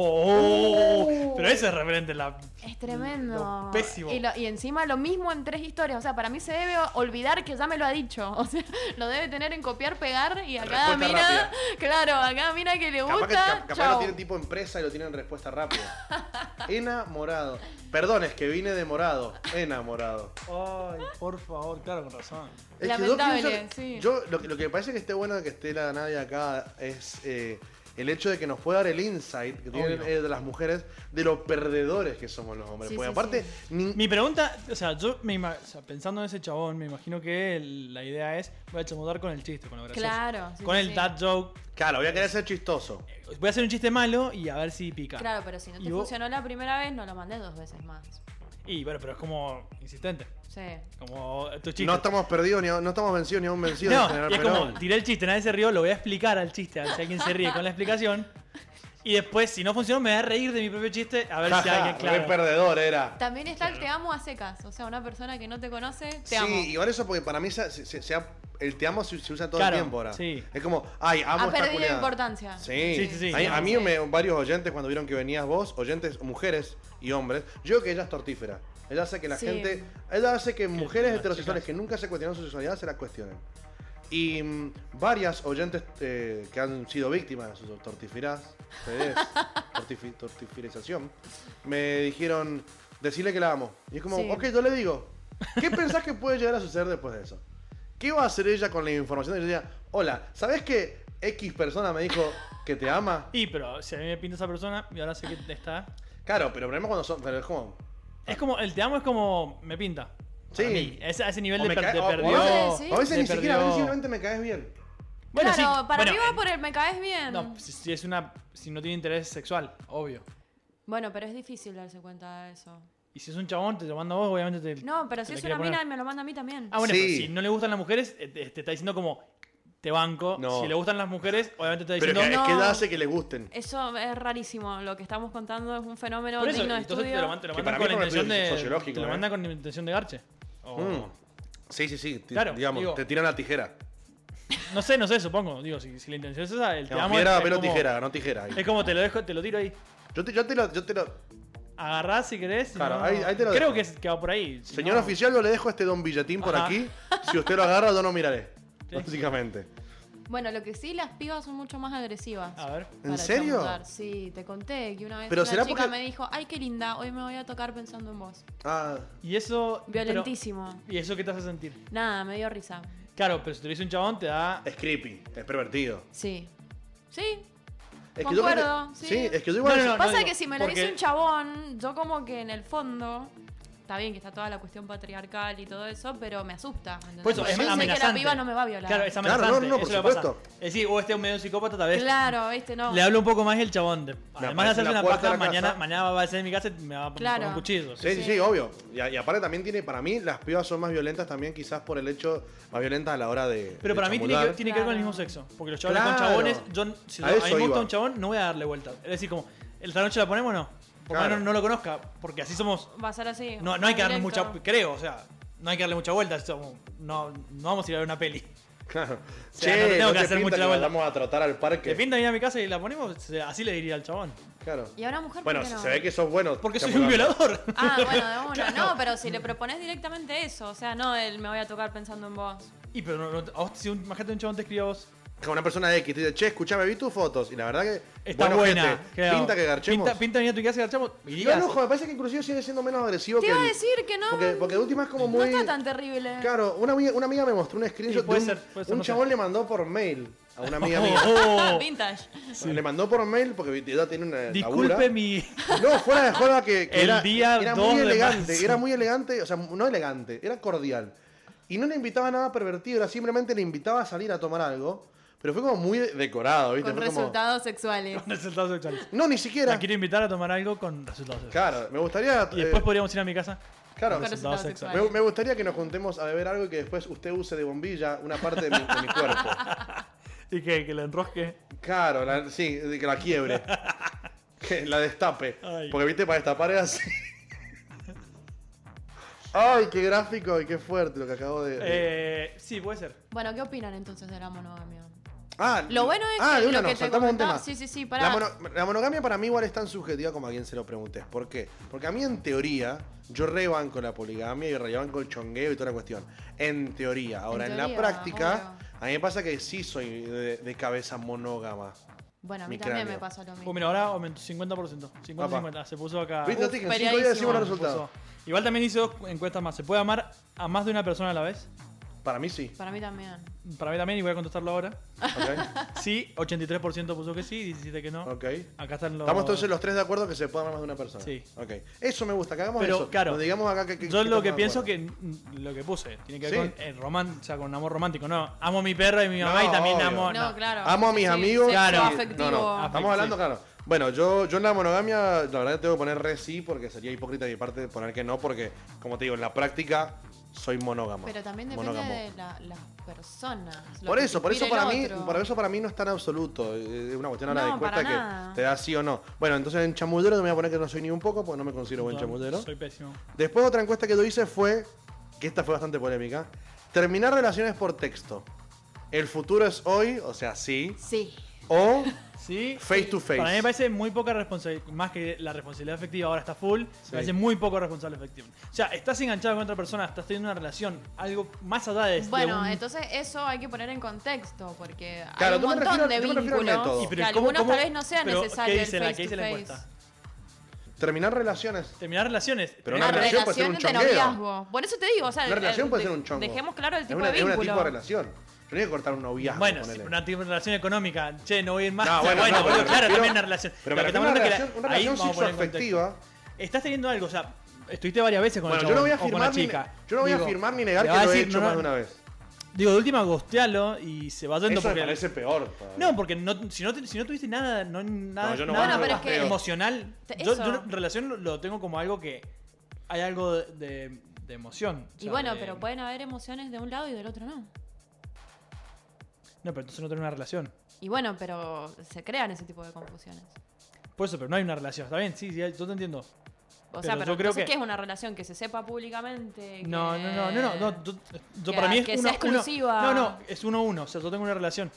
S1: Oh, pero ese es referente la.
S3: Es tremendo.
S1: Lo pésimo.
S3: Y, lo- y encima lo mismo en tres historias. O sea, para mí se debe olvidar que ya me lo ha dicho. O sea, lo debe tener en copiar, pegar y a cada
S2: Respuesta
S3: mina.
S2: rápida.
S3: Claro, a cada mina que le
S2: Capaz, que,
S3: gusta.
S2: cap- capaz
S3: chau.
S2: lo tienen tipo empresa y lo tienen respuesta rápida. Enamorado. Perdón, es que vine de morado. Enamorado.
S1: Ay, por favor, claro, con razón.
S2: Es que
S3: Lamentable,
S2: yo pienso-
S3: sí.
S2: yo- lo, que- lo que me parece que esté bueno de que esté la Nadia acá es eh, el hecho de que nos pueda dar el insight que tienen
S1: Obvio.
S2: eh, de las mujeres de los perdedores que somos los hombres.
S3: Sí,
S2: Porque
S3: sí,
S2: aparte, ni-
S1: Mi pregunta, o sea, yo me ima- o sea, pensando en ese chabón, me imagino que el- la idea es voy a chamudar con el chiste, con lo gracioso.
S3: Claro, sí,
S1: con
S3: sí,
S1: el
S3: sí.
S1: dad joke.
S2: claro, voy a querer ser chistoso.
S1: Voy a hacer un chiste malo y a ver si pica.
S3: Claro, pero si no
S1: Y
S3: te
S1: vos-
S3: funcionó la primera vez, no lo mandé dos veces más.
S1: Y bueno, pero es como insistente.
S3: Sí.
S1: Como tu chiste.
S2: No estamos perdidos, ni, no estamos vencidos, ni un vencido.
S1: No,
S2: en general,
S1: y es
S2: pero-
S1: como, tiré el chiste, nadie se rió, lo voy a explicar al chiste, a ver si alguien se ríe con la explicación. Y después, si no funcionó, me voy a reír de mi propio chiste, a ver
S2: Ja,
S1: si
S2: ja,
S1: alguien, claro.
S2: re perdedor era.
S3: También está el te amo a secas. O sea, una persona que no te conoce, te
S2: sí,
S3: amo.
S2: igual eso porque para mí se, se- se- se ha- el te amo se, se usa todo
S1: Claro,
S2: el tiempo ahora.
S1: sí.
S2: Es como, ay, amo
S3: Ha
S2: esta
S3: perdido
S2: culiada.
S3: importancia.
S2: Sí,
S1: Sí, sí, sí.
S2: A, a mí
S3: Sí.
S2: me- varios oyentes cuando vieron que venías vos, oyentes mujeres y hombres, yo creo que ella es tortífera. Ella hace que la
S3: Sí.
S2: gente, ella hace que mujeres
S1: las
S2: heterosexuales
S1: chicas-
S2: que nunca se cuestionaron su sexualidad se la cuestionen. Y mm, varias oyentes eh, que han sido víctimas de su tortiferaz, ustedes, tortifi- tortiferización, me dijeron, decirle que la amo. Y es como,
S3: Sí.
S2: ok, yo le digo, ¿qué pensás que puede llegar a suceder después de eso? ¿Qué va a hacer ella con la información de que yo diga, hola, ¿sabés que X persona me dijo que te ama?
S1: Y pero si a mí me pinta esa persona y ahora sé que está.
S2: Claro, pero el problema es cuando son, pero es como,
S1: Es como, el te amo es como, me pinta.
S2: Sí.
S1: A mí, es a ese nivel
S2: o
S1: de,
S2: me
S1: per-
S2: cae-
S1: de
S2: o- o a
S1: perdió.
S3: veces sí.
S2: o a veces
S1: de
S2: ni siquiera, a veces
S1: perdió-
S2: simplemente me caes bien.
S1: Bueno,
S3: claro,
S1: sí.
S3: para
S1: bueno,
S3: mí va
S1: eh,
S3: por el me caes bien.
S1: No, si, si es una, si no tiene interés sexual, obvio.
S3: Bueno, pero es difícil darse cuenta de eso.
S1: Y si es un chabón, te lo manda a vos, obviamente te.
S3: No, pero
S1: te
S3: si
S1: la
S3: es
S1: quiere
S3: una
S1: poner.
S3: mina, me lo manda a mí también.
S1: Ah, bueno,
S2: Sí.
S1: pero si no le gustan las mujeres, eh, te, te está diciendo como te banco.
S2: No.
S1: Si le gustan las mujeres, obviamente te está diciendo.
S2: Pero que- es
S3: no.
S2: que ella hace que le gusten.
S3: Eso es rarísimo. Lo que estamos contando es un fenómeno
S1: Por eso,
S3: digno de
S1: entonces
S3: estudio.
S1: te lo, man- te lo
S2: Que
S1: mandan
S2: para mí
S1: con la
S2: es un
S1: intención
S2: estudio
S1: de.
S2: sociológico,
S1: Te lo
S2: ¿eh?
S1: mandan con la intención de garche. O-
S2: Mm. Sí, sí, sí. ti-
S1: Claro,
S2: digamos,
S1: digo-
S2: te tiran la tijera.
S1: No sé, no sé, supongo. Digo, si, si la intención es esa, el te
S2: Digamos,
S1: amo.
S2: piedra,
S1: es,
S2: papel o
S1: es como,
S2: tijera, no tijera. ahí.
S1: Es como te lo dejo, te lo tiro ahí.
S2: Yo te, yo te lo. Yo te lo
S1: Agarrás si querés. si
S2: Claro,
S1: no-
S2: ahí- ahí te lo
S1: Creo
S2: dejo.
S1: que, es- que va por ahí. si
S2: señor
S1: no-
S2: oficial, yo le dejo este don billetín por
S1: Ajá.
S2: aquí. Si usted lo agarra, yo no miraré.
S1: Sí.
S2: Básicamente.
S3: Bueno, lo que sí, las pibas son mucho más agresivas.
S1: A ver.
S2: ¿En
S3: para
S2: serio?
S3: chamullar. Sí, te conté que una vez
S2: Pero
S3: una
S2: será
S3: chica
S2: porque-
S3: me dijo, ay, qué linda, hoy me voy a tocar pensando en vos.
S2: Ah,
S1: Y eso. pero-
S3: Violentísimo.
S1: ¿Y eso qué te hace sentir?
S3: Nada, me dio risa.
S1: Claro, pero si te lo dice un chabón, te da.
S2: es creepy, es pervertido.
S3: Sí. Sí.
S2: Es
S3: Concuerdo,
S2: sí.
S3: sí.
S2: es que yo igual.
S1: No, no, no.
S3: Pasa
S1: digo,
S3: que si me lo
S1: porque-
S3: dice un chabón, yo como que en el fondo... Está bien que está toda la cuestión patriarcal y todo eso, pero me asusta. ¿entendés?
S1: Por eso, es
S3: Yo sé que la
S1: amenazante.
S3: piba no me va a violar.
S1: Claro, es
S2: Claro,
S1: amenazante.
S2: no, no, por
S1: eso le pasa.
S2: supuesto.
S1: Es decir, o este es medio psicópata, tal vez.
S3: Claro, viste, no.
S1: Le hablo un poco más y el chabón. de- además de
S2: aparece en
S1: hacerse
S2: la
S1: una
S2: puerta de
S1: paja,
S2: la
S1: mañana,
S2: casa.
S1: mañana va a ser en mi casa y me va a poner
S3: Claro.
S1: con un cuchillo.
S2: Sí, sí, sí, obvio. Y, a- y aparte también tiene, para mí, las pibas son más violentas también quizás por el hecho, más violentas a la hora de
S1: Pero
S2: de
S1: para mí tiene que,
S2: chamular.
S1: tiene que ver con el
S3: Claro.
S1: mismo sexo. Porque los chabones
S2: Claro.
S1: con chabones, yo, si
S2: A
S1: yo- a, mí me
S2: eso iba.
S1: gusta un chabón, no voy a darle vueltas. Es decir, como, ¿el esta noche la ponemos o no? Por lo
S2: Claro.
S1: menos no lo conozca, porque así somos.
S3: Va a ser así.
S1: No, no hay que darle
S3: directo.
S1: mucha. Creo, o sea, no hay que darle mucha vuelta. somos- no, no vamos a ir a ver una peli.
S2: Claro.
S1: sea, no tengo que hacer
S2: pinta
S1: mucha
S2: nos
S1: vuelta.
S2: Vamos a tratar al parque.
S1: ¿Te pinta venir a mi casa y la ponemos? O sea, Así le diría al chabón.
S2: Claro.
S3: Y ahora mujer,
S2: Bueno,
S3: ¿por qué no?
S2: se ve que sos bueno.
S1: Porque soy un
S2: chamulando.
S1: violador.
S3: Ah, bueno, de una. No, pero si le propones directamente eso, o sea, no el me voy a tocar pensando en vos.
S1: Y pero no, no- a vos, si un majete un chabón te escribe a vos,
S2: con una persona X te dice, che, escuchame, vi tus fotos. Y la verdad que.
S1: Está
S2: bueno,
S1: buena.
S2: gente,
S1: claro.
S2: pinta que garchemos.
S1: Pinta, pinta venir a tu casa y garchamos. Y
S2: Y
S1: digas,
S2: no, ojo, me parece que inclusive sigue siendo menos agresivo
S3: Te
S2: que.
S3: iba a
S2: el-
S3: decir que no.
S2: Porque, porque de última es como muy.
S3: No está tan terrible.
S2: Claro, una amiga, una amiga me mostró un screenshot.
S1: Sí, puede
S2: de un,
S1: ser, puede ser,
S2: un
S1: no sé.
S2: chabón le mandó por mail a una amiga mía.
S1: "Oh,
S3: Vintage.
S2: Le mandó por mail porque ella tiene una.
S1: disculpe
S2: labura.
S1: mi.
S2: No, fuera de joda que, que
S1: El
S2: era,
S1: día
S2: era
S1: 2
S2: muy
S1: de
S2: elegante,
S1: marzo.
S2: era muy elegante, o sea, no elegante, era cordial. Y no le invitaba a nada pervertido, era simplemente le invitaba a salir a tomar algo, pero fue como muy decorado, ¿viste?
S3: Con
S2: Fue como-
S3: resultados sexuales.
S1: resultados sexuales.
S2: no, ni
S1: La
S2: siquiera.
S1: quiero invitar a tomar algo con resultados sexuales.
S2: Claro, me gustaría...
S1: Y después
S2: eh,
S1: podríamos ir a mi casa.
S2: claro,
S1: con resultados
S3: resultados
S1: sexuales.
S2: me, me gustaría que nos juntemos a beber algo y que después usted use de bombilla una parte de mi, de mi cuerpo.
S1: Y que, que le enrosque.
S2: Claro, la- sí, de que la quiebre. Que la destape.
S1: Ay.
S2: Porque viste, para destapar es así. Ay, qué gráfico y qué fuerte lo que acabo de. de-
S1: Eh, sí, puede ser.
S3: Bueno, ¿qué opinan entonces de la monogamia?
S2: ah,
S3: Lo bueno es
S2: ah,
S3: que
S2: de una
S3: lo
S2: nos
S3: que te
S2: saltamos un
S3: comentaba-
S2: tema.
S3: sí, sí, sí, pará.
S2: la, mono- la monogamia para mí igual es tan subjetiva como a quien se lo preguntes. ¿Por qué? Porque a mí en teoría, yo rebanco la poligamia y rebanco el chongueo y toda la cuestión. En teoría. Ahora, en, la
S3: teoría,
S2: práctica, a mí me pasa que sí soy de, de cabeza monógama.
S3: Bueno, a
S2: Mi
S3: mí también
S2: cráneo.
S3: me pasó lo mismo.
S1: Pues mira, ahora aumentó 50%.
S2: Apa.
S1: 50-50. Se puso acá.
S2: ¿Viste?
S3: uf,
S2: Te dije, en cinco días decimos los
S1: Se puso.
S2: resultados.
S1: Igual también hice dos encuestas más. ¿Se puede amar a más de una persona a la vez?
S2: Para mí sí.
S3: Para mí también.
S1: Para mí también, y voy a contestarlo ahora.
S2: ¿ok?
S1: Sí, 83% puso que sí, 17% que no.
S2: Ok.
S1: Acá están los.
S2: Estamos entonces los tres de acuerdo que se puede amar más de una persona.
S1: Sí.
S2: Ok. Eso me gusta, que hagamos
S1: Pero,
S2: eso.
S1: claro,
S2: Nos digamos acá que, que-
S1: Yo lo
S2: estamos
S1: que
S2: de
S1: pienso
S2: acuerdo.
S1: que mm, lo que puse tiene que ver
S2: Sí.
S1: con el román, o sea, con amor romántico. No, amo a mi perra y mi mamá
S2: No,
S1: y también
S2: obvio.
S1: amo.
S3: No,
S1: no.
S3: claro.
S2: Amo a mis
S3: Sí,
S2: amigos.
S3: sexo
S1: Claro.
S2: No,
S3: afectivo.
S2: no, Estamos
S1: Afectivo.
S2: hablando, claro. Bueno, yo, yo en la monogamia, la verdad tengo que poner re sí porque sería hipócrita de mi parte poner que no, porque, como te digo, en la práctica soy monógamo.
S3: Pero también depende
S2: Monógamo.
S3: de la- las personas. lo
S2: Por
S3: que
S2: eso,
S3: te
S2: por eso
S3: inspire
S2: para
S3: el
S2: mí,
S3: otro.
S2: por eso para mí no es tan absoluto. Eh, Es una cuestión ahora
S3: No,
S2: de cuenta
S3: para
S2: que
S3: nada.
S2: te da sí o no. Bueno, entonces en chamullero me voy a poner que no soy ni un poco, porque no me considero buen
S1: No,
S2: chamullero.
S1: Soy pésimo.
S2: Después otra encuesta que yo hice fue, que esta fue bastante polémica, terminar relaciones por texto. El futuro es hoy, o sea, sí,
S3: Sí.
S2: o
S1: Sí.
S2: face to face.
S1: Para mí me parece muy poca responsabilidad, más que la responsabilidad efectiva ahora está full, me parece muy poco responsable efectivo. O sea, estás enganchado con otra persona, estás teniendo una relación, algo más allá de de
S3: Bueno,
S1: un-
S3: entonces eso hay que poner en contexto, porque
S2: Claro,
S3: hay un
S2: yo me
S3: montón
S2: refiero-
S3: de
S2: yo me refiero al
S3: vínculos
S2: método.
S1: Y,
S3: que
S1: pero ¿cómo-
S3: algunos
S1: cómo-
S3: tal vez no sea
S1: pero,
S3: necesario
S1: ¿qué
S3: el
S1: dice la-
S3: face
S1: qué dice
S3: to
S1: la
S3: face.
S1: encuesta?
S2: Terminar relaciones.
S1: Terminar relaciones.
S2: Pero
S1: Eh,
S2: una
S3: Ah,
S2: relación puede ser un
S3: de
S2: chongueo.
S3: noviazgo. Por eso te digo, o sea,
S2: Una
S3: el-
S2: relación
S3: el-
S2: puede ser un chongo.
S3: Dejemos claro el
S2: Es
S3: tipo
S2: una-
S3: de
S2: Es un
S3: vínculo.
S2: tipo de relación. Yo no hay que cortar un noviazgo.
S1: Bueno,
S2: ponele.
S1: sí, una tipo de relación económica. Che, no voy a ir más.
S2: No,
S1: O sea,
S2: bueno, no, pero
S1: boludo,
S2: me
S1: claro,
S2: refiero-
S1: también una relación.
S2: pero me
S1: Lo que estamos
S2: refiero a una
S1: hablando es que la-
S2: relación- una
S1: ahí
S2: relación
S1: vamos a poner en
S2: sexoafectiva.
S1: contexto. Estás teniendo algo, o sea, estuviste varias veces con el
S2: Bueno, yo no voy a
S1: chabón o con la
S2: afirmar, ni,
S1: chica.
S2: yo no voy a
S1: Digo,
S2: afirmar ni negar
S1: le
S2: que
S1: vas a
S2: lo he
S1: decir,
S2: hecho
S1: no,
S2: más de
S1: no.
S2: una vez.
S1: Digo, de última, gostealo y se va yendo
S2: Eso me
S1: porque.
S2: parece peor. todavía.
S1: No, porque no, si, no, te- si no tuviste nada, no, nada,
S2: No, yo no
S1: nada
S3: voy a hacer Bueno, pero es que-
S1: emocional.
S3: Te-
S1: Yo,
S3: eso.
S1: yo en relación lo- lo tengo como algo que hay algo de, de- de emoción. o
S3: Y
S1: sea,
S3: bueno,
S1: de-
S3: pero pueden haber emociones de un lado y del otro no.
S1: No, pero entonces no tener una relación.
S3: Y bueno, pero se crean ese tipo de confusiones.
S1: Por eso, pero no hay una relación. Está bien, sí, sí, yo te entiendo.
S3: O sea,
S1: Pero
S3: pero,
S1: yo creo
S3: entonces,
S1: que-
S3: ¿qué es una relación que se sepa públicamente.
S1: No,
S3: que-
S1: no, no, no, no, no, yo- yo
S3: que-
S1: para mí es
S3: que
S1: uno,
S3: sea
S1: uno-
S3: exclusiva.
S1: no, no, es uno a uno. O sea, yo tengo una relación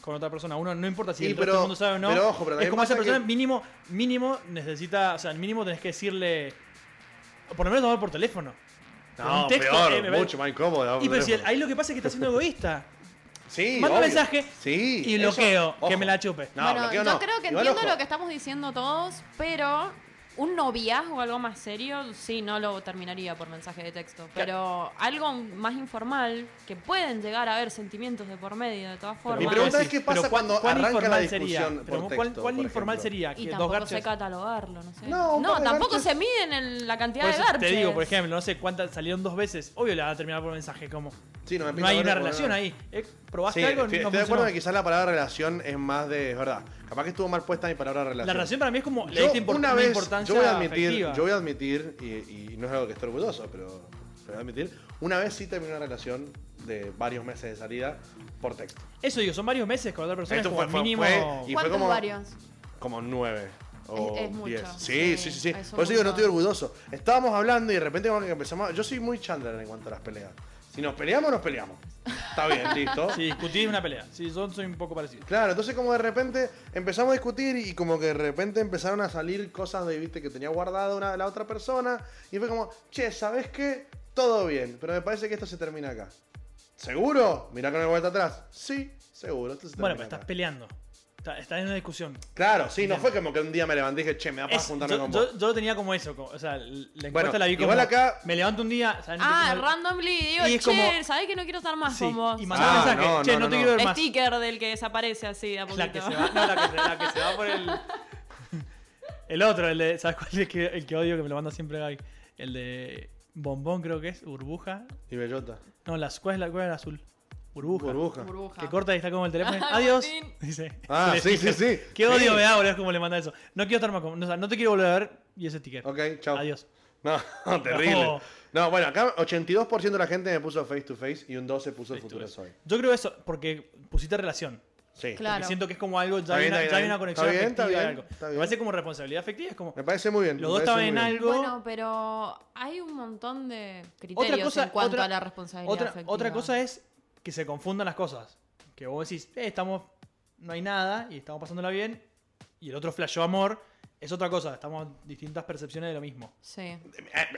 S1: con otra persona. Uno no importa si el
S2: Sí,
S1: resto
S2: pero-
S1: del mundo sabe o no.
S2: pero ojo, pero
S1: es
S2: también
S1: como esa
S2: pasa
S1: persona
S2: que-
S1: mínimo, mínimo necesita, o sea, al mínimo tenés que decirle, por lo menos tomar por teléfono. Con
S2: No,
S1: un texto,
S2: peor,
S1: eh, me-
S2: mucho más incómodo.
S1: Y pero si el- ahí lo que pasa es que está siendo egoísta.
S2: Sí,
S1: Manda un
S2: obvio.
S1: mensaje
S2: Sí,
S1: y
S2: eso-
S1: bloqueo, que
S2: ojo.
S1: me la chupe.
S2: No,
S3: bueno,
S2: bloqueo
S3: yo
S2: no.
S3: creo que
S2: Igual,
S3: entiendo
S2: ojo.
S3: lo que estamos diciendo todos, pero un noviazgo, algo más serio, sí, no lo terminaría por mensaje de texto. Pero algo más informal, que pueden llegar a haber sentimientos de por medio, de todas
S1: Pero
S3: formas.
S2: Mi
S1: vos
S2: pregunta
S1: decís,
S2: es qué
S1: pero
S2: pasa
S1: ¿cuán-
S2: cuando
S1: cuán
S2: arranca
S1: informal
S2: la discusión
S1: sería? Pero
S2: por
S1: ¿Cuál,
S2: texto,
S1: cuál
S2: por
S1: informal
S2: ejemplo?
S1: sería?
S3: Y
S1: Que dos
S3: tampoco
S1: garches.
S3: sé catalogarlo, no sé.
S2: No, un par de
S3: tampoco
S2: garches-
S3: se miden en la cantidad
S1: Por
S3: de
S1: eso
S3: garches.
S1: te digo, por ejemplo, no sé cuántas salieron dos veces. Obvio la va a terminar por mensaje, como.
S2: Sí, no me pinta
S1: hay
S2: verlo
S1: una
S2: por
S1: relación
S2: nada.
S1: ahí. Eh, ¿Probaste
S2: Sí,
S1: algo? no
S2: estoy, estoy de
S1: funcionó.
S2: acuerdo que quizás la palabra relación es más de. Es verdad. Capaz que estuvo mal puesta mi palabra relación.
S1: La relación para mí es como le
S2: Yo
S1: diste import-
S2: una
S1: una
S2: vez,
S1: importancia
S2: yo voy a admitir,
S1: afectiva.
S2: yo voy a admitir y, y no es algo que esté orgulloso, pero pero voy a admitir, una vez sí terminé una relación de varios meses de salida por texto.
S1: Eso digo, son varios meses con otra persona, es
S2: Esto
S1: como
S2: fue- fue-
S1: mínimo.
S2: fue- y-
S3: ¿Cuántos
S2: como-
S3: varios?
S2: Como nueve o
S3: Es- es mucho.
S2: diez. Sí, sí,
S3: Sí,
S2: sí, sí.
S3: es un
S2: Por eso digo, no
S3: montón.
S2: estoy orgulloso. Estábamos hablando y de repente como que empezamos... a- Yo soy muy Chandler en cuanto a las peleas. Si nos peleamos, nos peleamos. Está bien, listo.
S1: Si discutís una pelea. Si yo soy un poco parecido.
S2: Claro, entonces como de repente empezamos a discutir y como que de repente empezaron a salir cosas de, viste, que tenía guardada una, la otra persona y fue como, che, ¿sabes qué? Todo bien, pero me parece que esto se termina acá. ¿Seguro? Mirá que no hay vuelta atrás. Sí. Seguro, esto se
S1: Bueno,
S2: termina
S1: pero estás
S2: acá.
S1: peleando. Está- Estás en una discusión.
S2: Claro, sí, no fue como que un día me levanté y dije, che, me da para
S1: Es-
S2: juntarme
S1: yo,
S2: con
S1: yo-
S2: vos.
S1: yo lo tenía como eso. como- o sea, la encuesta
S2: Bueno,
S1: la vi como.
S2: igual acá-
S1: Me levanto un día. ¿sabes? No
S5: Ah,
S1: tengo-
S5: randomly digo,
S1: Y
S5: che,
S1: es como-
S5: ¿sabés que no quiero estar más
S1: Sí,
S5: con vos?
S1: Y mandó un
S2: Ah,
S1: mensaje.
S2: no,
S1: che, no,
S2: no,
S1: te
S2: no,
S1: quiero ver más.
S5: Sticker del que desaparece así de a poquito.
S1: La que, se va, no, la, que se, la que se va por el. El otro, el de. ¿Sabes cuál es el que, el que odio que me lo manda siempre Gaby? El de. Bombón, creo que es. Burbuja.
S2: Y Bellota.
S1: No, la, ¿cuál es la cuál es el azul? Burbuja.
S2: Burbuja.
S5: Burbuja.
S1: Que corta y está como el teléfono.
S5: Ay,
S1: Adiós.
S5: Martín.
S1: Dice.
S2: Ah,
S1: El
S2: sí, sí,
S1: sticker.
S2: sí.
S1: Qué odio
S2: Sí.
S1: me da, boludo, es como le manda eso. No quiero estar más con. O sea, no te quiero volver a ver y ese sticker.
S2: Ok, chao.
S1: Adiós.
S2: No, terrible.
S1: No.
S2: No, bueno, acá 82% de la gente me puso face to face y un 12 puso futuro soy.
S1: Yo creo eso, porque pusiste relación.
S2: Sí.
S3: Claro.
S1: Porque siento que es como algo, ya,
S2: Está
S1: hay,
S2: bien,
S1: una,
S2: está
S1: ya hay
S2: bien.
S1: una conexión
S2: Está bien, está
S1: afectiva. y
S2: bien,
S1: algo.
S2: está
S1: Me
S2: bien.
S1: parece como responsabilidad afectiva, es como.
S2: Me parece muy bien.
S1: Los
S2: me
S1: dos
S2: parece
S1: estaban
S2: muy
S1: en
S2: bien.
S1: algo.
S5: Bueno, pero hay un montón de criterios en cuanto a la responsabilidad
S1: otra,
S5: afectiva.
S1: otra cosa es que se confundan las cosas. Que vos decís, eh, estamos, no hay nada y estamos pasándola bien. Y el otro flasheó amor. Es otra cosa, estamos distintas percepciones de lo mismo.
S5: Sí.
S2: Eh,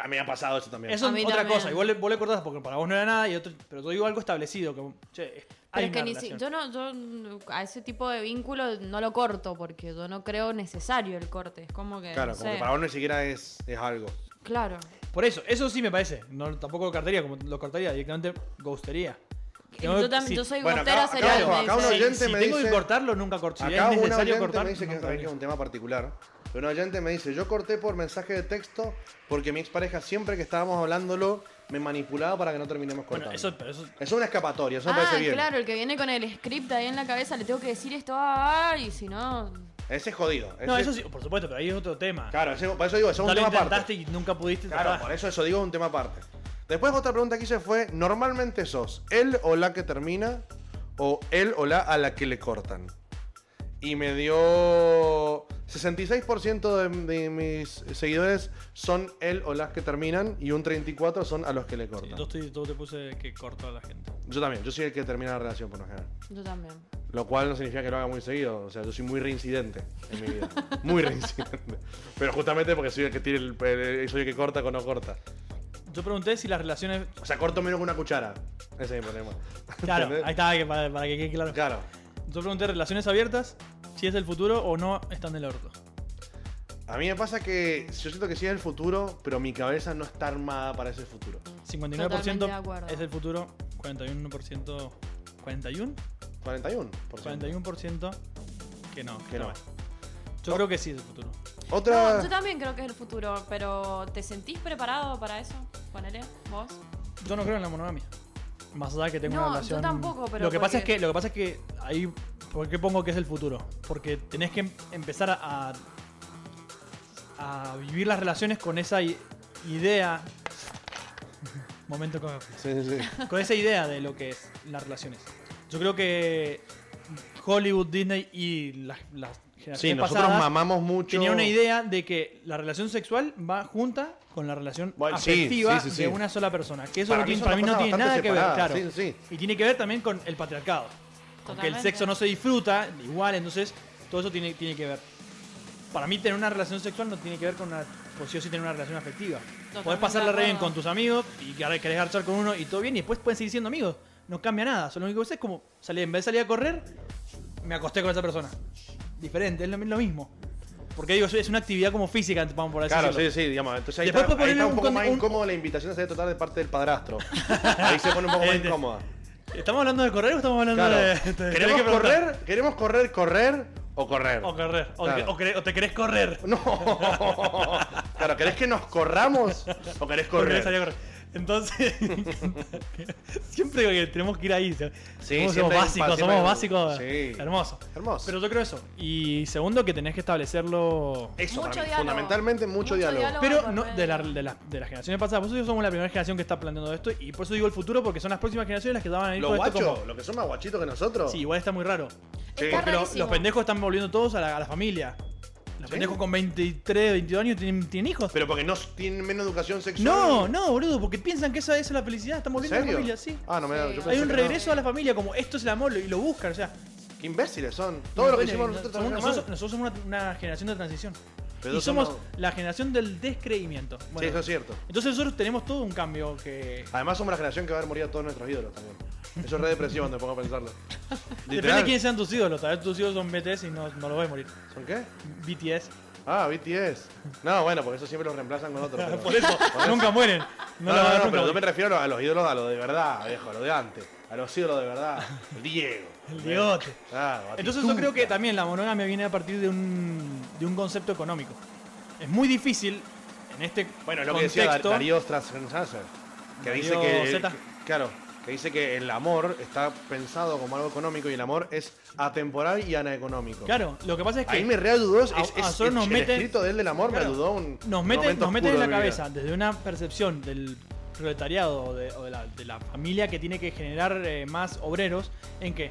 S2: A mí me ha pasado eso también.
S1: Eso
S5: A mí
S1: es otra
S5: también.
S1: cosa. Y vos le, vos le cortás porque para vos no era nada. Y otro, pero yo digo algo establecido. Que, che, hay
S3: es que
S1: una
S3: ni si-
S1: relación.
S5: Yo no, yo mm, a ese tipo de vínculo no lo corto porque yo no creo necesario el corte. Es como que.
S2: Claro,
S5: no
S2: como
S5: sé.
S2: que para vos ni siquiera es, es algo.
S5: Claro.
S1: Por eso, eso sí me parece. No, tampoco lo cortaría, como lo cortaría, directamente ghostería. Tengo-
S5: yo, también,
S1: si-
S5: yo soy
S2: Bueno, acá-
S5: gostera
S2: acá-
S5: serial. me
S2: acá- acá uno
S5: dicen.
S1: si-
S2: oyente
S1: si
S2: me
S1: tengo que
S2: dice-
S1: cortarlo, nunca corto. Si
S2: Acá
S1: es
S2: una
S1: necesario
S2: oyente
S1: cortar,
S2: me dice que,
S1: nunca
S2: también que es
S1: corto.
S2: un tema particular. Una oyente me dice, yo corté por mensaje de texto porque mi expareja siempre que estábamos hablándolo me manipulaba para que no terminemos cortando.
S1: Bueno, eso, pero eso-
S2: Es una escapatoria, eso me
S5: Ah,
S2: parece bien.
S5: claro, el que viene con el script ahí en la cabeza, le tengo que decir esto, ah, y si no.
S2: Ese es jodido. Ese-
S1: No, eso sí, por supuesto, pero ahí es otro tema.
S2: Claro, ese- por eso digo, eso es
S1: Ya lo
S2: un tema
S1: intentaste
S2: aparte.
S1: y nunca pudiste.
S2: Claro,
S1: tratar.
S2: por eso eso digo, es un tema aparte. Después otra pregunta que hice fue, ¿normalmente sos él o la que termina o él o la a la que le cortan? Y me dio 66% de, de mis seguidores son él o las que terminan y un 34% son a los que le
S1: Sí,
S2: cortan.
S1: yo, estoy- yo te puse que corto a la gente.
S2: Yo también, yo soy el que termina la relación por lo general.
S5: Yo también.
S2: Lo cual no significa que lo haga muy seguido. O sea, yo soy muy reincidente en mi vida. Muy reincidente. Pero justamente porque soy el que tira el, el- soy el que corta con no corta.
S1: Yo pregunté si las relaciones.
S2: O sea, corto menos que una cuchara. Ese es mi problema.
S1: Claro,
S2: ¿Entendés?
S1: ahí está, que para, para que quede claro.
S2: Claro.
S1: Yo pregunté relaciones abiertas, si es el futuro o no están del orto.
S2: A mí me pasa que yo siento que sí es el futuro, pero mi cabeza no está armada para ese futuro.
S5: Totalmente de acuerdo.
S1: 59% es el futuro, 41%. 41?
S2: 41. por ciento.
S1: 41% que no.
S2: Que no.
S1: Yo creo que sí es el futuro.
S2: Otra.
S5: No, yo también creo que es el futuro, pero ¿te sentís preparado para eso? Ponele, vos.
S1: Yo no creo en la monogamia. Más allá de que tengo
S5: No,
S1: una
S5: yo
S1: relación.
S5: tampoco, pero
S1: Lo que, pasa es
S5: porque-
S1: que, lo que pasa es que ahí. ¿Por qué pongo que es el futuro? Porque tenés que em- empezar a. a vivir las relaciones con esa i- idea. Momento con.
S2: Sí, sí, sí.
S1: con esa idea de lo que es las relaciones. Yo creo que Hollywood, Disney y las, las generaciones
S2: Sí, nosotros
S1: pasadas
S2: mamamos mucho.
S1: tenían una idea de que la relación sexual va junta con la relación
S2: Bueno, sí,
S1: afectiva
S2: sí, sí, sí.
S1: de una sola persona. Que eso
S2: Para
S1: no
S2: mí
S1: tiene-
S2: son
S1: para
S2: dos
S1: mí no
S2: cosas
S1: tiene nada
S2: bastante
S1: que ver, claro.
S2: separadas, sí,
S1: Y tiene que ver también con el patriarcado. Con que el
S5: Totalmente.
S1: sexo no se disfruta igual, entonces todo eso tiene, tiene que ver. Para mí tener una relación sexual no tiene que ver con una... Pues sí o sí tener una relación afectiva. Podés
S5: Totalmente
S1: pasarla
S5: de
S1: re bien
S5: acuerdo.
S1: con tus amigos y ahora querés garchar con uno y todo bien y después pueden seguir siendo amigos. No cambia nada. Solo lo único que sé es como salí, en vez de salir a correr, me acosté con esa persona. Diferente, es lo, lo mismo. Porque digo, es una actividad como física, vamos por así
S2: Claro,
S1: decirlo.
S2: sí, sí, digamos. Entonces ahí
S1: Después
S2: está,
S1: puedes
S2: ahí
S1: ponerle
S2: está un
S1: un
S2: poco
S1: con-
S2: más
S1: un-
S2: incómodo la invitación a salir a tratar de parte del padrastro. Ahí se pone un poco más
S1: Este.
S2: incómoda.
S1: ¿Estamos hablando de correr o estamos hablando
S2: Claro.
S1: de.? te- tenés
S2: ¿Queremos
S1: que preguntar.
S2: correr? ¿Queremos correr, correr o correr?
S1: O correr. O,
S2: Claro.
S1: te- o cre- o te querés correr.
S2: No. claro, ¿querés que nos corramos o querés
S1: O querés salir a
S2: correr?
S1: correr. Entonces, siempre digo que tenemos que ir ahí. Somos, somos
S2: siempre hay un
S1: básicos,
S2: paso,
S1: somos
S2: siempre hay un-
S1: básicos.
S2: Sí.
S1: Hermoso.
S2: Hermoso.
S1: Pero yo creo eso. Y segundo, que tenés que establecerlo.
S2: Eso,
S5: Mucho
S2: para mí,
S5: diálogo.
S2: fundamentalmente mucho,
S5: Mucho
S2: diálogo.
S5: diálogo.
S1: Pero
S5: por
S1: no,
S5: medio.
S1: de, la- de la- de las generaciones pasadas, por eso somos la primera generación que está planteando esto. Y por eso digo el futuro, porque son las próximas generaciones las que van a ir
S2: Los
S1: con esto.
S2: guachos,
S1: como-
S2: los que son más guachitos que nosotros.
S1: Sí, igual está muy raro.
S2: Sí.
S5: Está
S1: Porque lo- los
S5: rarísimo.
S1: pendejos están volviendo todos a la, a la familia. Los
S2: Sí.
S1: pendejos con 23, 22 años tienen, tienen hijos.
S2: Pero porque no s- tienen menos educación sexual.
S1: no, no, boludo, porque piensan que esa, esa es la felicidad. Están
S2: ¿En
S1: volviendo a la
S2: serio?
S1: familia, sí.
S2: Ah, no me da. yo
S5: Sí.
S2: pensé
S1: Hay un
S2: que no.
S1: regreso a la familia, como esto es el amor, y lo buscan, o sea.
S2: Qué imbéciles son. Todo lo que
S1: bueno,
S2: hicimos
S1: no-
S2: nosotros
S1: somos,
S2: también
S1: nosotros,
S2: mal.
S1: nosotros somos una, una generación de transición.
S2: Pero
S1: y somos
S2: somos-
S1: la generación del descreimiento.
S2: Sí,
S1: Bueno,
S2: eso es cierto.
S1: entonces nosotros tenemos todo un cambio que.
S2: Además somos la generación que va a ver morir a todos nuestros ídolos también. Eso es re depresión, te pongo a pensarlo.
S1: Depende de
S2: Literal.
S1: quiénes sean tus ídolos. Tal vez tus ídolos son BTS y no, no los voy a morir.
S2: ¿Son qué?
S1: BTS.
S2: Ah, BTS. No, bueno, porque eso siempre los reemplazan con otros. pero-
S1: Por eso, nunca mueren. No,
S2: No,
S1: la
S2: no,
S1: van a
S2: no,
S1: ver
S2: pero yo me
S1: nunca.
S2: refiero a los- a los ídolos, a los de verdad, viejo, a los de antes. A los ídolos de verdad. El Diego. ¿Eh?
S1: El diegote.
S2: Claro,
S1: Entonces yo
S2: Batistuta.
S1: creo que también la monogamia viene a partir de un, de un concepto económico. Es muy difícil en este
S2: Bueno, es lo que
S1: contexto.
S2: decía Dar- Darío Strassenhauser, que dice
S1: Darío
S2: que,
S1: Zeta.
S2: que- claro, que dice que el amor está pensado como algo económico y el amor es atemporal y anaeconómico.
S1: Claro, lo que pasa es que
S2: Ahí me re ayudó, es,
S1: A-
S2: es-
S1: a
S2: es-
S1: nosotros nos
S2: el
S1: meten-
S2: escrito de él del amor me
S1: claro,
S2: ayudó un
S1: nos
S2: un
S1: meten,
S2: momento
S1: nos meten en
S2: oscuro
S1: la
S2: de mi vida.
S1: cabeza desde una percepción del proletariado o de, o de la, de la familia que tiene que generar eh, más obreros en que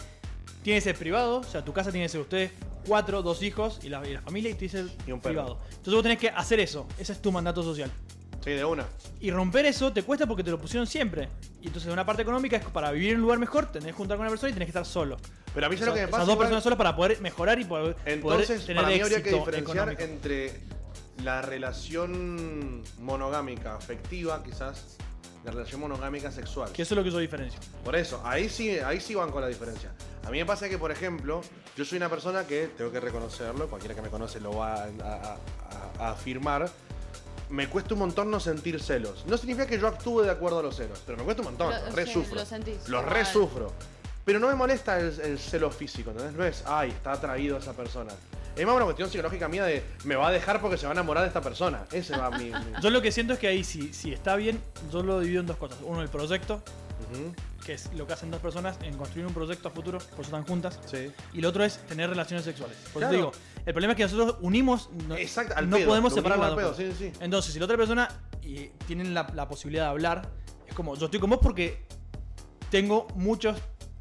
S1: tiene que ser privado, o sea, tu casa tiene que ser ustedes cuatro, dos hijos y la, y la familia y tiene que ser
S2: Y un perro.
S1: privado. Entonces vos tenés que hacer eso, ese es tu mandato social.
S2: Sí, de una.
S1: Y romper eso te cuesta porque te lo pusieron siempre. Y entonces, de una parte económica es que para vivir en un lugar mejor, tenés que juntar con una persona y tenés que estar solo.
S2: Pero a mí es
S1: Esas
S2: lo que me pasa.
S1: dos
S2: igual-
S1: personas solas para poder mejorar y poder, poder
S2: Entonces,
S1: tener
S2: para mí
S1: éxito
S2: habría que diferenciar
S1: económico.
S2: entre la relación monogámica afectiva, quizás, la relación monogámica sexual.
S1: Que eso es lo que yo diferencio.
S2: Por eso, ahí sí, ahí sí van con la diferencia. A mí me pasa que, por ejemplo, yo soy una persona que, tengo que reconocerlo, cualquiera que me conoce lo va a, a- a- a afirmar, me cuesta un montón no sentir celos. No significa que yo actúe de acuerdo a los celos, pero me cuesta un montón,
S5: Lo-
S2: los re
S5: sí,
S2: sufro.
S5: lo sentís.
S2: Los re
S5: Mal.
S2: sufro. Pero no me molesta el, el celo físico, ¿entendés? No es, ay, está atraído a esa persona. Es más una cuestión psicológica mía de, me va a dejar porque se va a enamorar de esta persona. Ese va mi... mi-
S1: Yo lo que siento es que ahí, si, si está bien, yo lo divido en dos cosas. Uno, el proyecto,
S2: Ujú,
S1: que es lo que hacen dos personas en construir un proyecto a futuro, por eso están juntas.
S2: Sí.
S1: Y el otro es tener relaciones sexuales. Por eso
S2: Claro.
S1: te digo, el problema es que nosotros unimos, no,
S2: Exacto, al
S1: no
S2: pedo,
S1: podemos
S2: lo
S1: separar las dos
S2: unimos al
S1: cosas.
S2: pedo, sí, sí.
S1: Entonces, si la otra persona eh, tiene la, la posibilidad de hablar, es como, yo estoy con vos porque tengo muchos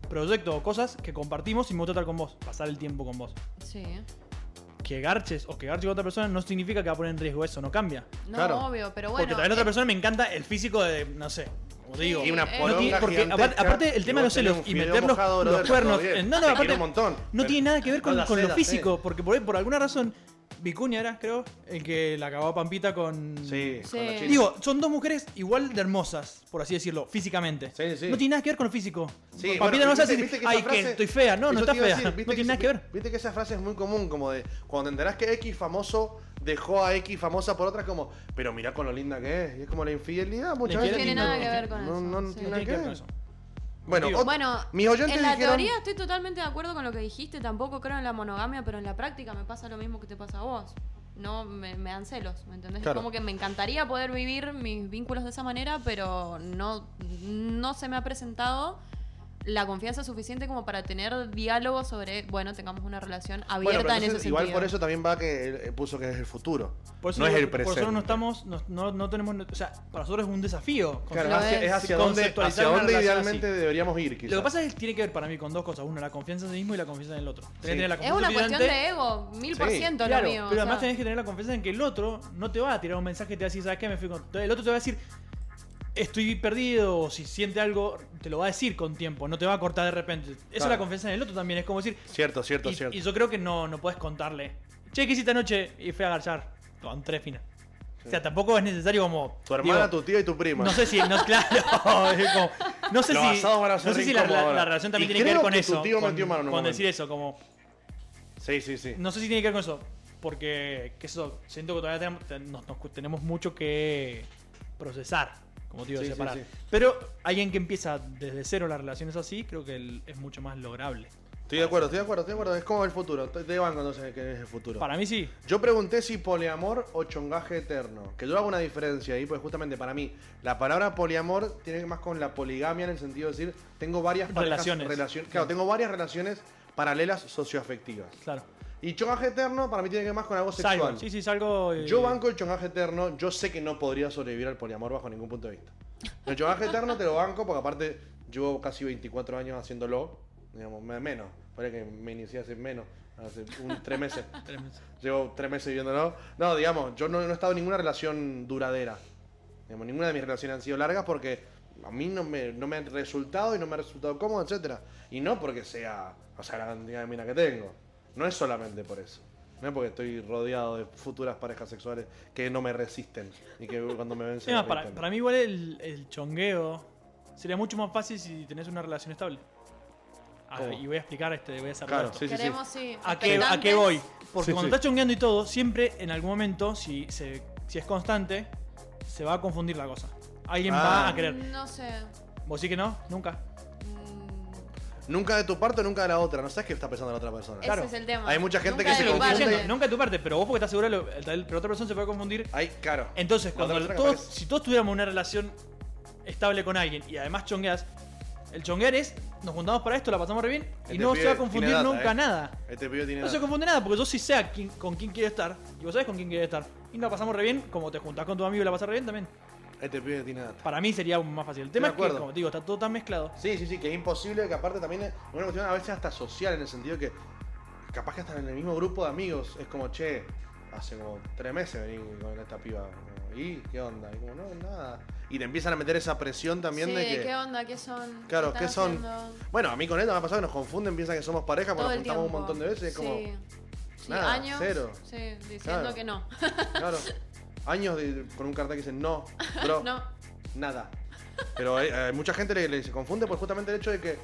S1: proyectos o cosas que compartimos y me gusta estar con vos, pasar el tiempo con vos.
S5: Sí.
S1: Que garches o que garches con otra persona no significa que va a poner en riesgo eso, no cambia.
S5: No,
S2: Claro.
S5: obvio, pero bueno.
S1: Porque tal vez la otra
S5: eh,
S1: persona me encanta el físico de, no sé, como te
S5: Sí,
S1: digo.
S2: Y una
S5: Eh,
S1: No
S2: poronga
S1: tiene- porque
S2: gigantesca,
S1: aparte, aparte el
S2: y
S1: tema de los
S2: vos tenés
S1: celos
S2: un
S1: y
S2: fideo
S1: meter los,
S2: mojado,
S1: los
S2: brother, está
S1: cuernos.
S2: todo bien.
S1: eh, No,
S2: Te
S1: no,
S2: quiero
S1: aparte.
S2: un montón,
S1: no
S2: pero
S1: tiene nada que ver
S2: no
S1: con,
S2: la
S1: con
S2: sé,
S1: lo
S2: la sé.
S1: físico. Porque por, por alguna razón, Vicuña era, creo, el que la acababa Pampita con.
S2: Sí,
S5: Sí.
S2: con la china.
S1: Digo, son dos mujeres igual de hermosas, por así decirlo, físicamente.
S2: Sí, sí.
S1: No tiene nada que ver con lo físico.
S2: Sí,
S1: Pampita
S2: bueno,
S1: no vas a
S2: viste-
S1: decir,
S2: viste que esa
S1: ay, que
S2: frase-
S1: estoy fea. No, no
S2: Eso te
S1: está
S2: iba a
S1: fea.
S2: decir,
S1: no
S2: viste
S1: tiene nada
S2: esa-
S1: que ver.
S2: Viste que esa frase es muy común, como de cuando te enterás que X famoso dejó a X famosa por otra, es como, pero mirá con lo linda que es. Y es como la infidelidad muchas
S1: No
S2: veces.
S1: tiene nada que
S5: ver con
S2: no,
S5: eso,
S2: No, no
S5: sí.
S2: tiene
S1: No tiene
S2: nada que ver.
S1: con eso.
S2: Bueno,
S1: Digo,
S2: ot-
S5: Bueno,
S2: mis oyentes
S5: en la
S2: dijeron-
S5: teoría estoy totalmente de acuerdo con lo que dijiste, tampoco creo en la monogamia, pero en la práctica me pasa lo mismo que te pasa a vos. No, me, me dan celos, ¿me entendés? Es
S2: Claro.
S5: Como que me encantaría poder vivir mis vínculos de esa manera, pero no, no se me ha presentado la confianza suficiente como para tener diálogo sobre, bueno, tengamos una relación
S2: Bueno,
S5: abierta
S2: pero
S5: en ese
S2: entonces,
S5: sentido.
S2: igual por eso también va que él, eh, puso que es el futuro.
S1: Por eso
S2: no es
S1: digo,
S2: el presente.
S1: Por eso no estamos, no, no- no tenemos, o sea, para nosotros es un desafío.
S2: Claro,
S5: Lo
S2: hacia-
S5: es.
S2: Ah, es hacia dónde,
S1: Conceptualizar
S2: hacia
S1: una
S2: dónde
S1: relación
S2: idealmente
S1: así.
S2: deberíamos ir, quizás.
S1: Lo que pasa es que tiene que ver para mí con dos cosas. Uno, la confianza en sí mismo y la confianza en el otro. Tenés que
S2: Sí.
S1: tener la
S5: Es
S1: confianza
S5: una cuestión
S1: evidente,
S5: de ego, mil por
S2: Sí,
S5: ciento
S1: claro,
S5: lo mío. o
S1: pero además
S5: sea.
S1: tenés que tener la confianza en que el otro no te va a tirar un mensaje que te va a decir, ¿sabes qué? Me fui con... El otro te va a decir, estoy perdido, o si siente algo, te lo va a decir con tiempo, no te va a cortar de repente. Esa es
S2: Claro.
S1: la confianza en el otro también, es como decir,
S2: Cierto, cierto,
S1: y,
S2: cierto.
S1: y yo creo que no, no puedes contarle, che, ¿qué hiciste anoche? Y fui a garchar, con tres finas. O sea, tampoco es necesario como...
S2: Tu hermana,
S1: digo,
S2: tu tía y tu prima.
S1: no sé si, no, claro, es como- no sé
S2: Los
S1: si,
S2: asados van a ser
S1: no sé si la,
S2: incómodos
S1: la-
S2: ahora.
S1: la relación también
S2: Y
S1: tiene que ver
S2: creo
S1: con
S2: que tu
S1: eso,
S2: tío
S1: con,
S2: metió mano en un
S1: con
S2: momento.
S1: decir eso, como,
S2: Sí, sí, sí.
S1: no sé si tiene que ver con eso, porque, que eso, siento que todavía tenemos, ten- nos- nos- tenemos mucho que procesar, como te digo,
S2: Sí, sí,
S1: separar.
S2: sí.
S1: Pero alguien que empieza desde cero las relaciones así, creo que el- es mucho más lograble.
S2: Estoy de acuerdo, estoy de acuerdo, estoy de acuerdo. Es como el futuro. Te te banco entonces que es el futuro.
S1: Para mí sí,
S2: Yo pregunté si poliamor o chongaje eterno. Que yo hago una diferencia ahí, pues justamente para mí, la palabra poliamor tiene más con la poligamia en el sentido de decir, tengo varias parejas-
S1: Relaciones.
S2: relacion- claro, tengo varias relaciones paralelas socioafectivas.
S1: claro.
S2: Y chongaje eterno para mí tiene que ver más con algo
S1: Salgo,
S2: sexual.
S1: sí, sí, salgo. eh,
S2: Yo banco el chongaje eterno, yo sé que no podría sobrevivir al poliamor bajo ningún punto de vista. El chongaje eterno te lo banco porque aparte llevo casi 24 años haciéndolo, digamos, me- menos, parece que me inicié hace menos, hace un, tres meses.
S1: tres meses.
S2: Llevo tres meses viviéndolo. No, digamos, yo no, no he estado en ninguna relación duradera. Digamos, ninguna de mis relaciones han sido largas porque a mí no me, no me han resultado y no me ha resultado cómodo, etcétera Y no porque sea, o sea, la cantidad de mina que tengo. No es solamente por eso. No es porque estoy rodeado de futuras parejas sexuales que no me resisten y que cuando me ven se
S1: Es más, para,
S2: derriten.
S1: para mí igual el, el chongueo Sería mucho más fácil si tenés una relación estable. Ah,
S2: ¿Cómo?
S1: y voy a explicar, este, voy a cerrar
S2: Claro,
S1: esto.
S2: sí, sí, sí.
S3: Queremos, sí.
S1: ¿A qué, a qué
S3: expectantes.
S1: voy? Porque
S2: Sí,
S1: cuando
S2: sí.
S1: estás chongueando y todo, siempre en algún momento, si, se, si es constante, se va a confundir la cosa. Alguien va
S2: Ah.
S1: a querer.
S3: Mm, No sé.
S1: ¿Vos sí que no? Nunca.
S3: Mm,
S2: Nunca de tu parte, nunca de la otra. No sabes qué está pensando la otra persona.
S1: Claro.
S3: Ese es el tema.
S2: Hay mucha gente
S3: Nunca
S2: que se
S3: de tu
S1: Estoy
S2: confunde.
S3: parte.
S1: diciendo, Nunca de tu parte, pero vos porque estás seguro, lo- tal- pero otra persona se puede confundir.
S2: Ay, claro.
S1: Entonces,
S2: La
S1: cuando
S2: otra persona
S1: todos,
S2: que aparece.
S1: si todos tuviéramos una relación estable con alguien y además chongueas, el chonguear es, nos juntamos para esto, la pasamos re bien y
S2: Este
S1: no se
S2: pibe
S1: va a confundir
S2: tiene data,
S1: nunca
S2: eh.
S1: nada.
S2: Este pibe tiene.
S1: No se
S2: edad.
S1: confunde nada, porque yo sí sé a quién- con quién quiero estar y vos sabés con quién quiero estar. Y la pasamos re bien, como te juntás con tu amigo y la pasas re bien también.
S2: Este pibe tiene data.
S1: Para mí sería aún más fácil. El tema
S2: De
S1: es que,
S2: acuerdo.
S1: como te digo, está todo tan mezclado.
S2: Sí, sí, sí, que es imposible, que aparte también es una cuestión a veces hasta social, en el sentido que capaz que hasta en el mismo grupo de amigos es como, che, hace como tres meses vení con esta piba. como, ¿Y qué onda? Y como, no, nada. Y te empiezan a meter esa presión también
S3: Sí,
S2: de que...
S3: qué onda, qué son.
S2: Claro,
S3: están
S2: ¿qué son?
S3: haciendo?
S2: Bueno, a mí con él me ha pasado que nos confunden, piensan que somos pareja,
S3: Todo
S2: porque nos
S3: el tiempo.
S2: juntamos un montón de veces. y Es como,
S3: Sí. Sí,
S2: nada,
S3: años.
S2: cero.
S3: Sí, diciendo
S2: Claro.
S3: que no.
S2: claro, años de- con un cartel que dice, no, bro,
S3: No.
S2: nada. Pero hay, hay mucha gente le, le se confunde por justamente el hecho de que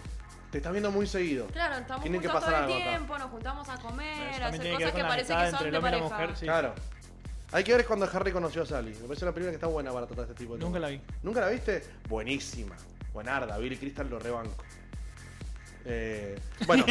S2: te estás viendo muy seguido.
S5: Claro, estamos
S2: Tiene que
S5: juntos todo
S2: pasar
S5: el
S2: algo acá.
S5: tiempo, nos juntamos a comer, a
S1: Eso también
S5: hacer
S1: tiene que
S5: cosas
S1: ver con
S5: que
S1: la
S5: parece
S1: amistad
S5: que
S1: entre
S5: son
S1: el
S5: de
S1: hombre y la
S5: pareja.
S1: mujer, sí.
S2: Claro. Hay que ver cuando Harry conoció a Sally. Me parece una película que está buena para tratar este tipo de
S1: Nunca
S2: temas.
S1: la vi.
S2: ¿Nunca la viste? Buenísima. Buenarda. Billy Crystal lo rebanco. Eh, bueno,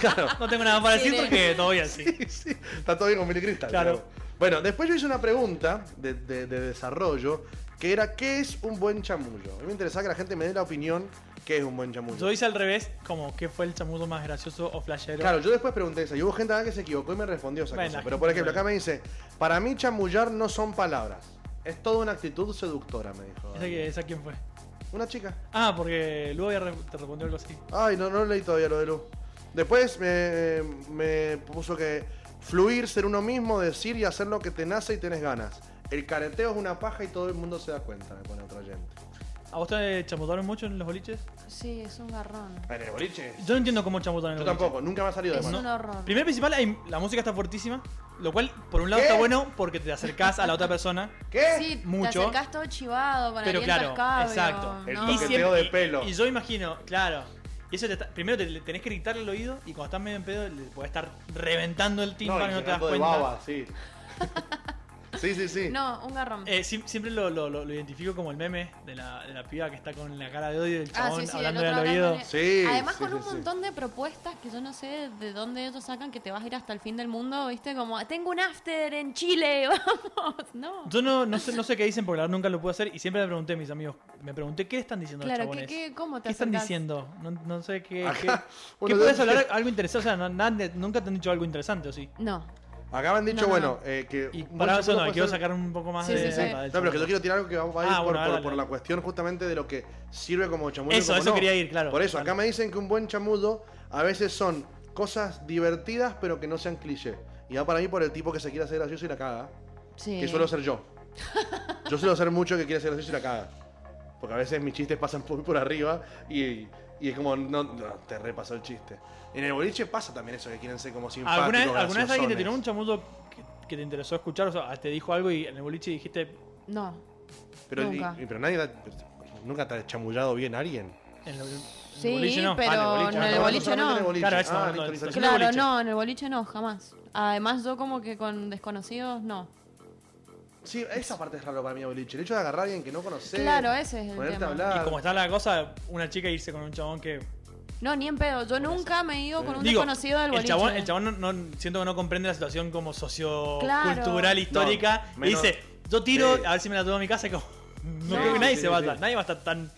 S2: claro.
S1: No tengo nada para decir
S3: Sí,
S1: porque todavía sí.
S2: Sí, Está todo bien con Billy Crystal.
S1: Claro.
S2: pero- Bueno, después yo hice una pregunta de, de- de desarrollo que era ¿qué es un buen chamullo? A mí me interesaba que la gente me dé la opinión qué es un buen chamullo.
S1: Yo hice al revés, como qué fue el chamudo más gracioso o flashero.
S2: Claro, yo después pregunté esa y hubo gente acá que se equivocó y me respondió esa
S1: Bueno,
S2: cosa.
S1: la
S2: Pero
S1: gente
S2: por ejemplo,
S1: buena.
S2: acá me dice, para mí chamullar no son palabras. Es toda una actitud seductora, me dijo.
S1: ¿Esa, que- esa quién fue?
S2: Una chica.
S1: Ah, porque luego ya re- te respondió algo así.
S2: Ay, no, no leí todavía lo de Lu. Después me, me puso que fluir, ser uno mismo, decir y hacer lo que te nace y tenés ganas. El careteo es una paja y todo el mundo se da cuenta, me pone otro oyente.
S1: ¿A vos te chamudaron mucho en los boliches?
S3: Sí, es un garrón.
S2: ¿En el boliche?
S1: Yo no entiendo cómo chamudaron en
S2: Yo
S1: los boliches.
S2: tampoco, nunca me ha salido de
S3: Es
S2: mano.
S3: un horror.
S1: Primero y principal, hay- la música está fuertísima, lo cual por un lado
S2: ¿Qué?
S1: está bueno porque te acercás a la otra persona.
S2: ¿Qué?
S3: Sí, te
S1: Mucho.
S3: acercás todo chivado con
S1: Pero
S3: aliento
S1: claro,
S3: a escabio,
S1: exacto.
S2: El
S3: ¿no?
S2: toqueteo de pelo.
S1: Y, y yo imagino, claro. Y eso te está- primero te, le tenés que gritarle al oído y cuando estás medio en pedo le podés estar reventando el
S2: No,
S1: tímpano y no, te das
S2: llenando de
S1: cuenta.
S2: baba, sí. sí, sí, sí.
S3: No, un garrón.
S1: Eh, sí- siempre lo, lo- lo- lo identifico como el meme de la, de la piba que está con la cara de odio y el
S3: Ah,
S1: chabón
S3: sí, sí,
S1: hablando
S3: el otro
S1: al
S3: hablando
S1: oído.
S3: en el-
S2: Sí,
S3: Además,
S2: sí,
S3: con
S2: sí,
S3: un
S2: sí.
S3: montón de propuestas que yo no sé de dónde ellos sacan que te vas a ir hasta el fin del mundo, ¿viste? Como, tengo un after en Chile, vamos. No.
S1: Yo no, no, sé, no sé qué dicen porque la verdad nunca lo pude hacer y siempre le pregunté a mis amigos, me pregunté qué están diciendo los
S3: Claro, ¿qué,
S1: chabones.
S3: qué, ¿cómo te
S1: ¿Qué están
S3: acercás?
S1: diciendo? No, no sé qué.
S2: Acá,
S1: qué-
S2: uno
S1: ¿qué
S2: de-
S1: podés hablar algo interesante? O sea, no- nada- nunca te han dicho algo interesante, ¿o sí?
S3: No.
S2: Acá me han dicho,
S3: No, no,
S2: bueno, eh, que.
S1: Y
S2: un
S1: para
S2: buen
S1: eso
S2: chamullo
S1: no,
S2: puede
S1: quiero
S2: ser-
S1: sacar un poco más
S3: Sí,
S1: de.
S3: sí, sí.
S1: data del
S2: No, pero que yo
S1: chamullo.
S2: quiero tirar algo que va, va a ir
S1: Ah, bueno,
S2: por, por-
S1: dale,
S2: por
S1: dale.
S2: la cuestión justamente de lo que sirve como chamullo. y
S1: Eso,
S2: como
S1: eso
S2: no.
S1: quería ir, claro.
S2: Por eso, acá
S1: Claro.
S2: me dicen que un buen chamudo a veces son cosas divertidas pero que no sean cliché. Y va para mí por el tipo que se quiere hacer gracioso y la caga.
S3: Sí.
S2: Que suelo ser yo. Yo suelo ser mucho que quiere hacer gracioso y la caga. Porque a veces mis chistes pasan por, por arriba y, y es como, no, no, te repasó el chiste. En el boliche pasa también eso, que quieren ser como simpáticos,
S1: ¿Alguna vez, alguna vez alguien te
S2: graciosones.
S1: tiró un chamullo que, que te interesó escuchar? O sea, te dijo algo y en el boliche dijiste
S3: No.
S2: Pero, y-
S3: Nunca.
S2: y- pero nadie da- nunca te ha chamullado bien alguien.
S1: en el, en el
S3: Sí,
S1: boliche no.
S3: pero
S2: Ah,
S3: en el
S2: Ah,
S3: boliche
S2: solamente en el
S3: no.
S2: boliche.
S1: Claro, eso,
S2: Ah,
S1: no,
S2: listo,
S1: no, entonces-
S2: listo, listo.
S1: en el
S3: Claro,
S1: boliche.
S3: no, en el boliche no, jamás. Además, yo como que con desconocidos, no.
S2: Sí, esa parte es raro para mí, boliche. El hecho de agarrar a alguien que no conoces.
S3: Claro, ese es el
S2: ponerte
S3: tema.
S2: a hablar.
S1: Y como está la cosa, una chica irse con un chabón que.
S3: No, ni en pedo. Yo nunca me he ido con un
S1: Digo,
S3: desconocido del
S1: el
S3: boliche.
S1: chabón, el chabón no, no- siento que no comprende la situación como sociocultural,
S3: Claro.
S1: histórica.
S2: No,
S1: y
S2: menos-
S1: dice, yo tiro,
S2: Sí.
S1: a ver si me la tomo a mi casa. y como, no,
S3: No.
S1: creo que nadie
S2: Sí,
S1: se va a
S2: sí,
S1: estar.
S2: sí.
S1: Nadie va a estar tan.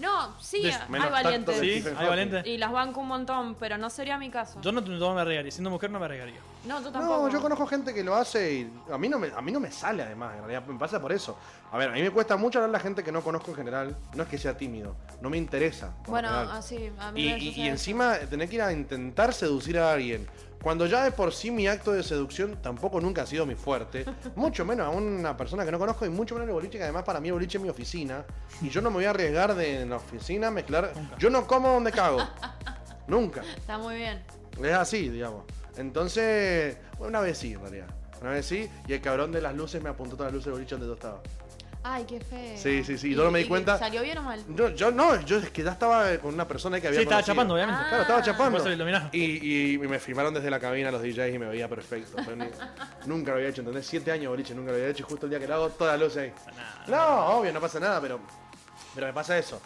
S5: No, sí,
S1: Des-
S5: hay
S2: Menos
S5: valientes.
S2: tacto
S1: Sí,
S2: de Stephen
S1: hay
S2: Hawking.
S1: valientes.
S5: Y las banco un montón, pero no sería mi caso.
S1: Yo no, no me arreglaría. Siendo mujer no me arreglaría.
S5: no, yo tampoco.
S2: No, yo conozco gente que lo hace y a mí no me, a mí no me sale además, en realidad me pasa por eso. A ver, a mí me cuesta mucho hablar a la gente que no conozco en general. No es que sea tímido, no me interesa. por lo
S3: Bueno,
S2: general.
S3: así, a mí
S2: Y,
S3: me
S2: y- y
S3: sucede.
S2: encima tener que ir a intentar seducir a alguien. Cuando ya de por sí mi acto de seducción tampoco nunca ha sido mi fuerte. Mucho menos a una persona que no conozco y mucho menos el boliche, que además para mí el boliche es mi oficina. Y yo no me voy a arriesgar de en la oficina mezclar. Yo no como donde cago. nunca.
S3: Está muy bien.
S2: Es así, digamos. Entonces, bueno, una vez sí, en realidad. Una vez sí, y el cabrón de las luces me apuntó todas las luces del boliche donde yo estaba.
S3: Ay, qué feo.
S2: Sí, sí, sí, yo no me di
S3: y
S2: cuenta.
S3: ¿Salió bien o mal?
S2: Yo, yo no, yo es que ya estaba con una persona que había
S1: Sí, estaba
S2: conocido.
S1: chapando, obviamente.
S2: Claro, estaba
S1: Por eso lo
S2: chapando.
S1: iluminaron.
S2: Y, y- y me filmaron desde la cabina los DJs y me veía perfecto. Fue ni- nunca lo había hecho, ¿entendés? Siete años, boliche, nunca lo había hecho. Y justo el día que lo hago, toda la luz ahí. No, obvio, no pasa nada, pero, pero me pasa eso.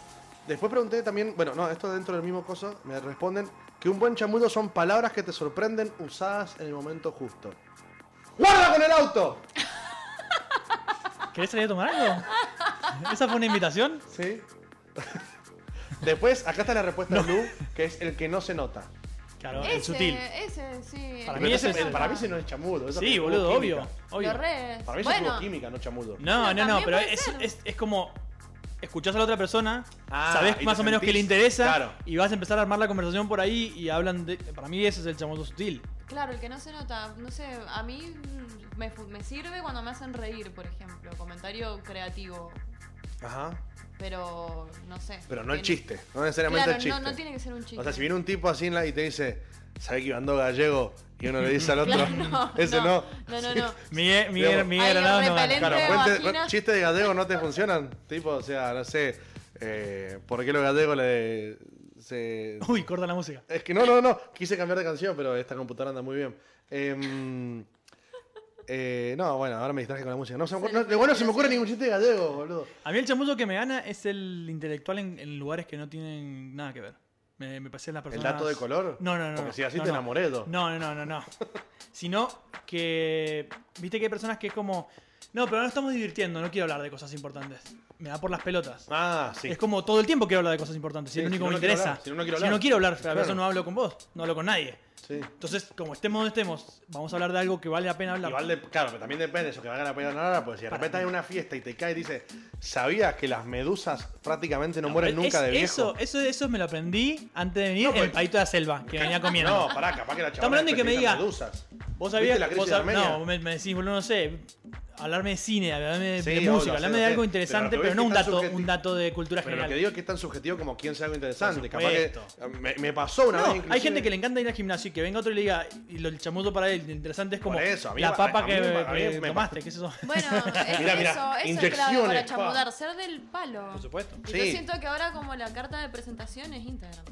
S2: Después pregunté también, bueno, no, esto dentro del mismo coso, me responden que un buen chamudo son palabras que te sorprenden usadas en el momento justo. ¡Guarda con el auto!
S1: ¿Querés salir a tomar algo? ¿Esa fue una invitación?
S2: ¿Sí? Después, acá está la respuesta de Lu, que es el que no se nota.
S1: Claro, el
S3: Ese,
S1: sutil.
S3: ese, sí.
S1: Para
S2: Pero
S1: mí
S2: ese-
S1: ese es-
S2: para mí ese no es chamudo. eso
S1: Sí,
S2: es
S1: boludo,
S2: puro
S1: obvio.
S2: química.
S1: obvio.
S3: Lo re-
S2: Para mí eso es
S3: bueno,
S2: puro química, no
S1: No, no,
S2: chamudo.
S3: Pero
S1: no,
S3: también
S1: pero
S3: puede
S1: es,
S3: ser.
S1: es, es como escuchás a la otra persona,
S2: Ah, y
S1: sabés
S2: te
S1: más o menos
S2: sentís,
S1: que le interesa
S2: claro.
S1: y vas a empezar a armar la conversación por ahí y hablan de... Para mí ese es el chamudo sutil.
S3: Claro, el que no se nota, no sé, a mí mm, me, fu- me sirve cuando me hacen reír, por ejemplo, comentario creativo,
S2: Ajá.
S3: pero no sé.
S2: Pero no el
S3: Que-
S2: chiste, no necesariamente
S3: Claro,
S2: el chiste.
S3: No, no tiene que ser un chiste.
S2: O sea, si viene un tipo así en la y te dice, ¿sabes que ando gallego? Y uno le dice al otro,
S3: Claro, no,
S2: ese no.
S3: No, no, no.
S1: Miguel,
S2: Digamos,
S1: Miguel,
S3: hay
S1: Miguel
S3: un
S1: Granado no gana.
S3: repelente.
S2: Claro,
S3: Entre
S2: cuente-
S3: vaginas.
S2: chistes de gallego no te funcionan. Tipo, o sea, no sé, eh, ¿por qué los gallegos le... se-
S1: Uy, corta la música.
S2: Es que no, no, no. Quise cambiar de canción, pero esta computadora anda muy bien. Em, eh, no, bueno, ahora me distraje con la música. No, se me ocurre- no, de bueno, se me ocurre ningún chiste de gallego, boludo.
S1: A mí el chamudo que me gana es el intelectual en, en lugares que no tienen nada que ver. Me, me pasé las
S2: ¿El
S1: personas...
S2: dato de color?
S1: No, no, no.
S2: Porque
S1: no,
S2: si así
S1: no,
S2: te
S1: no.
S2: enamoré, do.
S1: No, no, no, no, no. Sino que. Viste que hay personas que es como. No, pero no estamos divirtiendo, no quiero hablar de cosas importantes. Me da por las pelotas.
S2: Ah, sí.
S1: Es como todo el tiempo quiero hablar de cosas importantes. Si
S2: Sí,
S1: es lo único
S2: si
S1: que
S2: no,
S1: me
S2: no quiero
S1: interesa.
S2: hablar, si no, no quiero
S1: Si no
S2: hablar.
S1: quiero hablar, a veces
S2: Claro.
S1: no hablo con vos, no hablo con nadie.
S2: Sí.
S1: Entonces, como estemos donde estemos, vamos a hablar de algo que vale la pena hablar.
S2: Igual de- claro, pero también depende de eso que valga la pena nada, pues si de repente hay una fiesta y te cae y dice, ¿sabías que las medusas prácticamente no, mueren
S1: Es-
S2: nunca de viejo?
S1: Eso, eso, eso me lo aprendí antes de venir
S2: No,
S1: en
S2: pues-
S1: el paito de la selva, que venía comiendo.
S2: No, pará, capaz que la chavala
S1: hablando de que me
S2: después
S1: diga,
S2: piensa en medusas.
S1: Vos
S2: ¿Viste
S1: sabías
S2: la crisis
S1: vos
S2: de
S1: sab-
S2: Armenia?
S1: No, me, me decís, boludo, no sé. Hablarme de cine, hablarme de,
S2: Sí,
S1: de
S2: obvio,
S1: música,
S2: sí,
S1: hablarme
S2: sí.
S1: de algo
S2: Pero
S1: interesante,
S2: lo que
S1: pero
S2: ves
S1: no
S2: que
S1: un
S2: está
S1: dato,
S2: subjeti-
S1: un dato de cultura
S2: Pero lo
S1: general.
S2: que digo es que es tan subjetivo como quién sabe algo interesante.
S1: Por
S2: Capaz que eh,
S1: supuesto.
S2: me, me pasó una
S1: No,
S2: vez.
S1: hay
S2: inclusive-
S1: gente que le encanta ir al gimnasio y que venga otro y le diga, y lo, el chamudo para él, lo interesante es como
S2: Por eso, a mí-
S1: la papa
S2: a mí-
S1: que,
S2: a mí
S1: que
S2: me-
S1: tomaste, ¿qué es eso?
S3: Bueno, es,
S2: Mirá, mirá,
S3: eso, eso es clave
S2: inyecciones, pa.
S3: para chamudar, ser del palo.
S1: Por supuesto.
S3: Y
S2: Sí.
S3: Yo siento que ahora como la carta de presentación es Instagram.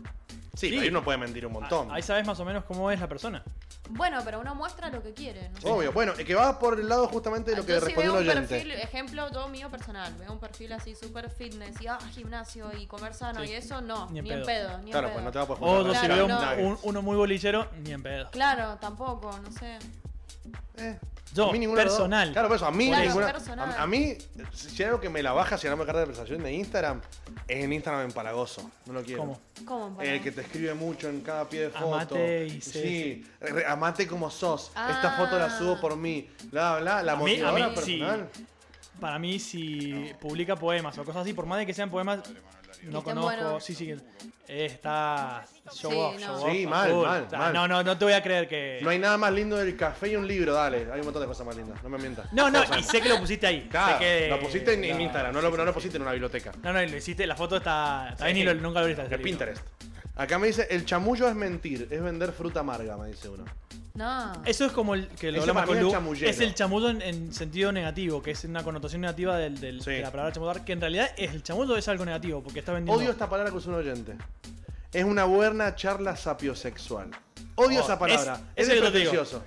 S1: Sí.
S2: Sí,
S1: Ah,
S2: pero ahí uno puede mentir un montón.
S1: Ahí sabes más o menos cómo es la persona.
S3: Bueno, pero uno muestra lo que quiere. ¿no?
S2: Obvio, bueno, es que va por el lado justamente de lo que
S3: Ah, Yo sí
S2: respondió
S3: veo
S2: un
S3: un
S2: oyente.
S3: perfil, ejemplo todo mío personal, veo un perfil así super fitness y ah, gimnasio y comer sano
S1: Sí.
S3: y eso no,
S1: Ni
S3: ni
S1: en pedo.
S3: en, pedo, ni en
S2: Claro,
S3: pedo.
S2: pues no te va a poder
S1: O
S2: juntar
S1: yo si
S2: con
S1: veo
S3: Claro,
S1: un-
S2: Chicken
S1: un-
S2: Nuggets.
S1: uno muy bolillero, ni en pedo.
S3: Claro, tampoco, no sé.
S2: Eh,
S1: Yo,
S2: a mí ninguno de los dos.
S1: personal.
S2: Claro, por eso, a mí
S3: Claro,
S2: ninguna-
S3: personal.
S2: A, a mí, si si hay algo que me la baja si no me carga de presentación de Instagram, es en Instagram empalagoso. No lo quiero.
S1: ¿Cómo?
S3: ¿Cómo? para?
S2: El que te escribe mucho en cada pie de foto.
S1: Amate y
S2: sí. re- amate como sos. Esta
S3: Ah.
S2: foto la subo por mí. Bla, bla, la
S1: A mí- a
S2: motivadora
S1: mí, sí.
S2: personal.
S1: Para mí, si publica poemas o cosas así, por más de que sean poemas, no
S3: estén
S1: conozco.
S3: buenos.
S1: Sí, sí. que- eh, está. Show
S3: Sí,
S1: off,
S3: no.
S1: show off,
S2: Sí,
S1: a
S2: mal,
S1: full.
S2: mal,
S1: O sea,
S2: mal.
S1: No, no, no te voy a creer que.
S2: No hay nada más lindo del café y un libro, dale. Hay un montón de cosas más lindas. No me mientas.
S1: No, no,
S2: Cosas-
S1: y sé que lo pusiste ahí. sé
S2: Claro,
S1: que-
S2: lo pusiste en, en
S1: Claro.
S2: Instagram, no lo, no lo pusiste en una biblioteca.
S1: No, no, y lo hiciste, la foto está. Está bien
S2: Sí.
S1: y lo- nunca lo viste.
S2: En Pinterest. Acá me dice, el chamullo es mentir, es vender fruta amarga, me dice uno.
S3: No.
S1: Eso es como el que lo
S2: Ese
S1: hablamos
S2: para mí
S1: con
S2: es
S1: Lu.
S2: chamullero.
S1: Es el chamullo en, en sentido negativo, que es una connotación negativa del, del-
S2: Sí.
S1: de la palabra chamudar, que en realidad es, el chamullo es algo negativo, porque está vendiendo.
S2: Odio esta palabra que usa un oyente. Es una buena charla sapiosexual. Odio
S1: Oh,
S2: esa palabra.
S1: es-
S2: Es,
S1: eso yo te digo.
S2: despretencioso.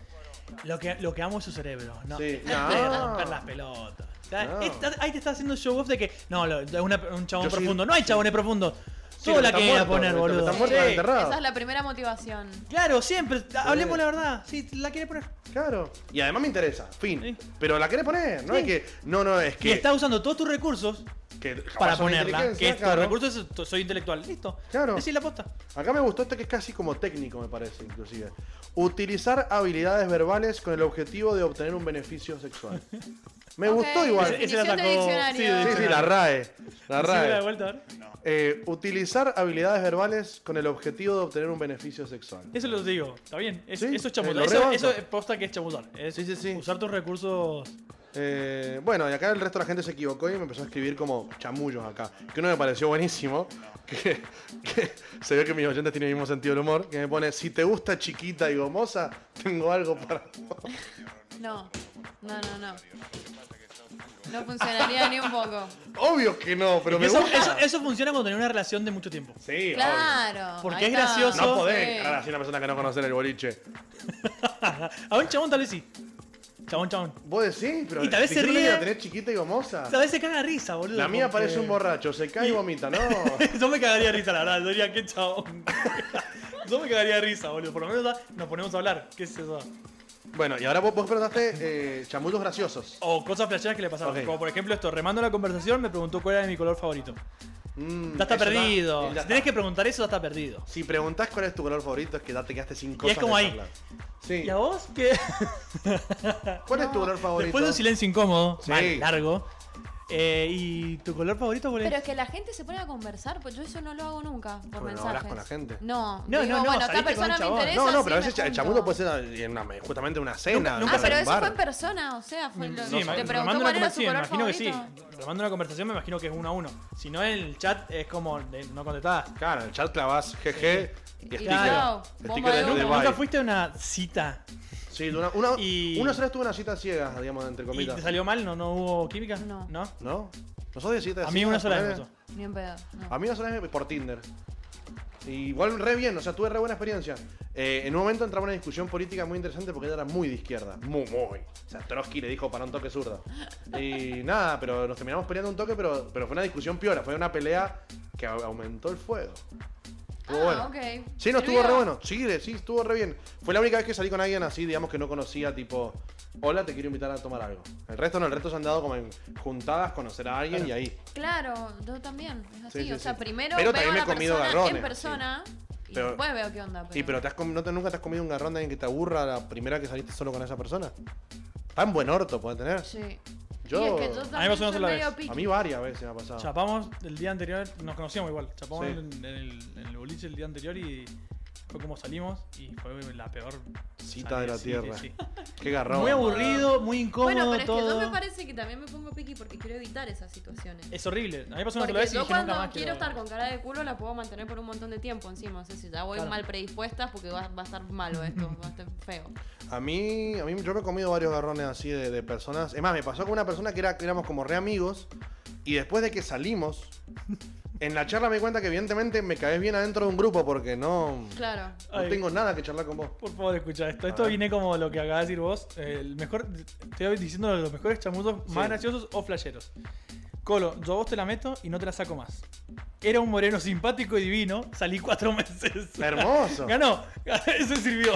S1: Lo que, lo que amo es su cerebro. No,
S2: Sí.
S1: no.
S2: No.
S1: te dejas romper las pelotas. O sea,
S2: No.
S1: está- ahí te está haciendo show off de que. No, lo- es una- un chabón
S2: Yo soy-
S1: profundo. no hay chabones profundos.
S2: Sí,
S1: Todo
S2: lo
S1: la
S2: que
S1: que
S2: está
S1: iba a
S2: muerto,
S1: poner,
S2: lo que
S1: boludo.
S2: está muerto, lo
S1: Sí.
S2: que enterró.
S3: Esa es la primera motivación.
S1: Claro, siempre. ah, Hablemos la verdad. Sí, la quiere poner.
S2: Claro. Y además me interesa, fin.
S1: Sí.
S2: Pero la querés poner, no
S1: Sí.
S2: es que. No, no, es
S1: Y
S2: que.
S1: está usando todos tus recursos
S2: que capaz
S1: para
S2: son
S1: ponerla.
S2: inteligencia,
S1: Que estos
S2: claro.
S1: recursos es- to- soy intelectual. Listo.
S2: Claro.
S1: Decí la posta.
S2: Acá me gustó este que es casi como técnico, me parece, inclusive. Utilizar habilidades verbales con el objetivo de obtener un beneficio sexual. Me
S3: Ok,
S2: gustó igual.
S1: Ese-
S2: Sí,
S1: ese la
S3: definición de
S1: sacó-
S3: diccionario.
S1: sí, de
S2: sí, la RAE. La
S1: Decímela de
S2: RAE.
S1: vuelta, a ver.
S2: Eh, utilizar habilidades verbales con el objetivo de obtener un beneficio sexual.
S1: Eso lo digo. Está bien. Es-
S2: Sí,
S1: eso es
S2: eh, lo
S1: chamudar. Eso,
S2: rebanco.
S1: eso es posta que es chamudar. Es
S2: Sí, sí, sí.
S1: Usar tus recursos.
S2: Eh, bueno, y acá el resto de la gente se equivocó y me empezó a escribir como chamullos acá. Que uno me pareció buenísimo. Que, que se ve que mis oyentes tienen el mismo sentido del humor. Que me pone, si te gusta chiquita y gomosa, tengo algo para vos".
S5: No, no, no, no. No funcionaría ni un poco.
S2: Obvio que no, pero me
S1: Eso,
S2: gusta.
S1: eso- eso funciona cuando tenés una relación de mucho tiempo.
S2: Sí,
S5: Claro.
S1: Porque
S5: ahí
S1: es
S5: está.
S1: gracioso.
S2: obvio. No podés
S5: Sí.
S2: encarar así a una persona que no conoce el boliche.
S1: A un chabón tal vez sí. Chabón, chabón.
S2: Vos decís, pero.
S1: Y tal vez se
S2: dijiste que
S1: ríe.
S2: La tenés chiquita y gomosa.
S1: O sea, a veces caga de risa, boludo.
S2: La mía
S1: porque-
S2: parece un borracho, se cae y vomita, ¿no?
S1: Yo me cagaría de risa, la verdad. Yo diría, qué chabón. Yo me cagaría de risa, boludo. Por lo menos ah, nos ponemos a hablar. ¿Qué es eso?
S2: bueno, y ahora vos, vos preguntaste eh, chamullos graciosos.
S1: O cosas flasheras que le pasaron.
S2: Ok.
S1: Como por ejemplo esto, remando la conversación, me preguntó cuál era mi color favorito.
S2: Mm,
S1: Ya está
S2: eso
S1: perdido.
S2: ya
S1: si
S2: está.
S1: tenés que preguntar eso, ya está perdido.
S2: Si preguntás cuál es tu color favorito, es que ya te quedaste sin
S1: Y
S2: cosas.
S1: es como
S2: de
S1: ahí.
S2: charlar. Sí.
S1: ¿Y a vos qué?
S2: ¿Cuál es tu color favorito?
S1: Después de un silencio incómodo,
S2: Sí.
S1: mal, largo. eh, ¿Y tu color favorito, cuál es?
S5: Pero es que la gente se pone a conversar, pues yo eso no lo hago nunca por
S2: Bueno,
S5: mensajes.
S2: hablas con la gente.
S5: No, digo,
S1: No, no, no,
S5: bueno,
S1: saliste
S5: esta
S1: con un
S5: persona me
S1: chabón.
S5: interesa.
S2: No, no, pero a
S5: sí,
S2: veces
S5: me
S2: el
S5: junto.
S2: chamudo puede ser en una- justamente una cena.
S1: nunca
S5: Ah,
S2: en
S5: pero
S2: un
S5: eso
S2: bar.
S5: fue en persona, o sea, fue lo-
S1: Sí,
S5: te
S1: ma-
S5: preguntó
S1: remando
S5: cuál
S1: una
S5: era su
S1: conversación, me
S5: color
S1: imagino que sí.
S5: favorito.
S1: Remando una conversación, me imagino que es uno a uno. Si no, en el chat es como de- no contestabas.
S2: Claro, en el chat clavás GG y sticker.
S5: chao, bomba
S2: sticker de,
S5: de humo.
S2: de
S1: ¿Nunca
S2: bye.
S1: fuiste a una cita
S2: Sí, una, una,
S1: Y-
S2: una sola vez tuve una cita ciega, digamos, entre
S1: y
S2: comillas.
S1: te salió mal? ¿No, no hubo química?
S5: No.
S2: ¿No? ¿Nosotros de citas
S1: A mí
S2: ciegas,
S1: una sola vez
S2: ponele?
S1: me pasó.
S5: Ni en pedo. no.
S2: A mí una sola vez me- por Tinder. Y igual re bien, o sea, tuve re buena experiencia. Eh, en un momento entraba en una discusión política muy interesante porque ella era muy de izquierda. Muy, muy. O sea, Trotsky le dijo para un toque zurda. Y nada, pero nos terminamos peleando un toque, pero, pero fue una discusión piola. Fue una pelea que au- aumentó el fuego. Estuvo
S5: Ah,
S2: bueno.
S5: ok.
S2: Sí, no, estuvo
S5: Sirvió.
S2: re bueno. Sí, de- sí, estuvo re bien. Fue la única vez que salí con alguien así, digamos, que no conocía, tipo, hola, te quiero invitar a tomar algo. El resto no, el resto se han dado como en juntadas, conocer a alguien y ahí.
S5: Claro, yo también, es así.
S2: Sí, sí,
S5: o sea,
S2: sí.
S5: primero veo
S2: Pero también
S5: a
S2: me
S5: la
S2: he comido
S5: persona
S2: garrones,
S5: en persona y
S2: Pero-
S5: después veo qué onda. Pero...
S2: Y pero te has comi- no te- nunca te has comido un garrón de alguien que te aburra la primera que saliste solo con esa persona. Tan buen orto puede tener.
S5: Sí.
S2: Yo-
S5: Y es que yo
S2: A mí me
S5: también
S1: pasó
S5: soy
S1: una sola
S5: medio
S1: vez.
S5: piqui.
S2: A mí varias veces me ha pasado.
S1: Chapamos el día anterior, nos conocíamos igual. Chapamos
S2: Sí.
S1: en, en el, en el boliche el día anterior y fue como salimos y fue la peor
S2: Cita
S1: salida,
S2: de la
S1: sí,
S2: tierra.
S1: sí, sí.
S2: Qué garrón.
S1: Muy aburrido, muy incómodo
S5: Bueno, pero es
S1: todo.
S5: que yo me parece que también me pongo piqui porque quiero evitar esas situaciones.
S1: Es horrible. A mí me pasó una
S5: Porque
S1: sola vez y
S5: yo
S1: dije nunca
S5: cuando
S1: más
S5: quiero estar con cara de culo la puedo mantener por un montón de tiempo encima. No sé si ya voy
S1: Claro.
S5: mal predispuesta porque va, va a estar malo esto, va a estar feo.
S2: A mí, a mí, yo me he comido varios garrones así de, de personas. Es más, me pasó con una persona que era, que éramos como re amigos. Y después de que salimos, en la charla me di cuenta que evidentemente me caes bien adentro de un grupo porque no,
S5: Claro.
S2: no
S1: Ay.
S2: tengo nada que charlar con vos.
S1: Por favor, escucha esto. Esto
S2: ver.
S1: viene como lo que acabas de decir vos. El mejor, te voy diciendo los mejores chamuzos
S2: Sí.
S1: más graciosos o flasheros. Colo, yo a vos te la meto y no te la saco más. Era un moreno simpático y divino. Salí cuatro meses.
S2: Hermoso.
S1: Ganó. Eso sirvió.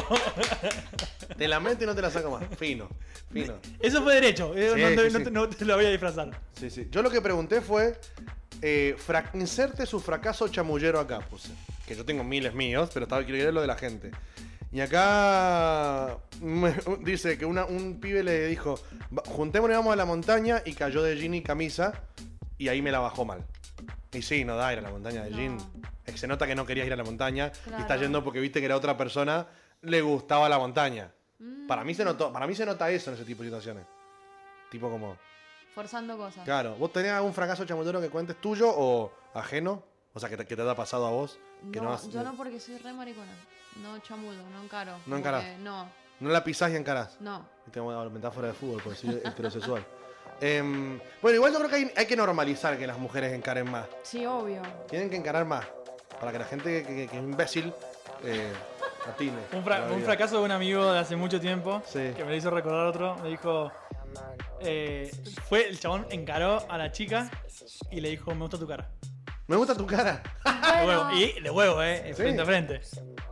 S2: Te la meto y no te la saco más. Fino, fino.
S1: Eso fue derecho. Eh,
S2: Sí,
S1: no, te-
S2: sí,
S1: no
S2: sí.
S1: te- no te lo voy a disfrazar.
S2: Sí, sí. Yo lo que pregunté fue, eh, fra- inserte su fracaso chamullero acá, puse. Que yo tengo miles míos, pero estaba quiero leer lo de la gente. Y acá me- dice que una- un pibe le dijo, "Va- juntémonos y vamos a la montaña y cayó de jean y camisa y ahí me la bajó mal. Y sí, no da ir a la montaña de
S5: No.
S2: jean. Es que se nota que no querías ir a la montaña y está
S5: Claro.
S2: yendo porque viste que la otra persona le gustaba la montaña.
S5: Mm.
S2: Para mí se notó, para mí se nota eso en ese tipo de situaciones. Tipo como,
S5: Forzando cosas.
S2: Claro, ¿vos tenés algún fracaso chamullero que cuentes tuyo o ajeno? O sea, que te, que te haya pasado a vos. Que
S5: No,
S2: no, has-
S5: yo no porque soy re maricona. No chamudo, no encaro. Como
S2: encarás.
S5: que No,
S2: no la pisás y encarás.
S5: no.
S2: Y Tengo la metáfora de fútbol, por decir heterosexual. Em, bueno, igual yo creo que hay, hay que normalizar que las mujeres encaren más.
S5: Sí, obvio.
S2: Tienen que encarar más. Para que la gente que, que- que es imbécil eh, atine.
S1: Un, fra-
S2: a la
S1: un
S2: vida.
S1: fracaso de un amigo de hace mucho tiempo
S2: Sí.
S1: que me lo hizo recordar otro. Me dijo. eh, fue el chabón encaró a la chica y le dijo: Me gusta tu cara.
S2: Me gusta tu cara.
S1: De
S5: Bueno,
S1: huevo, Ah, y de huevo, eh. Frente a frente.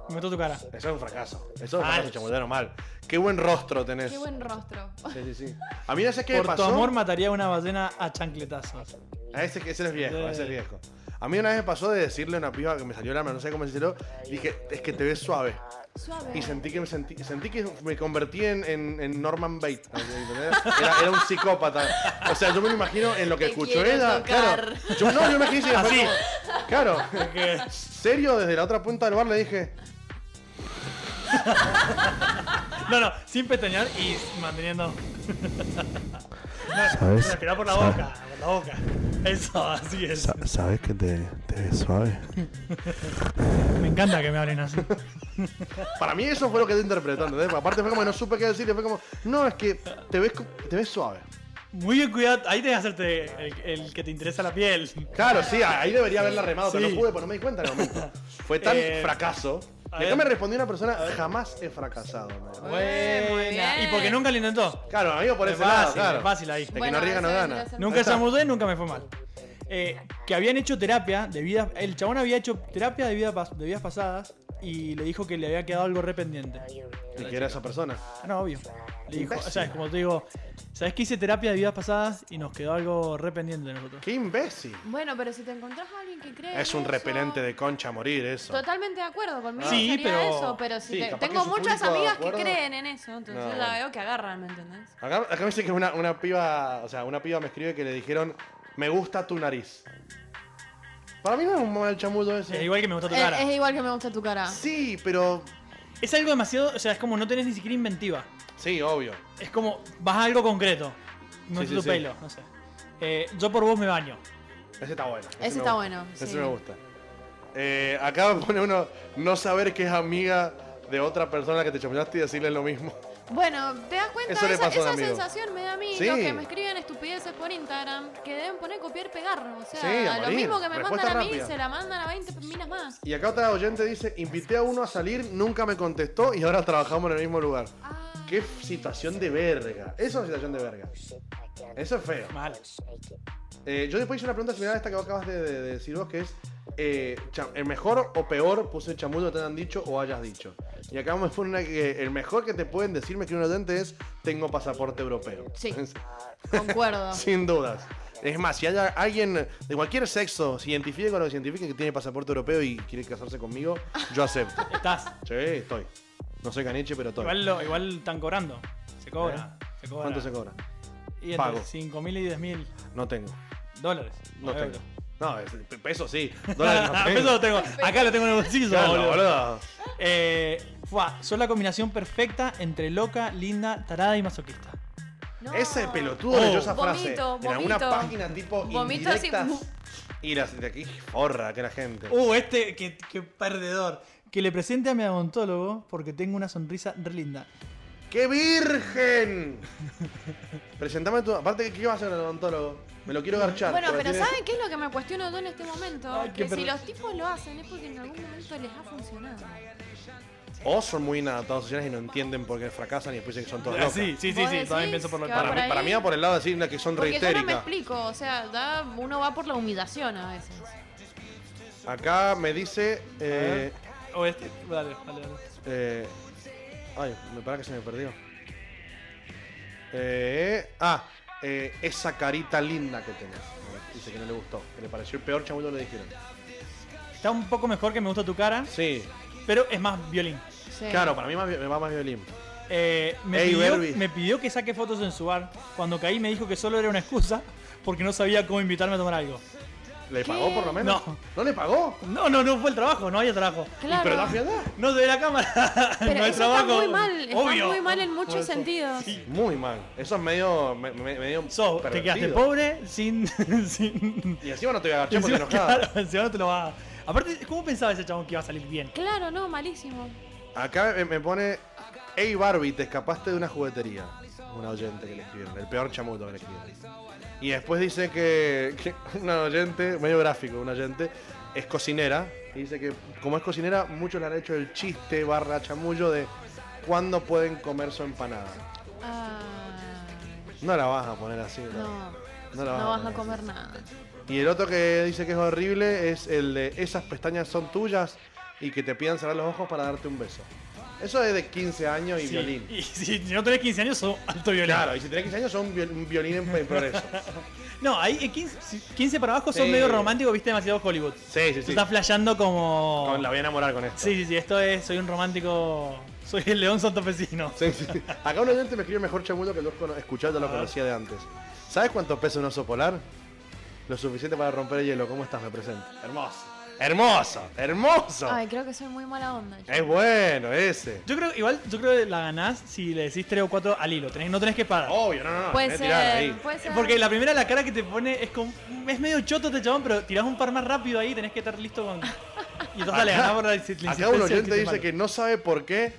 S1: Me gustó tu cara.
S2: Eso es un fracaso. Eso es un
S1: Mal.
S2: fracaso chamullero mal. Qué buen rostro tenés.
S5: qué buen rostro.
S2: Sí, sí, sí. A mí no sé qué me
S1: Por tu
S2: pasó.
S1: amor mataría a una ballena a chancletazos.
S2: A ese, ese es viejo,
S1: Sí.
S2: ese es viejo. A mí una vez me pasó de decirle a una piba que me salió la mano, no sé cómo decirlo, dije, es que te ves suave.
S5: Suave.
S2: Y sentí que me, sentí, sentí que me convertí en, en- en Norman Bates. ¿no? ¿Entendés? Era, era un psicópata. O sea, yo me lo imagino en lo que
S5: Te
S2: escuchó
S5: quiero
S2: ella. Claro.
S5: tocar.
S2: Yo no, yo me imagino así. claro. Serio, desde la otra punta del bar le dije,
S1: No, no, sin pestañear y manteniendo.
S2: ¿Sabes?
S1: Respirá por la
S2: Sa-
S1: boca, por la boca. Eso, así es.
S2: sa- ¿Sabes que te, te ves suave?
S6: Me encanta que me hablen así.
S2: Para mí eso fue lo que te interpretando. Aparte fue como que no supe qué decirle. Fue como, no, es que te ves, co- te ves suave.
S1: Muy bien cuidado, ahí tenés que hacerte el, el que te interesa la piel.
S2: Claro, sí, ahí debería haberla remado, pero
S1: Sí.
S2: no pude, porque no me di cuenta en el momento. Fue tan
S1: Eh,
S2: fracaso.
S1: a
S2: Y acá
S1: ver.
S2: me respondió una persona, jamás he fracasado. ¿no?
S1: Buena.
S5: bien.
S1: Y porque nunca lo intentó.
S2: Claro, amigo, por
S1: Es
S2: ese lado,
S1: fácil,
S2: claro.
S1: es fácil ahí.
S2: El que
S3: Bueno,
S2: no arriesga no
S3: esa
S2: gana.
S3: vendría a ser-
S2: Ahí
S1: Nunca se
S2: está.
S1: mudé, nunca me fue mal. Eh, que habían hecho terapia de vidas. El chabón había hecho terapia de, vida pas- de vidas pasadas y le dijo que le había quedado algo re pendiente.
S2: Y que era esa persona.
S1: Ah, no, obvio. Le dijo, o sea, es como te digo, ¿sabes que hice terapia de vidas pasadas y nos quedó algo re pendiente de nosotros?
S2: ¡Qué imbécil!
S5: Bueno, pero si te encontrás a alguien que cree.
S2: Es un
S5: eso-
S2: repelente de concha a morir eso.
S5: Totalmente de acuerdo conmigo.
S1: Sí,
S5: sería
S1: pero-
S5: Eso, pero si
S2: sí,
S5: te-
S2: capaz que
S5: tengo
S2: su
S5: muchas
S2: público de
S5: amigas que
S2: acuerdo.
S5: creen en eso, entonces
S2: No,
S5: yo la
S2: bueno.
S5: veo que agarran, ¿me entendés?
S2: Acá, acá me dice que una, una piba, o sea, una piba me escribe que le dijeron, me gusta tu nariz. Para mí no es un mal chamudo
S1: Es
S2: ese.
S1: igual que me gusta tu
S3: Eh,
S1: cara.
S3: Es, igual que me gusta tu cara.
S2: Sí, pero...
S1: Es algo demasiado, o sea, es como no tenés ni siquiera inventiva.
S2: Sí, obvio.
S1: Es como, vas a algo concreto. No
S2: Sí,
S1: es
S2: sí,
S1: tu
S2: sí.
S1: pelo, no sé. Eh, yo por vos me baño.
S2: Ese está bueno.
S3: Ese
S2: me
S3: está
S2: gusta.
S3: bueno,
S2: Ese
S3: sí.
S2: me gusta. Eh, acá me pone uno, no saber que es amiga de otra persona que te chamullaste y decirle lo mismo.
S5: Bueno, ¿te das cuenta?
S2: Eso le
S5: esa
S2: pasó a un
S5: esa
S2: amigo.
S5: sensación me da a mí,
S2: Sí.
S5: los que me escriben estupideces por Instagram, que deben poner copiar, pegar. O sea,
S2: Sí, a
S5: lo
S2: morir.
S5: mismo que me mandan
S2: Respuesta
S5: a
S2: rápida.
S5: mí, se la mandan a 20 minas más.
S2: Y acá otra oyente dice, invité a uno a salir, nunca me contestó y ahora trabajamos en el mismo lugar.
S5: Ah.
S2: Qué f- situación de verga. Eso es una situación de verga. Eso es feo.
S1: Mal.
S2: Eh, yo después hice una pregunta similar a esta que vos acabas de, de- de decir vos, que es eh, cha- el mejor o peor puse chamudo que te han dicho o hayas dicho. Y acá me pone una que el mejor que te pueden decir, me escribe un oyente, es tengo pasaporte europeo.
S3: Sí.
S1: Ah.
S3: Concuerdo.
S2: Sin dudas. Es más, si hay alguien de cualquier sexo se identifique con lo que se identifique que tiene pasaporte europeo y quiere casarse conmigo, yo acepto.
S1: Estás.
S2: sí, estoy. No soy caniche, pero estoy.
S1: Igual, lo- igual están cobrando. Se cobra. Se cobra.
S2: Eh. ¿Cuánto se cobra?
S1: Y entre
S2: Pago.
S1: 5.000 y 10.000
S2: No tengo.
S1: dólares.
S2: No
S1: o
S2: tengo.
S1: euros.
S2: No, es- peso sí. Dólares no
S1: Eso
S2: tengo.
S1: lo tengo. Acá lo tengo en el bolsillo,
S2: Claro,
S1: boludo.
S2: boludo.
S1: Eh, fuá, son la combinación perfecta entre loca, linda, tarada y masoquista.
S5: No.
S2: Ese pelotudo leyó esa frase
S5: Vomito,
S2: en alguna
S5: vomito.
S2: página tipo
S5: Vomito así,
S2: indirectas
S5: uh.
S2: y las de aquí forra que la gente.
S1: Uh, este, que, que perdedor. Que le presente a mi odontólogo porque tengo una sonrisa re linda.
S2: ¡Qué virgen! Presentame tu. Aparte, ¿qué vas a hacer el odontólogo? Me lo quiero garchar.
S5: Bueno,
S2: porque
S5: pero
S2: tiene-
S5: ¿saben qué es lo que me cuestiono yo en este momento?
S1: Ay, qué
S5: que si
S1: per-
S5: los tipos lo hacen es porque en algún momento les ha funcionado.
S2: O son muy inadaptados sociales y no entienden por qué fracasan y después dicen que son todos locos.
S1: Ah, Sí, sí, sí,
S5: ¿Vos
S1: sí.
S5: decís
S1: También pienso por lo
S5: que
S2: Para,
S5: va
S2: mí,
S5: Ah, por
S2: para
S5: ahí?
S2: mí va por el lado de decir la que son re
S5: Porque yo no me
S2: histéricas.
S5: explico, o sea, da- uno va por la humillación a veces.
S2: Acá me dice. eh,
S1: O este. Dale, dale, dale.
S2: Eh, ay, me parece que se me perdió. Eh, ah, eh, esa carita linda que tenés. Dice que no le gustó, que le pareció el peor chamudo que le dijeron.
S1: Está un poco mejor que me gusta tu cara,
S2: Sí,
S1: pero es más violín.
S3: Sí.
S2: claro, para mí más vi- me va más violín.
S1: Eh, me,
S2: Ey,
S1: pidió,
S2: Berbi.
S1: me pidió que saque fotos en su bar. Cuando caí me dijo que solo era una excusa porque no sabía cómo invitarme a tomar algo.
S2: ¿Le pagó por lo menos?
S1: No.
S2: le pagó?
S1: No, no, no fue el trabajo, no había trabajo.
S5: Claro.
S2: Pero da piedad.
S1: No se ve la cámara.
S5: Pero
S1: no hay
S5: eso
S1: trabajo.
S5: está muy mal, está
S1: Obvio.
S5: muy mal en muchos sentidos.
S2: Muy mal. Eso es medio. Me, me- medio
S1: So, te
S2: pervertido.
S1: quedaste pobre sin. sin
S2: Y encima no te voy a agachar porque
S1: encima,
S2: enojada.
S1: claro, encima no te lo va. Aparte, ¿cómo pensaba ese chabón que iba a salir bien?
S5: Claro, no, malísimo.
S2: Acá me, me pone. Hey Barbie, te escapaste de una juguetería. Una oyente que le escribieron. El peor chamuto que le escribieron. Y después dice que, que una oyente, medio gráfico, una oyente, es cocinera. Y dice que como es cocinera, muchos le han hecho el chiste barra chamullo de cuándo pueden comer su empanada.
S3: Ah,
S2: No la vas a poner así.
S3: no.
S2: No la vas
S3: No
S2: a
S3: vas a
S2: poner
S3: comer nada.
S2: Y el otro que dice que es horrible es el de esas pestañas son tuyas y que te pidan cerrar los ojos para darte un beso. Eso es de 15 años y
S1: Sí,
S2: violín.
S1: Y si no tenés 15 años, sos alto violín.
S2: Claro, y si tenés 15 años son viol- un violín en, en progreso.
S1: No, ahí eh, 15, si- 15 para abajo son
S2: Sí.
S1: medio románticos, viste demasiado Hollywood.
S2: Sí, sí,
S1: Tú
S2: sí.
S1: estás flasheando como.
S2: Con- la voy a enamorar con esto.
S1: Sí, sí, sí, esto es. Soy un romántico. Soy el león santafesino.
S2: Sí, sí. Acá un oyente me escribe mejor chamudo que lo cono- escuchado, lo conocía de antes. ¿Sabes cuánto pesa un oso polar? Lo suficiente para romper el hielo. ¿Cómo estás? Me presento. Hermoso. Hermoso, hermoso.
S5: Ay, creo que soy muy mala onda. yo.
S2: Es bueno ese.
S1: Yo creo, igual, yo creo que la ganás si le decís 3 o 4 al hilo. Tenés- no tenés que parar.
S2: Obvio, no, no, no.
S5: Puede
S2: tenés que tirar ahí.
S5: ser, puede ser.
S1: Porque la primera, la cara que te pone es como. Es medio choto este chabón, pero tirás un par más rápido ahí tenés que estar listo con. Y entonces le ganás por la insi- la
S2: Acá
S1: insistencia
S2: un
S1: del
S2: oyente
S1: quinto
S2: dice
S1: palo.
S2: que no sabe por qué,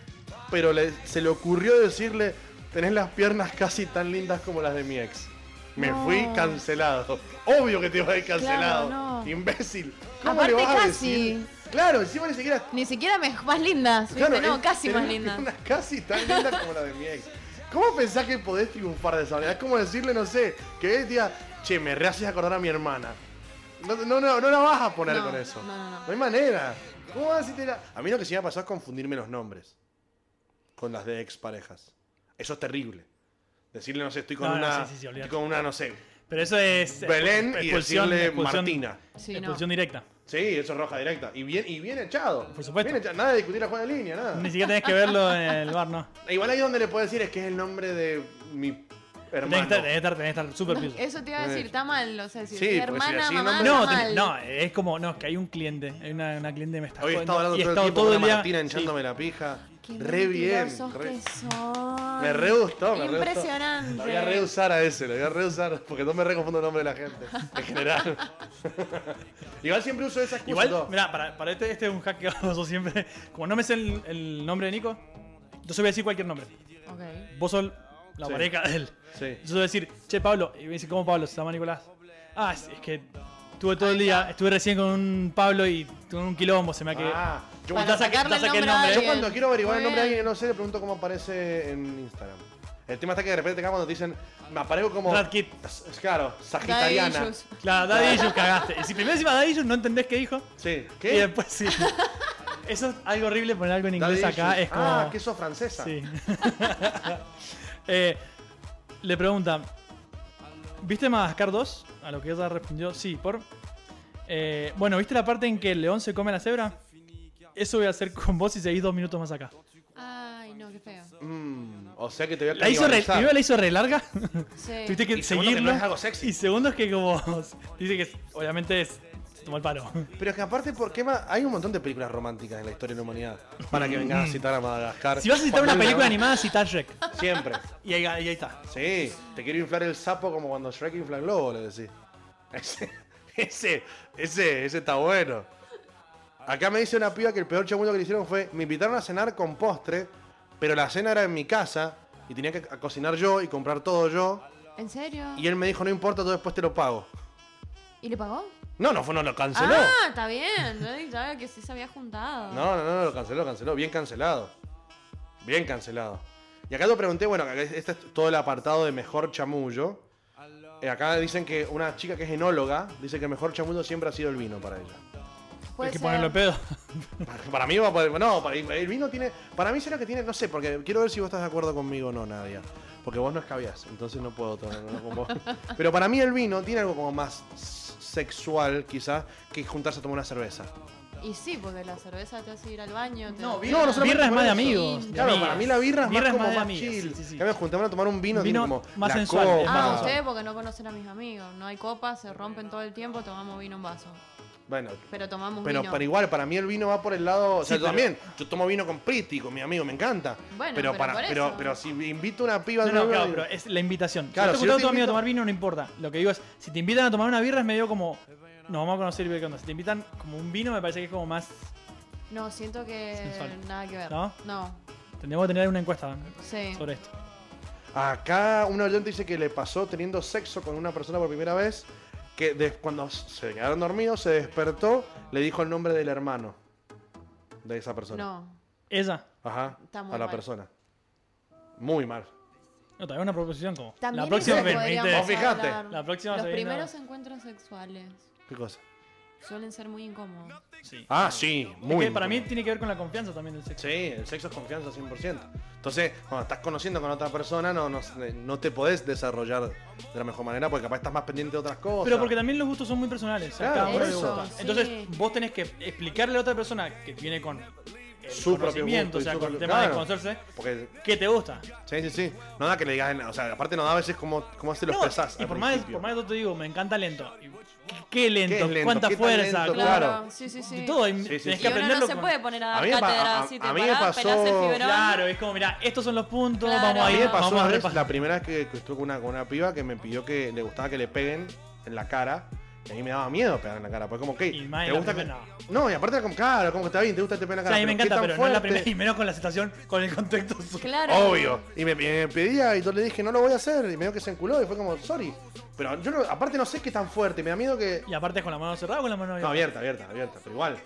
S2: pero le- se le ocurrió decirle, tenés las piernas casi tan lindas como las de mi ex. Me
S5: No.
S2: fui cancelado. Obvio que te ibas a ir cancelado.
S5: Claro, no.
S2: Imbécil. ¿Cómo
S3: Aparte,
S2: le vas a
S3: casi.
S2: decir? Claro, encima ni siquiera.
S3: Ni siquiera me- más lindas, ¿viste?
S2: Claro,
S3: no,
S2: es-
S3: casi
S2: tenés
S3: más
S2: las
S3: lindas.
S2: piernas Casi tan lindas como las de mi ex. ¿Cómo pensás que podés triunfar de esa manera? Es como decirle, no sé, que él diga, che, me re haces acordar a mi hermana. No, no, no, no la vas a poner
S5: No,
S2: con eso.
S5: no, no, no.
S2: hay manera. ¿Cómo vas a decirte la- A mí lo que sí me ha pasado es confundirme los nombres con las de ex parejas. Eso es terrible. Decirle, no sé, estoy con
S1: No, no,
S2: una.
S1: sí, sí, sí, olvídate.
S2: estoy con una, no sé.
S1: Pero eso es. eh,
S2: Belén y
S1: expulsión-
S2: decirle
S1: expulsión-
S2: Martina.
S5: Sí, no.
S1: Expulsión directa.
S2: Sí, eso es roja directa. Y bien, y bien echado.
S1: Por supuesto.
S2: Bien echado. Nada de discutir la juega de línea, nada.
S1: Ni siquiera tenés que verlo en el bar, no.
S2: E Igual ahí donde le puedo decir es que es el nombre de mi
S1: Tenés
S2: hermano.
S1: que estar, eh, tenés que estar, tenés que estar súper piso.
S3: Eso te iba a decir, está mal. O sea, si
S2: Eh. Sí,
S3: decís
S2: porque si
S3: hermana,
S2: así no
S3: mamá,
S2: me-
S1: No,
S3: está
S1: ten-
S3: mal.
S1: no, es como, no, es que hay un cliente, hay una, una cliente que me está
S2: Hoy he
S1: jodiendo
S2: estado hablando
S1: y he
S2: todo el
S1: estado
S2: tiempo con una
S1: día-
S2: Martina
S1: sí.
S2: hinchándome la pija.
S5: Qué
S2: Re bien.
S5: mentirosos
S2: re-
S5: que son.
S2: Me re gustó, me re gustó.
S5: Impresionante.
S2: Lo voy a reusar a ese, lo voy a reusar porque no me reconfundo el nombre de la gente. En general. Igual siempre uso esa excusa.
S1: Igual,
S2: ¿no?
S1: mirá, para, para este, este es un hack que uso siempre. Como no me sé el, el nombre de Nico, entonces voy a decir cualquier nombre.
S5: Ok.
S1: Vos sos la
S2: Sí.
S1: pareja de él.
S2: Sí.
S1: Yo voy a decir, che, Pablo, y me dice, ¿cómo Pablo? ¿Se llama Nicolás? Ah, sí, es que estuve todo el día, estuve recién con un Pablo y tuve un quilombo, se me ha quedado.
S2: Ah, yo,
S3: Para
S1: Ya saqué-
S3: sacarle
S1: ya
S3: el
S1: saqué el
S3: nombre a
S1: nombre.
S2: yo
S3: alguien.
S2: cuando quiero averiguar el
S3: Muy
S2: nombre de
S3: bien.
S2: alguien que no sé, le pregunto cómo aparece en Instagram. El tema está que de repente acá cuando te dicen, me aparezco como.
S1: Brad Pitt.
S2: Es- Claro,
S3: Da
S2: sagitariana.
S3: ellos.
S1: Claro, Daddy Issues cagaste. Y si primero encima Daddy Issues no entendés qué dijo,
S2: Sí.
S1: y después sí. Eso es algo horrible poner algo en
S2: Daddy
S1: inglés acá,
S2: issues.
S1: es como.
S2: Ah, que sos francesa.
S1: Sí. Eh, le preguntan, ¿viste Madagascar 2? A lo que ella respondió, sí, por... Eh, bueno, ¿viste la parte en que el león se come a la cebra? Eso voy a hacer con vos si seguís dos minutos más acá.
S3: Ay, no, qué feo.
S2: Mm, o sea que te voy a
S1: La hizo re,
S2: canibalizar.
S1: primero la hizo re larga.
S3: Sí.
S1: Tuviste que
S2: Y segundo que
S1: seguirlo.
S2: no es algo sexy.
S1: Y segundo es que como... Dice que es- obviamente es, se tomó el palo.
S2: Pero es que aparte, ¿por qué ma- hay un montón de películas románticas en la historia de la humanidad? Para que vengas a citar a Madagascar.
S1: Mm. Si vas a citar una
S2: Cuando-
S1: película animada, cita Shrek.
S2: Siempre.
S1: Y ahí, y ahí está.
S2: Sí. Te quiero inflar el sapo como cuando Shrek infla el globo, le decís. Ese, ese, ese, ese está bueno. Acá me dice una piba que el peor chamuyo que le hicieron fue, me invitaron a cenar con postre, pero la cena era en mi casa y tenía que cocinar yo y comprar todo yo.
S3: ¿En serio?
S2: Y él me dijo, no importa, tú después te lo pago.
S3: ¿Y le pagó?
S2: No, no fue, no lo canceló.
S5: Ah, está bien. Yo sabía que sí se había juntado.
S2: No, no, no, lo canceló, canceló. Bien cancelado. Bien cancelado. Y acá te pregunté, bueno, acá este es todo el apartado de mejor chamullo. Eh, acá dicen que una chica que es enóloga dice que el mejor chamullo siempre ha sido el vino para ella.
S3: Puede
S1: Hay que
S3: ser.
S1: ponerlo en pedo.
S2: Para, para mí va por- No, para, el vino tiene. Para mí será que tiene. No sé, porque quiero ver si vos estás de acuerdo conmigo o no, Nadia. Porque vos no escabías, entonces no puedo tomar ¿no? con vos. Pero para mí el vino tiene algo como más s- sexual, quizás, que juntarse a tomar una cerveza.
S3: Y sí, porque la cerveza te hace ir al baño. te-
S1: No,
S3: te-
S1: birra-
S2: no solamente
S1: birra es
S2: por
S1: más de
S2: eso.
S1: amigos, de
S2: Claro,
S1: amigas.
S2: para mí la birra es
S1: Birra
S2: más como
S1: de
S2: más
S1: amigas,
S2: chill.
S1: sí, sí, sí.
S2: Ya me juntamos a tomar un vino,
S1: Un
S2: tiene
S1: vino
S2: como
S1: más
S2: la
S1: sensual,
S2: copa.
S1: es
S3: Ah,
S1: más-
S3: ustedes porque no conocen a mis amigos. No hay copas, se rompen todo el tiempo, tomamos vino en vaso.
S2: Bueno,
S3: Pero tomamos
S2: pero,
S3: vino.
S2: pero igual, para mí el vino va por el lado. O sea,
S1: Sí, pero-
S2: yo también. Yo tomo vino con Priti, con mi amigo, me encanta.
S3: Bueno,
S2: pero,
S3: pero
S2: para,
S3: por
S2: pero,
S3: eso.
S2: pero si invito a una piba
S1: No,
S2: de
S1: no,
S2: novio,
S1: claro,
S2: digo,
S1: pero es la invitación.
S2: Claro,
S1: si
S2: si
S1: te gusta a tu
S2: yo te
S1: amigo
S2: invito-
S1: tomar vino, no importa. Lo que digo es, si te invitan a tomar una birra es medio como. Nos vamos a conocer y ver qué onda. Si te invitan como un vino, me parece que es como más.
S3: No, siento que
S1: Sensual.
S3: nada que ver.
S1: ¿No?
S3: No,
S1: Tendríamos que tener una encuesta
S3: sí.
S1: sobre esto.
S2: Acá un oyente dice que le pasó teniendo sexo con una persona por primera vez. Que des- cuando se quedaron dormidos, se despertó, le dijo el nombre del hermano de esa persona.
S3: No.
S1: Ella.
S2: Ajá.
S3: Está muy
S2: a la
S3: mal.
S2: persona. Muy mal.
S1: No, también una proposición como.
S3: También
S1: la próxima
S3: eso
S1: vez,
S3: podríamos
S1: ¿viste?
S2: Vos fijate.
S3: hablar.
S1: La próxima
S3: Los
S1: se viene-
S3: primeros encuentros sexuales
S2: ¿Qué cosa?
S3: suelen ser muy incómodos.
S1: Sí.
S2: Ah, sí,
S1: Es
S2: muy.
S1: que para
S2: incómodo.
S1: mí tiene que ver con la confianza también del sexo.
S2: Sí, el sexo es confianza 100%. Entonces, cuando estás conociendo con otra persona, no, no, no te podés desarrollar de la mejor manera porque capaz estás más pendiente de otras cosas.
S1: Pero porque también los gustos son muy personales. o sea,
S2: Claro,
S1: cada uno
S2: por
S1: le
S2: eso,
S1: gusta.
S3: sí.
S1: Entonces, vos tenés que explicarle a la otra persona que viene con el
S2: Su propio
S1: conocimiento,
S2: gusto
S1: o
S2: y
S1: sea,
S2: su
S1: con el
S2: propio-
S1: tema de
S2: claro.
S1: conocerse.
S2: Porque,
S1: ¿Qué te gusta?
S2: sí, sí, sí. No da que le digas, en- o sea, aparte no da a veces cómo, cómo se lo
S1: No,
S2: expresas.
S1: y
S2: al
S1: por más,
S2: principio.
S1: por más que yo te digo, me encanta lento. Y- ¿Qué, qué lento?
S2: ¿Qué es lento?
S1: ¿Cuánta
S2: ¿Qué tan
S1: fuerza?
S2: lento?
S1: Claro.
S5: Claro,
S2: Claro.
S5: sí, sí, sí.
S1: De todo, y
S2: Sí, sí,
S1: tenés
S2: sí.
S5: Y
S1: que
S5: uno
S1: aprenderlo.
S5: no se
S1: con-
S5: puede poner a
S2: A
S5: dar
S2: mí me pa-
S5: cátedra
S2: a-
S5: si te
S2: a mí me
S5: parás,
S2: pasó-
S5: pelás el fibrón.
S1: Claro, es como, mira, estos son los puntos,
S5: Claro.
S1: vamos a
S2: A mí
S1: ir,
S2: me
S5: Ah,
S2: pasó
S1: vamos
S2: una
S1: a
S2: vez,
S1: repasar.
S2: la primera vez que, que estuve con una, con una piba que me pidió que le gustaba que le peguen en la cara. Y a mí me daba miedo pegar en la cara. Pues como que.
S1: Y más en
S2: ¿Te
S1: la
S2: gusta que.?
S1: primera,
S2: No, y aparte, era como, claro, como que está bien, te gusta que te peguen en
S1: O sea,
S2: la cara.
S1: a mí me
S2: ¿qué
S1: encanta,
S2: tan
S1: pero no es la
S2: fuerte?
S1: primera, y menos con la situación, con el contexto. su-
S5: Claro.
S2: Obvio. Y me, me pedía y yo le dije, no lo voy a hacer. Y medio que se enculó y fue como, sorry. Pero yo no- aparte no sé qué tan fuerte. Me da miedo que.
S1: Y aparte es con la mano cerrada o con la mano
S2: No,
S1: abierta.
S2: abierta, abierta, abierta. Pero igual.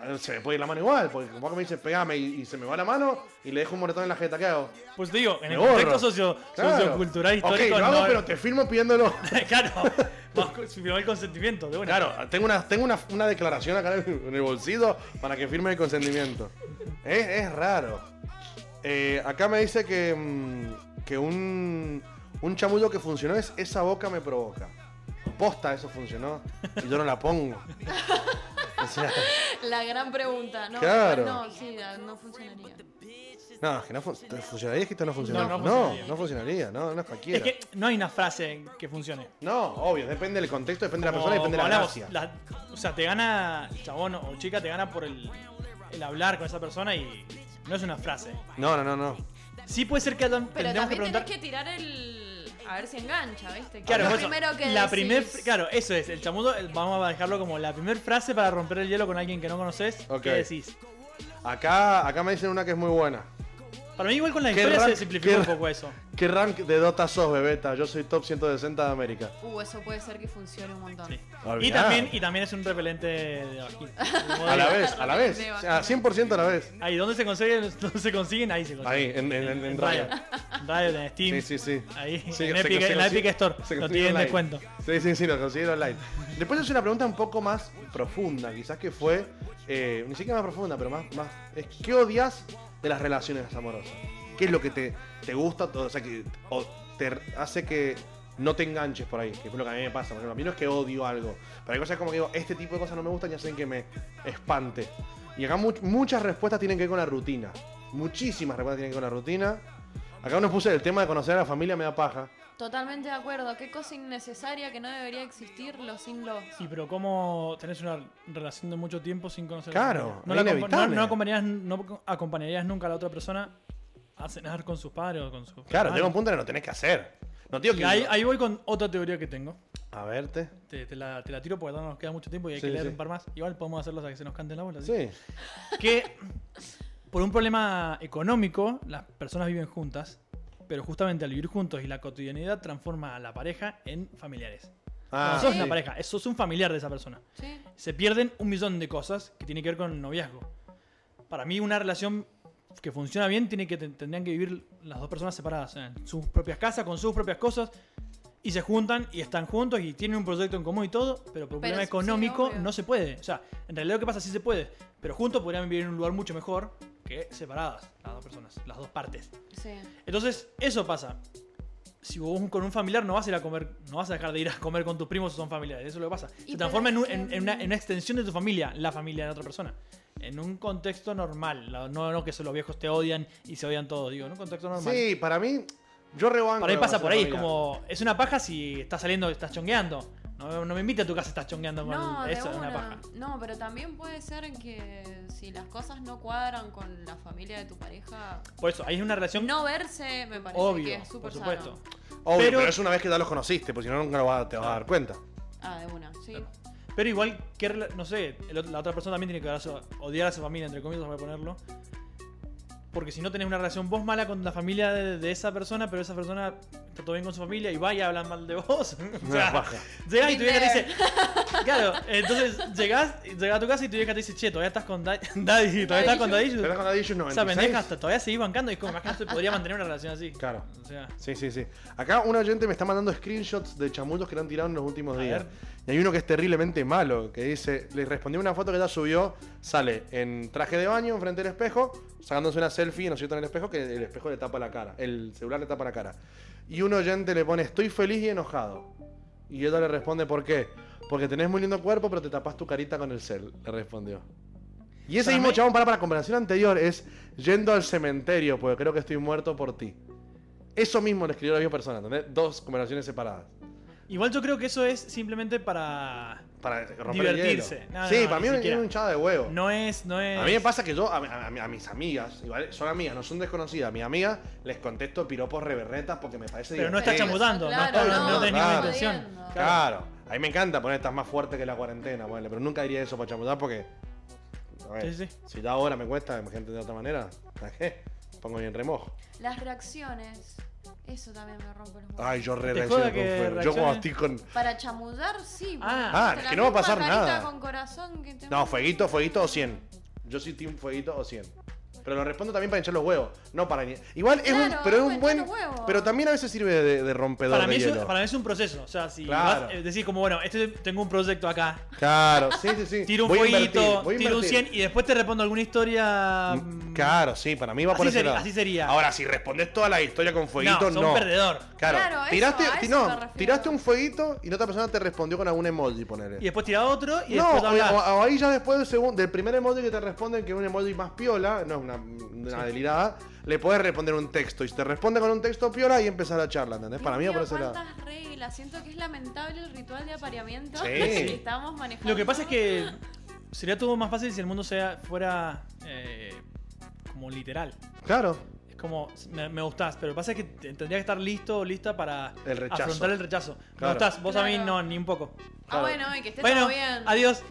S2: a ver, Se me puede ir la mano igual. Porque como que me dice, pegame y, y se me va la mano y le dejo un moretón en la jeta. ¿Qué hago?
S1: Pues te digo, en
S2: Me
S1: el
S2: borro.
S1: contexto socio,
S2: Claro.
S1: sociocultural histórico
S2: Ok, lo hago,
S1: no-
S2: pero te filmo pidiéndolo.
S1: claro, más con- si no hay consentimiento, de una.
S2: Claro, tengo una, tengo una, una declaración acá en el bolsillo para que firme el consentimiento. Es, es raro. Eh, acá me dice que, mm, que un, un chamullo que funcionó es esa boca me provoca. Posta, eso funcionó. Y yo no la pongo. O sea,
S5: La gran pregunta. No,
S2: Claro.
S5: no, sí, no funcionaría.
S2: no, es que no fun- funcionaría, es que esto no funcionó.
S1: No,
S2: No,
S1: no funcionaría.
S2: no, funcionaría, no, no es cualquiera.
S1: Es que no hay una frase que funcione.
S2: No, obvio, depende del contexto, depende de la
S1: Como
S2: persona, depende de la
S1: hablamos,
S2: gracia.
S1: la- o sea, te gana chabón o chica, te gana por el, el hablar con esa persona y no es una frase.
S2: No, no, no, no.
S1: Sí puede ser que hayan-
S5: Pero
S1: tendríamos que
S5: también
S1: preguntar.
S5: tenés que tirar el. A ver si engancha, ¿viste?
S1: Claro,
S5: lo
S1: por eso,
S5: primero que
S1: la
S5: decís.
S1: primer, claro, eso es, el chamudo, el- vamos a dejarlo como la primera frase para romper el hielo con alguien que no conoces,
S2: Ok.
S1: ¿qué decís?
S2: Acá, acá me dicen una que es muy buena.
S1: Para mí igual con la
S2: Qué
S1: historia se
S2: ra-
S1: simplificó
S2: qué
S1: un
S2: ra-
S1: poco eso.
S2: ¿Qué rank de Dota sos, Bebeta? Yo soy top 160 de América.
S5: Uh, eso puede ser que funcione un montón.
S1: Sí.
S2: Olvidá.
S1: Y también, y también es un repelente de vagina. Como
S2: A la
S1: digo,
S2: vez, a la vez. O sea, 100% a la vez.
S1: Ahí, ¿dónde se consiguen? ¿Dónde se consiguen? Ahí se
S2: Ahí,
S1: consiguen.
S2: en, en, en, en Riot.
S1: En Riot, en Steam.
S2: Sí, sí, sí.
S1: Ahí,
S2: Sí,
S1: en,
S2: se
S1: Epic,
S2: consigue-
S1: en la Epic
S2: se-
S1: Store.
S2: se
S1: Lo
S2: consigue
S1: tienen
S2: online.
S1: descuento.
S2: Sí, sí, sí, lo considero online. Después hice una pregunta un poco más profunda, quizás que fue, eh, ni siquiera más profunda, pero más, más, es ¿qué odias de las relaciones amorosas? ¿Qué es lo que te, te gusta, o sea, que o te hace que no te enganches por ahí? Que es lo que a mí me pasa, por ejemplo, a mí no es que odio algo, pero hay cosas como que digo, este tipo de cosas no me gustan y hacen que me espante. Y acá mu- muchas respuestas tienen que ver con la rutina, muchísimas respuestas tienen que ver con la rutina. Acá uno puse el tema de conocer a la familia me da paja.
S5: Totalmente de acuerdo. Qué cosa innecesaria que no debería existir lo sin lo.
S1: Sí, pero ¿cómo tenés una relación de mucho tiempo sin conocer
S2: Claro,
S1: a la persona? no,
S2: es
S1: la acompa- no,
S2: inevitable.
S1: no acompañarías, no acompañarías nunca a la otra persona a cenar con sus padres o con sus
S2: Claro,
S1: hermanos.
S2: llega un punto en que lo tenés que hacer. No digo
S1: Y
S2: que.
S1: ahí, ahí voy con otra teoría que tengo.
S2: A verte.
S1: Te, te la, te la tiro porque no nos queda mucho tiempo y hay
S2: Sí,
S1: que leer
S2: sí.
S1: un par más. Igual podemos hacerlos a que se nos canten la bola. ¿sí?
S2: Sí.
S1: que por un problema económico las personas viven juntas, pero justamente al vivir juntos y la cotidianidad transforma a la pareja en familiares.
S2: Ah,
S1: no sos
S5: sí.
S1: una pareja, eh, sos un familiar de esa persona.
S5: Sí.
S1: Se pierden un millón de cosas que tienen que ver con el noviazgo. Para mí una relación que funciona bien tiene que tendrían que vivir las dos personas separadas, en sus propias casas, con sus propias cosas. Y se juntan y están juntos y tienen un proyecto en común y todo, pero por
S5: Pero
S1: un problema
S5: sí,
S1: económico
S5: obvio.
S1: no se puede. O sea, en realidad lo que pasa sí se puede, pero juntos podrían vivir en un lugar mucho mejor que separadas las dos personas, las dos partes.
S5: Sí.
S1: Entonces, eso pasa. Si vos con un familiar no vas a ir a comer, no vas a dejar de ir a comer con tus primos si son familiares. Eso es lo que pasa.
S5: Y
S1: Se transforma en,
S5: pero
S1: un-
S5: es que-
S1: en- en una, en una extensión de tu familia, la familia de otra persona. En un contexto normal. la- No, no que solo los viejos te odian y se odian todos. Digo, en un contexto normal.
S2: Sí, para mí. Yo rebanco.
S1: Para mí
S2: lo
S1: pasa
S2: que
S1: por
S2: hace
S1: ahí.
S2: la
S1: Es
S2: familia.
S1: como, es una paja si estás saliendo, estás chongueando. No, no me invita a tu casa, estás chongueando con
S5: No, de
S1: eso. Es una
S5: una.
S1: paja.
S5: No, pero también puede ser que si las cosas no cuadran con la familia de tu pareja,
S1: Por eso, ahí es una relación
S5: no verse me parece que
S1: obvio,
S5: es
S1: por
S5: súper
S1: supuesto.
S5: sano.
S2: Obvio,
S1: pero-
S2: pero... es una vez que ya los conociste, porque si no, nunca lo vas a- te vas a dar cuenta.
S5: Ah, de una, sí.
S1: Pero igual, que rela- no sé, el otro- la otra persona también tiene que odiar a su- odiar a su familia, entre comillas, voy a ponerlo. Porque si no tenés una relación vos mala con la familia de, de esa persona, pero esa persona está todo bien con su familia y vaya a hablar mal de vos. o
S2: Una
S1: sea,
S2: paja.
S1: llegás y tu vieja te
S5: Tinder.
S1: dice. Claro, entonces llegás, llegás a tu casa y tu vieja te dice, che, todavía estás con Da- Daddy, todavía estás con Daddy.
S2: Pero estás con la Dishus
S1: O sea,
S2: 96.
S1: pendeja, hasta todavía seguís bancando y es como, más que no se podría mantener una relación así.
S2: Claro.
S1: O sea,
S2: Sí, sí, sí. Acá un oyente me está mandando screenshots de chamullos que le han tirado en los últimos
S1: A
S2: días.
S1: ver.
S2: Y hay uno que es terriblemente malo, que dice, le respondí una foto que ya subió, sale en traje de baño, enfrente del espejo, sacándose una selfie, ¿no es cierto?, en el espejo, que el espejo le tapa la cara, el celular le tapa la cara. Y un oyente le pone, estoy feliz y enojado. Y ella le responde, ¿por qué? Porque tenés muy lindo cuerpo, pero te tapás tu carita con el cel, le respondió. Y ese
S6: Para
S2: mismo
S6: mí-
S2: chabón, para, para la conversación anterior, es yendo al cementerio, porque creo que estoy muerto por ti. Eso mismo le escribió la misma persona, ¿entendés? Dos conversaciones separadas.
S1: Igual yo creo que eso es simplemente para.
S2: Para romper
S1: Divertirse.
S2: el hielo.
S1: No, no,
S2: sí,
S1: no,
S2: para
S1: ni
S2: mí es
S1: siquiera.
S2: un chavo de huevo.
S1: No es. No es
S2: A mí me pasa que yo, a, a- a- a mis amigas, igual son amigas, no son desconocidas, a mis amigas les contesto piropos reberretas porque me parece
S1: Pero no estás
S2: divertido.
S1: chamudando,
S2: claro,
S1: no, no,
S2: no,
S1: tenés ninguna
S2: claro.
S1: intención.
S2: Claro, a mí me encanta poner estás más fuerte que la cuarentena, ponele, pero nunca diría eso para chamudar porque. a ver,
S1: Sí, sí.
S2: Si ya ahora me cuesta, imagínate de otra manera. ¿Qué? Pongo bien remojo.
S5: Las reacciones. Eso también me rompe los huevos.
S2: Ay, yo re
S1: ¿Te
S2: reacciono
S1: joda
S2: con
S1: que
S2: fuego. Yo
S1: reaccione?
S2: como estoy con.
S5: Para chamudar, sí.
S1: Ah,
S2: ah, es que no va a pasar nada.
S5: Con corazón que te
S2: No, fueguito, fueguito o 100. Yo soy team fueguito o 100. Pero lo respondo también para hinchar los huevos, no para ni- Igual es un,
S5: Claro,
S2: pero es
S5: para
S2: un buen,
S5: hinchar los huevos.
S2: pero también a veces sirve de, de rompedor
S1: Para
S2: de
S1: mí, es,
S2: hielo.
S1: un- para mí es un proceso. O sea, si
S2: Claro.
S1: vas, eh, decís como, bueno, este, tengo un proyecto acá,
S2: Claro, sí, sí, sí.
S1: tiro un
S2: Voy a
S1: fueguito,
S2: invertir, voy a
S1: tiro un
S2: invertir.
S1: 100 y después te respondo alguna historia. mm,
S2: Claro, sí, para mí va por
S1: Así
S2: ese
S1: sería-
S2: lado.
S1: así sería.
S2: Ahora, si respondes toda la historia con
S1: No,
S2: fueguito,
S1: sos
S2: no.
S1: un perdedor.
S2: Claro,
S5: Claro, eso,
S2: tiraste,
S5: a
S2: ti-
S5: eso
S2: no,
S5: me refiero.
S2: tiraste un fueguito y la otra persona te respondió con algún emoji, ponele.
S1: Y después tirá otro y
S2: no,
S1: después
S2: o,
S1: hablás.
S2: o- o ahí ya después del, segun- del primer emoji que te responden, que es un emoji más piola, no es una, una delirada, le puedes responder un texto. Y si te responde con un texto piola, ahí empezar la charla, ¿entendés? Para mí va por ese lado.
S5: cuántas reglas. Siento que es lamentable el ritual de apareamiento
S2: Sí.
S5: que estamos manejando.
S1: Lo que pasa es que sería todo más fácil si el mundo sea, fuera eh, como literal.
S2: Claro.
S1: Es como, me, me gustás, pero lo que pasa es que te- tendría que estar listo o lista para
S2: El rechazo.
S1: afrontar el rechazo. Me
S2: Claro.
S1: gustás, vos a mí
S5: Claro.
S1: no, ni un poco.
S5: Ah, bueno, y que esté
S1: bueno,
S5: todo bien.
S1: adiós.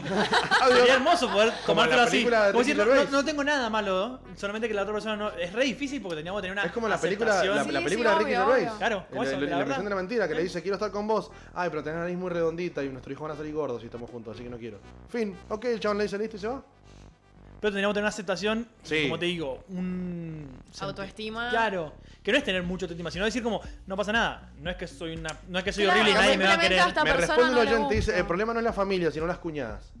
S1: Sería hermoso poder tomártelo
S2: la
S1: así.
S2: película de
S1: Como decir, no,
S2: Ricky Gervais.
S1: no- no tengo nada malo, ¿no? solamente que la otra persona no. Es re difícil porque teníamos que tener una.
S2: Es como la película, la,
S1: aceptación.
S2: la
S5: Sí,
S2: película
S5: sí,
S2: de Ricky
S5: obvio,
S2: Gervais.
S5: obvio.
S1: Claro,
S2: El-
S1: como eso,
S2: el-
S1: la
S2: la
S1: verdad.
S2: versión de la mentira que le dice, quiero estar con vos. Ay, pero tenés la nariz muy redondita y nuestros hijos van a salir gordos si estamos juntos, así que no quiero. Fin. Ok, el chabón le dice listo y se va.
S1: Pero teníamos que tener una aceptación,
S2: Sí.
S1: como te digo, un.
S5: Autoestima.
S1: Claro. Que no es tener mucha autoestima, sino decir como, no pasa nada. No es que soy una. No es que soy
S5: Claro,
S1: horrible y nadie me va a
S5: simplemente
S1: querer.
S5: hasta- Esta
S2: Me
S5: persona
S2: responde un
S5: no le
S2: oyente y dice,
S5: gusta.
S2: el problema no es la familia, sino las cuñadas.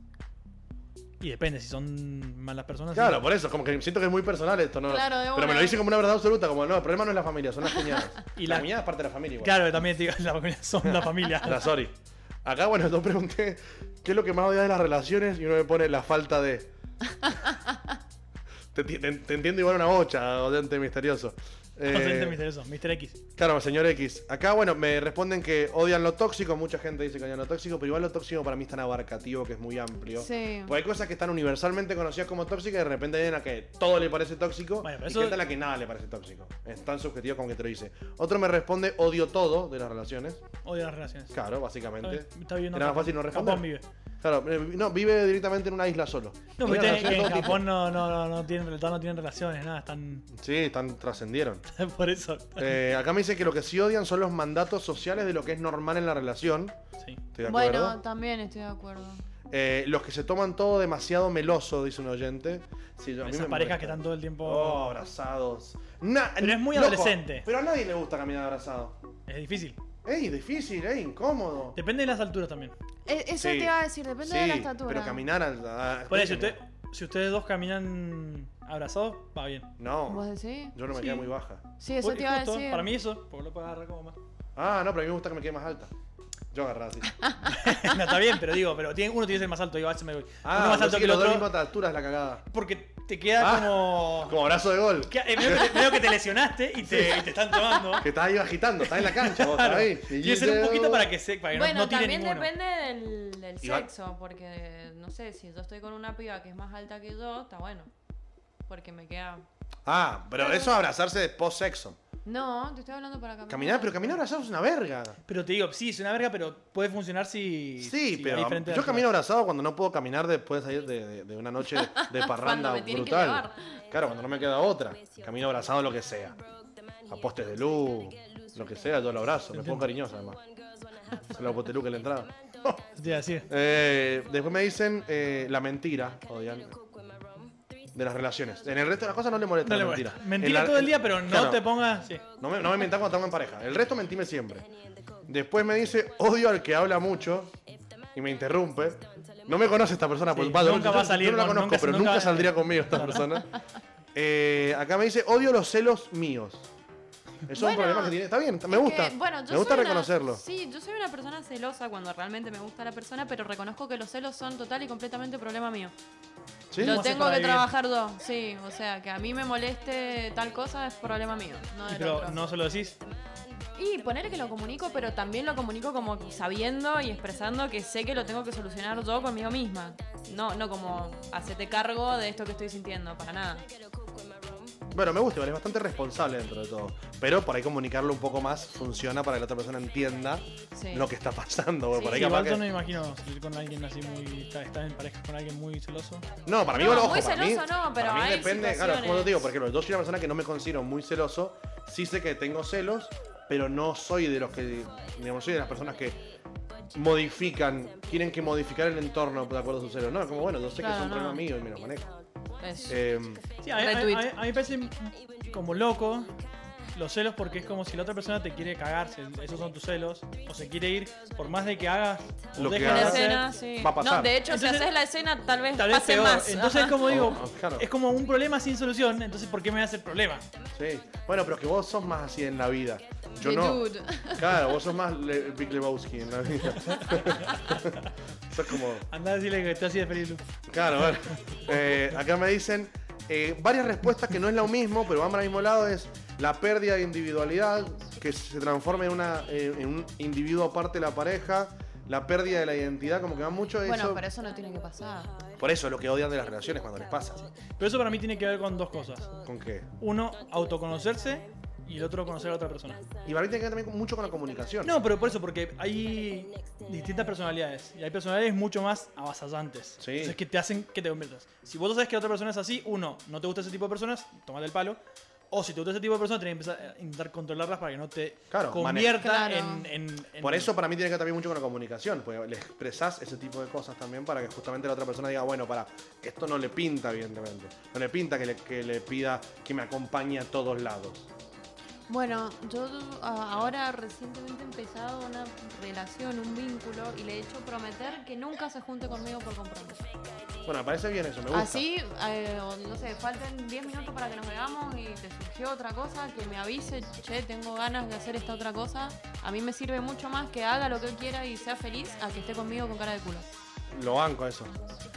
S1: Y depende, si son malas personas.
S2: Claro,
S1: sí.
S2: por eso, como que siento que es muy personal esto, ¿no?
S5: Claro, de
S2: pero me
S5: una.
S2: lo dice como una verdad absoluta, como no, el problema no es la familia, son las cuñadas.
S1: Y
S2: y
S1: la-
S2: la cuñada es parte de la familia igual.
S1: Claro, que también te digo, la familia son la familia.
S2: La sorry. Acá, bueno, yo pregunté qué es lo que más odias de las relaciones y uno me pone la falta de. te, ti- te- te entiendo igual una bocha, oyente misterioso. Eh,
S1: Bastante misterioso, Mr. X.
S2: Claro, señor X. Acá, bueno, me responden que odian lo tóxico. Mucha gente dice que odian lo tóxico, pero igual lo tóxico para mí es tan abarcativo que es muy amplio.
S3: Sí.
S2: Porque hay cosas que están universalmente conocidas como tóxicas y de repente hay una que todo le parece tóxico
S1: Bueno, pero
S2: y
S1: eso-
S2: gente a la que nada le parece tóxico. Es tan subjetivo como que te lo dice. Otro me responde odio todo de las relaciones.
S1: Odio las relaciones.
S2: Claro, básicamente.
S1: Está- está viviendo
S2: Era más
S1: acá.
S2: fácil no
S1: Japón vive.
S2: responder. Claro, eh, no, vive directamente en una isla solo.
S1: No,
S2: Tiene
S1: viste que
S2: relaciones
S1: en
S2: todo tipo.
S1: Japón no, no, no, no tienen, no tienen relaciones, nada, están.
S2: Sí, están, trascendieron.
S1: Por eso.
S2: Eh, acá me dice que lo que sí odian son los mandatos sociales de lo que es normal en la relación.
S1: Sí.
S2: Estoy de acuerdo.
S3: Bueno, también estoy de acuerdo.
S2: Eh, los que se toman todo demasiado meloso, dice un oyente. Sí, yo- a mí
S1: Esas parejas
S2: me molesta.
S1: que están todo el tiempo.
S2: Oh, abrazados. Na-
S1: Pero es muy
S2: loco,
S1: adolescente.
S2: Pero a nadie le gusta caminar abrazado.
S1: Es difícil.
S2: Ey, difícil, ey, incómodo.
S1: Depende de las alturas también.
S3: E- Eso
S2: Sí.
S3: te iba a decir, depende
S2: Sí,
S3: de la estatura.
S2: Pero caminar al. a-
S1: Por eso, usted- si ustedes dos caminan abrazados, va bien.
S2: No,
S3: ¿Vos decís?
S2: yo no me
S1: Sí.
S2: quedo muy baja.
S3: Sí, eso
S1: Por-
S3: te iba a
S1: justo,
S3: decir.
S1: Para mí eso, porque lo puedo agarrar como más.
S2: Ah, no, pero a mí me gusta que me quede más alta. Yo agarraba así.
S1: no, está bien, pero digo, pero tiene, uno tiene que ser más alto. Digo, ah, se me-
S2: Ah,
S1: uno más alto que el
S2: los dos
S1: otro.
S2: mismas alturas la cagada.
S1: Porque te queda
S2: Ah.
S1: como...
S2: Como abrazo de gol.
S1: que- eh, Veo que, te, veo que te lesionaste y te, y te están tomando.
S2: Que estás ahí agitando, estás en la cancha, vos
S1: Claro.
S2: estás ahí.
S1: Tiene que ser un poquito para que, se, para que no-
S5: Bueno,
S1: no, tire
S5: también
S1: ninguno.
S5: depende del, del
S2: Igual-
S5: sexo, porque no sé, si yo estoy con una piba que es más alta que yo, está bueno. Porque me queda.
S2: Ah, pero eso es abrazarse después sexo.
S5: No, te estoy hablando para caminar.
S2: Caminar, pero caminar abrazado es una verga.
S1: Pero te digo, sí, es una verga, pero puede funcionar si...
S2: Sí,
S1: si hay
S2: pero
S1: diferente
S2: yo
S1: altura.
S2: camino abrazado cuando no puedo caminar después de salir de, de- de una noche de parranda
S5: me tienen que
S2: brutal. Claro, cuando no me queda otra. Camino abrazado lo que sea. A postes de luz, lo que sea, yo lo abrazo. Me pongo cariñoso además. Se lo poste luz que le entrada.
S1: Te iba a decir.
S2: Eh, después me dicen eh, la mentira, odian. De las relaciones. En el resto de las cosas no le molesta
S1: No le
S2: la
S1: voy a-
S2: mentira. En
S1: pues. Mentira
S2: la-
S1: todo el día, pero no
S2: Claro.
S1: te pongas... sí.
S2: No me, no me mentás cuando estamos en pareja. El resto mentime siempre. Después me dice, odio al que habla mucho y me interrumpe. No me conoce esta persona, pues
S1: Sí,
S2: vaya,
S1: nunca
S2: yo-
S1: va a
S2: yo
S1: salir
S2: no la
S1: con-
S2: conozco,
S1: nunca-
S2: pero
S1: nunca-
S2: nunca saldría conmigo esta persona. Eh, acá me dice, odio los celos míos. Eso es un
S5: Bueno,
S2: problema que tiene. Está bien, me
S5: Es
S2: gusta.
S5: que, bueno, yo
S2: me gusta
S5: soy una-
S2: reconocerlo.
S5: sí, yo soy una persona celosa cuando realmente me gusta la persona, pero reconozco que los celos son total y completamente problema mío.
S2: ¿Sí?
S5: Lo
S1: haces
S5: tengo
S1: para
S5: que
S1: vivir?
S5: trabajar yo, sí. O sea, que a mí me moleste tal cosa es problema mío, no del
S1: Pero
S5: otro.
S1: no se lo decís.
S5: Y ponerle que lo comunico, pero también lo comunico como que sabiendo y expresando que sé que lo tengo que solucionar yo conmigo misma. No, no como hacete cargo de esto que estoy sintiendo, para nada.
S2: Bueno, me gusta, igual, es bastante responsable dentro de todo. Pero por ahí comunicarlo un poco más funciona para que la otra persona entienda
S5: Sí.
S2: lo que está pasando. güey,
S5: Sí.
S2: por ahí capaz
S1: Igual
S2: que-
S1: yo no me imagino salir con alguien así muy. Estar estar en pareja con alguien muy celoso.
S2: No, para mí,
S5: No,
S2: bueno, ojo,
S5: muy
S2: para mí,
S5: celoso no, pero
S2: para mí
S5: hay
S2: depende, claro, como te
S5: situaciones.
S2: digo, por ejemplo, yo soy una persona que no me considero muy celoso, sí sé que tengo celos, pero no soy de los que, digamos, soy de las personas que modifican, tienen que modificar el entorno de acuerdo a sus celos. No, como bueno, yo sé que
S5: Claro,
S2: es un
S5: no.
S2: problema mío y me lo manejo.
S5: Es-
S2: Eh,
S1: Sí, a, mí- a-
S5: Retweet.
S1: a- a mí me parece como loco los celos porque es como si la otra persona te quiere cagarse. Esos son tus celos. O se quiere ir por más de que hagas o
S2: Lo que
S1: dejes
S5: La
S1: de
S2: hagas.
S1: hacer.
S5: escena, sí.
S2: va a pasar.
S5: No, de hecho,
S1: Entonces-
S5: si haces la escena, tal vez,
S1: Tal vez
S5: pase
S1: peor.
S5: más.
S1: Entonces,
S5: Ajá.
S1: como digo,
S2: Oh, claro.
S1: es como un problema sin solución. Entonces, ¿por qué me hace el problema?
S2: sí. Bueno, pero es que vos sos más así en la vida. Yo
S3: The
S2: no.
S3: dude.
S2: Claro, vos sos más Le- Big Lebowski en la vida. sos como.
S1: Andá a decirle que estoy así de feliz, Lu.
S2: Claro, bueno. Eh, acá me dicen eh, varias respuestas que no es lo mismo, pero van para el mismo lado, es la pérdida de individualidad, que se transforma en, una, eh, en un individuo aparte de la pareja, la pérdida de la identidad, como que va mucho de
S3: Bueno,
S2: eso.
S3: pero eso no tiene que pasar.
S2: Por eso es lo que odian de las relaciones cuando les pasa.
S1: Pero eso para mí tiene que ver con dos cosas.
S2: ¿Con qué?
S1: Uno, autoconocerse y el otro, conocer a otra persona.
S2: Y para mí tiene que ver también mucho con la comunicación.
S1: No, pero por eso, porque hay distintas personalidades. Y hay personalidades mucho más avasallantes.
S2: Sí.
S1: Entonces que te hacen que te conviertas. Si vos sabes que la otra persona es así, uno, no te gusta ese tipo de personas, tomate el palo. O si te gusta ese tipo de personas, tenés que empezar a intentar controlarlas para que no te
S2: Claro,
S1: convierta
S3: mane-
S1: en, en- en-
S2: Por eso para mí tiene que ver también mucho con la comunicación, porque le expresás ese tipo de cosas también para que justamente la otra persona diga, bueno, para, esto no le pinta, evidentemente. No le pinta que le, que le pida que me acompañe a todos lados.
S3: Bueno, yo ah, ahora recientemente he empezado una relación, un vínculo, y le he hecho prometer que nunca se junte conmigo por compromiso.
S2: Bueno, me parece bien eso, me gusta.
S3: Así, eh, o no sé, faltan 10 minutos para que nos veamos y te surgió otra cosa, que me avise, che, tengo ganas de hacer esta otra cosa. A mí me sirve mucho más que haga lo que él quiera y sea feliz a que esté conmigo con cara de culo.
S2: Lo banco eso.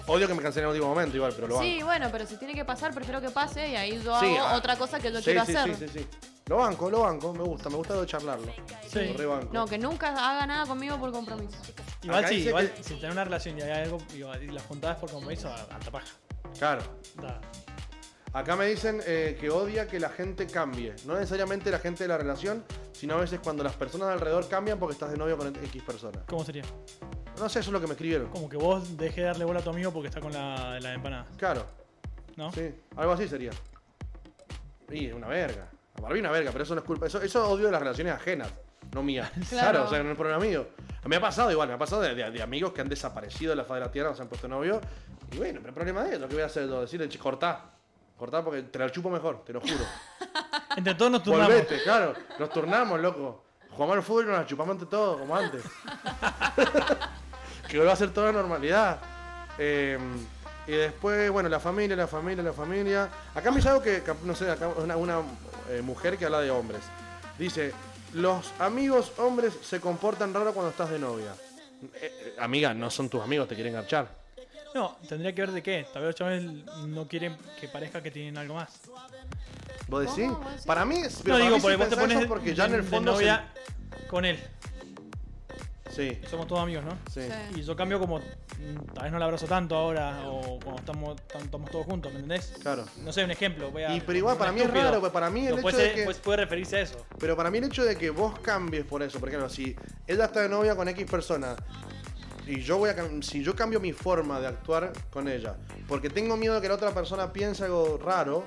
S2: Odio que me cancelen en el último momento, igual, pero lo banco.
S3: Sí, bueno, pero si tiene que pasar, prefiero que pase y ahí yo
S2: Sí,
S3: hago
S2: ah,
S3: otra cosa que yo
S2: Sí,
S3: quiero
S2: sí,
S3: hacer.
S2: sí, sí, sí. Lo banco, lo banco, me gusta, me gusta de charlarlo.
S1: Sí.
S2: Lo rebanco.
S3: No, que nunca haga nada conmigo por compromiso.
S1: Igual
S2: Acá
S1: sí,
S2: dice
S1: igual
S2: que-
S1: si tenés una relación y hay algo, digo, y las juntadas por compromiso, alta paja.
S2: Claro.
S1: Da.
S2: Acá me dicen eh, que odia que la gente cambie. No necesariamente la gente de la relación, sino a veces cuando las personas de alrededor cambian porque estás de novio con X persona.
S1: ¿Cómo sería?
S2: No sé, eso es lo que me escribieron.
S1: Como que vos dejes de darle bola a tu amigo porque está con la, la empanada,
S2: Claro,
S1: ¿no?
S2: sí. Algo así sería. Y es una verga. Para mí una verga, pero eso no es culpa. Eso, eso odio de las relaciones ajenas, no mías. Claro. o sea, no es problema mío. Me ha pasado igual, me ha pasado de, de- de amigos que han desaparecido de la faz de la tierra, se han puesto novio. Y bueno, pero el problema de ellos, lo que voy a hacer, yo, decirle, "Che, cortá. Cortá porque te la chupo mejor, te lo juro.
S1: Entre todos nos turnamos.
S2: Volvete, claro. Nos turnamos, loco. Jugamos al fútbol y nos la chupamos ante todo, como antes. que vuelva a ser toda normalidad. Eh, y después, bueno, la familia, la familia, la familia. Acá me dice algo que, cap- no sé, acá una, una, eh, mujer que habla de hombres. Dice, los amigos hombres se comportan raro cuando estás de novia. Eh, eh, amiga, no son tus amigos, te quieren garchar.
S1: No, tendría que ver de qué. Tal vez los chavales no quieren que parezca que tienen algo más.
S2: ¿Vos decís?
S3: ¿Vos decís?
S2: Para mí, es-
S1: no
S2: pero para
S1: digo,
S2: mí sí
S1: porque vos te
S2: pensás
S1: pones
S2: eso porque ya en
S1: de-
S2: el
S1: de
S2: fondo... se-
S1: novia con él.
S2: Sí,
S1: Somos todos amigos, ¿no?
S2: sí.
S1: Y yo cambio como, mm, tal vez no la abrazo tanto ahora o cuando estamos, tan- estamos todos juntos, ¿me entendés?
S2: Claro.
S1: No sé, un ejemplo. Voy a,
S2: Y, pero igual,
S1: un
S2: para mí es
S1: estúpido.
S2: raro, porque para mí el
S1: Pero
S2: hecho
S1: puede
S2: de
S1: ser-
S2: que-
S1: pues puede referirse a eso.
S2: Pero para mí el hecho de que vos cambies por eso, por ejemplo, si ella está de novia con X persona y yo voy a cam- si yo cambio mi forma de actuar con ella, porque tengo miedo de que la otra persona piense algo raro,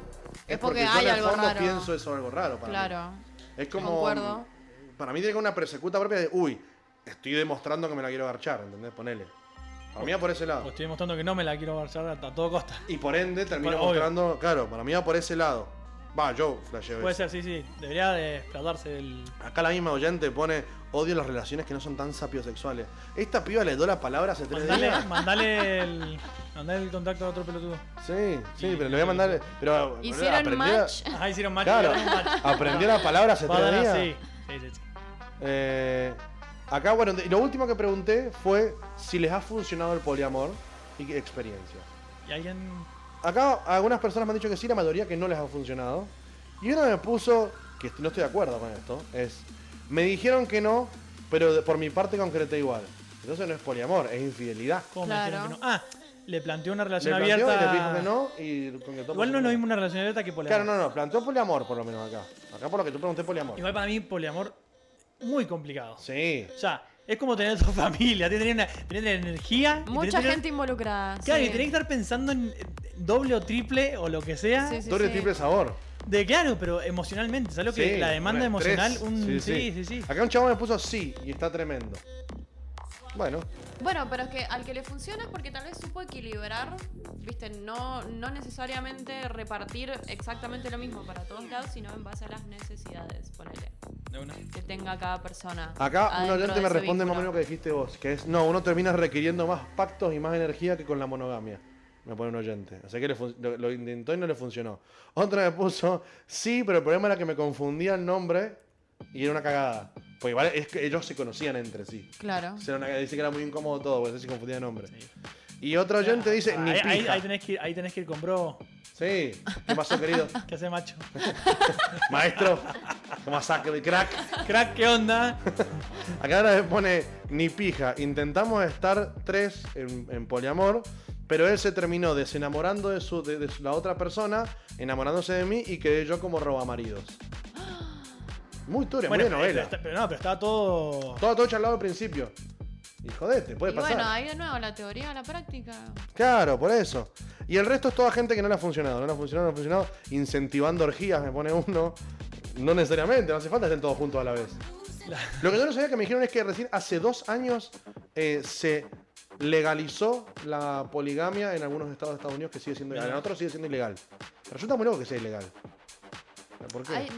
S2: es, porque,
S3: porque
S2: yo
S3: hay
S2: en el
S3: algo
S2: fondo
S3: raro.
S2: pienso eso algo raro para mí.
S3: Claro.
S2: Es como
S3: Concuerdo.
S2: para mí tiene que una persecuta propia de, uy, estoy demostrando que me la quiero garchar, ¿entendés? Ponele. Para mí va por ese
S1: O
S2: lado.
S1: Pues estoy demostrando que no me la quiero abrazar a, a todo costa.
S2: Y por ende termino
S1: Bueno, obvio.
S2: mostrando, claro, para mí va por ese lado. Va, yo flasheo
S1: Puede
S2: eso.
S1: ser, sí, sí. Debería desplayarse el...
S2: Acá la misma oyente pone odio las relaciones que no son tan sapiosexuales. Esta piba le dio la palabra hace tres
S1: Mandale,
S2: días.
S1: mandale, el, mandale el contacto a otro pelotudo.
S2: Sí, sí, pero le voy a mandar. Pero
S3: Hicieron
S2: aprendió la-
S3: match.
S1: Ajá, hicieron match.
S2: Claro,
S1: hicieron match.
S2: aprendió la palabra hace
S1: Va a
S2: tres
S1: dar
S2: días.
S1: así. Sí, sí, sí.
S2: Eh, acá, bueno, y lo último que pregunté fue si les ha funcionado el poliamor y qué experiencia.
S1: ¿Y alguien
S2: acá algunas personas me han dicho que sí, la mayoría que no les ha funcionado. Y una me puso, que no estoy de acuerdo con esto, es, me dijeron que no, pero de- por mi parte concreté igual. Entonces no es poliamor, es infidelidad.
S1: ¿Cómo me
S3: Claro.
S1: dijeron que no? Ah, le planteó una
S2: Le
S1: relación
S2: planteó
S1: abierta.
S2: y le dijo que no y concretó
S1: Igual no es
S2: poliamor.
S1: lo mismo una relación abierta que poliamor.
S2: Claro, no, no, planteó poliamor por lo menos acá. Acá por lo que tú pregunté poliamor.
S1: Igual para mí, poliamor, muy complicado.
S2: Sí.
S1: O sea, es como tener tu familia, tenés, una, tenés la energía. y tenés
S5: Mucha
S1: tener-
S5: gente involucrada.
S1: Claro,
S5: sí.
S1: y tenés que estar pensando en eh, doble o triple o lo que sea.
S3: Sí, sí,
S2: Doble
S3: sí.
S2: triple sabor.
S1: De claro, pero emocionalmente. ¿Sabes lo que
S2: Sí,
S1: la demanda
S2: con estrés.
S1: emocional? Un, sí, sí, sí,
S2: Acá un chabón me puso sí y está tremendo. Bueno,
S3: Bueno, pero
S5: Pero es que al que le funciona es porque tal vez supo equilibrar, viste, no, no necesariamente repartir exactamente lo mismo para todos lados, sino en base a las necesidades, ponele,
S7: De una.
S5: que tenga cada persona.
S2: acá un
S5: adentro
S2: oyente
S5: de
S2: me
S5: ese
S2: responde más o
S5: vínculo.
S2: menos lo que dijiste vos, que es no, uno termina requiriendo más pactos y más energía que con la monogamia. Me pone un oyente. Así que le fun- lo, lo intentó y no le funcionó. Otra me puso sí, pero el problema era que me confundía el nombre y era una cagada. Pues igual es que ellos se conocían entre sí.
S3: claro.
S2: Era una- dice que era muy incómodo todo, pues, porque se confundía de nombre. Y otro oyente dice, ni
S1: Ah, ahí, ahí-
S2: pija.
S1: ahí tenés que ir, ahí tenés que ir con bro.
S2: Sí, ¿qué pasó, querido?
S1: ¿Qué hace macho?
S2: Maestro, ¿cómo saca el crack?
S1: Crack, ¿qué onda?
S2: Acá ahora se pone ni pija. Intentamos estar tres en, en poliamor, pero él se terminó desenamorando de, su, de, de su- la otra persona, enamorándose de mí y quedé yo como robamaridos. Muy historia, muy de
S1: pero,
S2: novela.
S1: está- pero no, pero estaba todo.
S2: Todo, todo charlado al principio. Y jodete, puede
S3: Y
S2: pasar.
S3: bueno, ahí de nuevo la teoría a la práctica.
S2: Claro, por eso. Y el resto es toda gente que no le ha funcionado, no le ha funcionado, no le ha funcionado. Incentivando orgías, me pone uno. No necesariamente, no hace falta que estén todos juntos a la vez. Lo que yo no sabía que me dijeron es que recién hace dos años eh, se legalizó la poligamia en algunos estados de Estados Unidos que sigue siendo ilegal. En otros sigue siendo ilegal. Me Resulta muy loco que sea ilegal. ¿Por qué?
S3: Hay-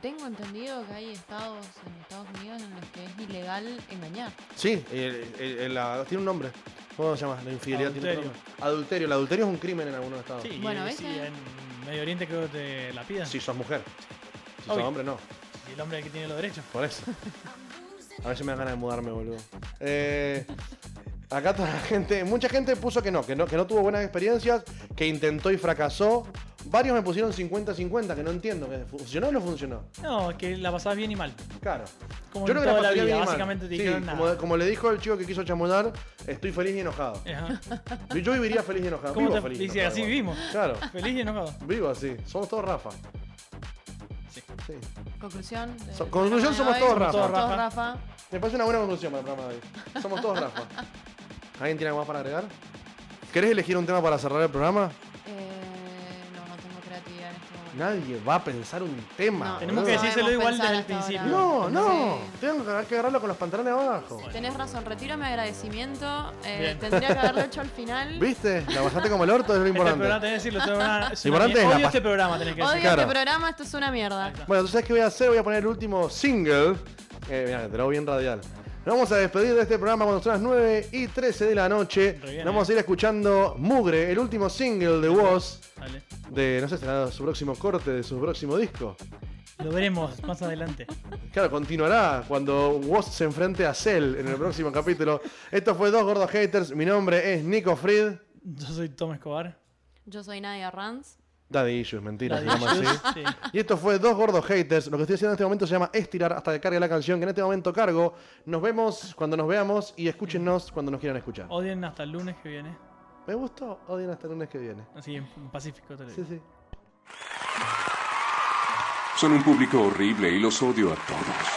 S3: tengo entendido que hay estados en Estados Unidos en los que es ilegal engañar.
S2: Sí, el- el- el- la- tiene un nombre. ¿Cómo se llama? La infidelidad tiene un
S1: Adulterio.
S2: nombre. Adulterio. El adulterio es un crimen en algunos estados.
S1: Sí,
S3: Bueno,
S1: eh,
S3: ¿ves?
S1: sí, en Medio Oriente creo que te la pidan.
S2: Si sos mujer. Si sos
S1: Obvio.
S2: hombre, no.
S1: Y el hombre es el que tiene los derechos.
S2: Por eso. A veces me dan ganas de mudarme, boludo. Eh, acá toda la gente, mucha gente puso que no, que no, que no tuvo buenas experiencias, que intentó y fracasó. Varios me pusieron 50-50, que no entiendo, que funcionó o no funcionó.
S1: No, es que la pasás bien y mal.
S2: Claro.
S1: Como
S2: Yo
S1: en
S2: creo que la
S1: toda la vida,
S2: pasaría bien y mal.
S1: básicamente te
S2: Sí,
S1: dijeron nada.
S2: Como, como le dijo el chico que quiso chamudar, estoy feliz y enojado.
S1: Ajá.
S2: Yo- Yo viviría feliz y enojado.
S1: ¿Cómo
S2: Vivo
S1: te
S2: feliz y
S1: dice?
S2: enojado
S1: Así
S2: igual.
S1: vivimos.
S2: Claro,
S1: Feliz y enojado.
S2: vivo así. Somos todos Rafa.
S1: Sí.
S2: Sí.
S3: Conclusión. de-
S2: So- conclusión,
S3: de
S2: somos
S3: hoy,
S2: todos
S3: somos
S2: Rafa.
S3: todos Rafa.
S2: Me parece una buena conclusión para el programa de hoy. Somos todos Rafa. ¿Alguien tiene algo más para agregar? ¿Querés elegir un tema para cerrar el programa?
S3: Eh, no, no tengo creatividad en este momento.
S2: Nadie va a pensar un tema.
S3: No,
S1: Tenemos
S2: boludo.
S1: que
S3: no
S1: decírselo
S3: sabemos
S1: igual desde el
S3: pensar hasta
S1: principio.
S2: No, no.
S3: Sí.
S2: Tengo que agar- que agarrarlo con los pantalones abajo.
S5: Tenés razón, retiro mi agradecimiento. eh,
S1: Bien.
S5: tendría que haberlo hecho al final.
S2: ¿Viste? La bajaste como el orto es lo
S1: Este programa
S2: importante.
S1: tenés que decirlo. Este programa es
S2: Lo
S1: una
S2: importante
S1: mierda.
S2: es la
S1: Odio
S2: pa-
S1: este programa, tenés que
S5: Odio
S1: decir.
S2: Claro.
S5: este programa, esto es una mierda.
S2: Bueno, ¿tú sabes qué voy a hacer? Voy a poner el último single. Eh, mira, te lo hago bien radial. Nos vamos a despedir de este programa cuando son las 9 y 13 de la
S1: Re
S2: noche.
S1: bien, eh.
S2: Nos vamos a ir escuchando Mugre, el último single de Woz.
S1: Dale.
S2: De, no sé, será su próximo corte, de su próximo disco.
S1: Lo veremos más adelante.
S2: Claro, continuará cuando Woz se enfrente a Cell en el próximo capítulo. Esto fue Dos Gordos Haters. Mi nombre es Nico Fried.
S1: Yo soy Tom Escobar.
S5: Yo soy Nadia Ranz.
S2: Daddy Issues, mentira,
S1: La
S2: se llama
S1: Dishes,
S2: así.
S1: sí.
S2: Y esto fue Dos Gordos Haters. Lo que estoy haciendo en este momento se llama estirar hasta que cargue la canción, que en este momento cargo. Nos vemos cuando nos veamos y escúchenos cuando nos quieran escuchar.
S1: Odien hasta el lunes que viene.
S2: Me gustó. Odien hasta el lunes que viene.
S1: Así en Pacífico te lo digo.
S2: Sí, sí.
S8: Son un público horrible y los odio a todos.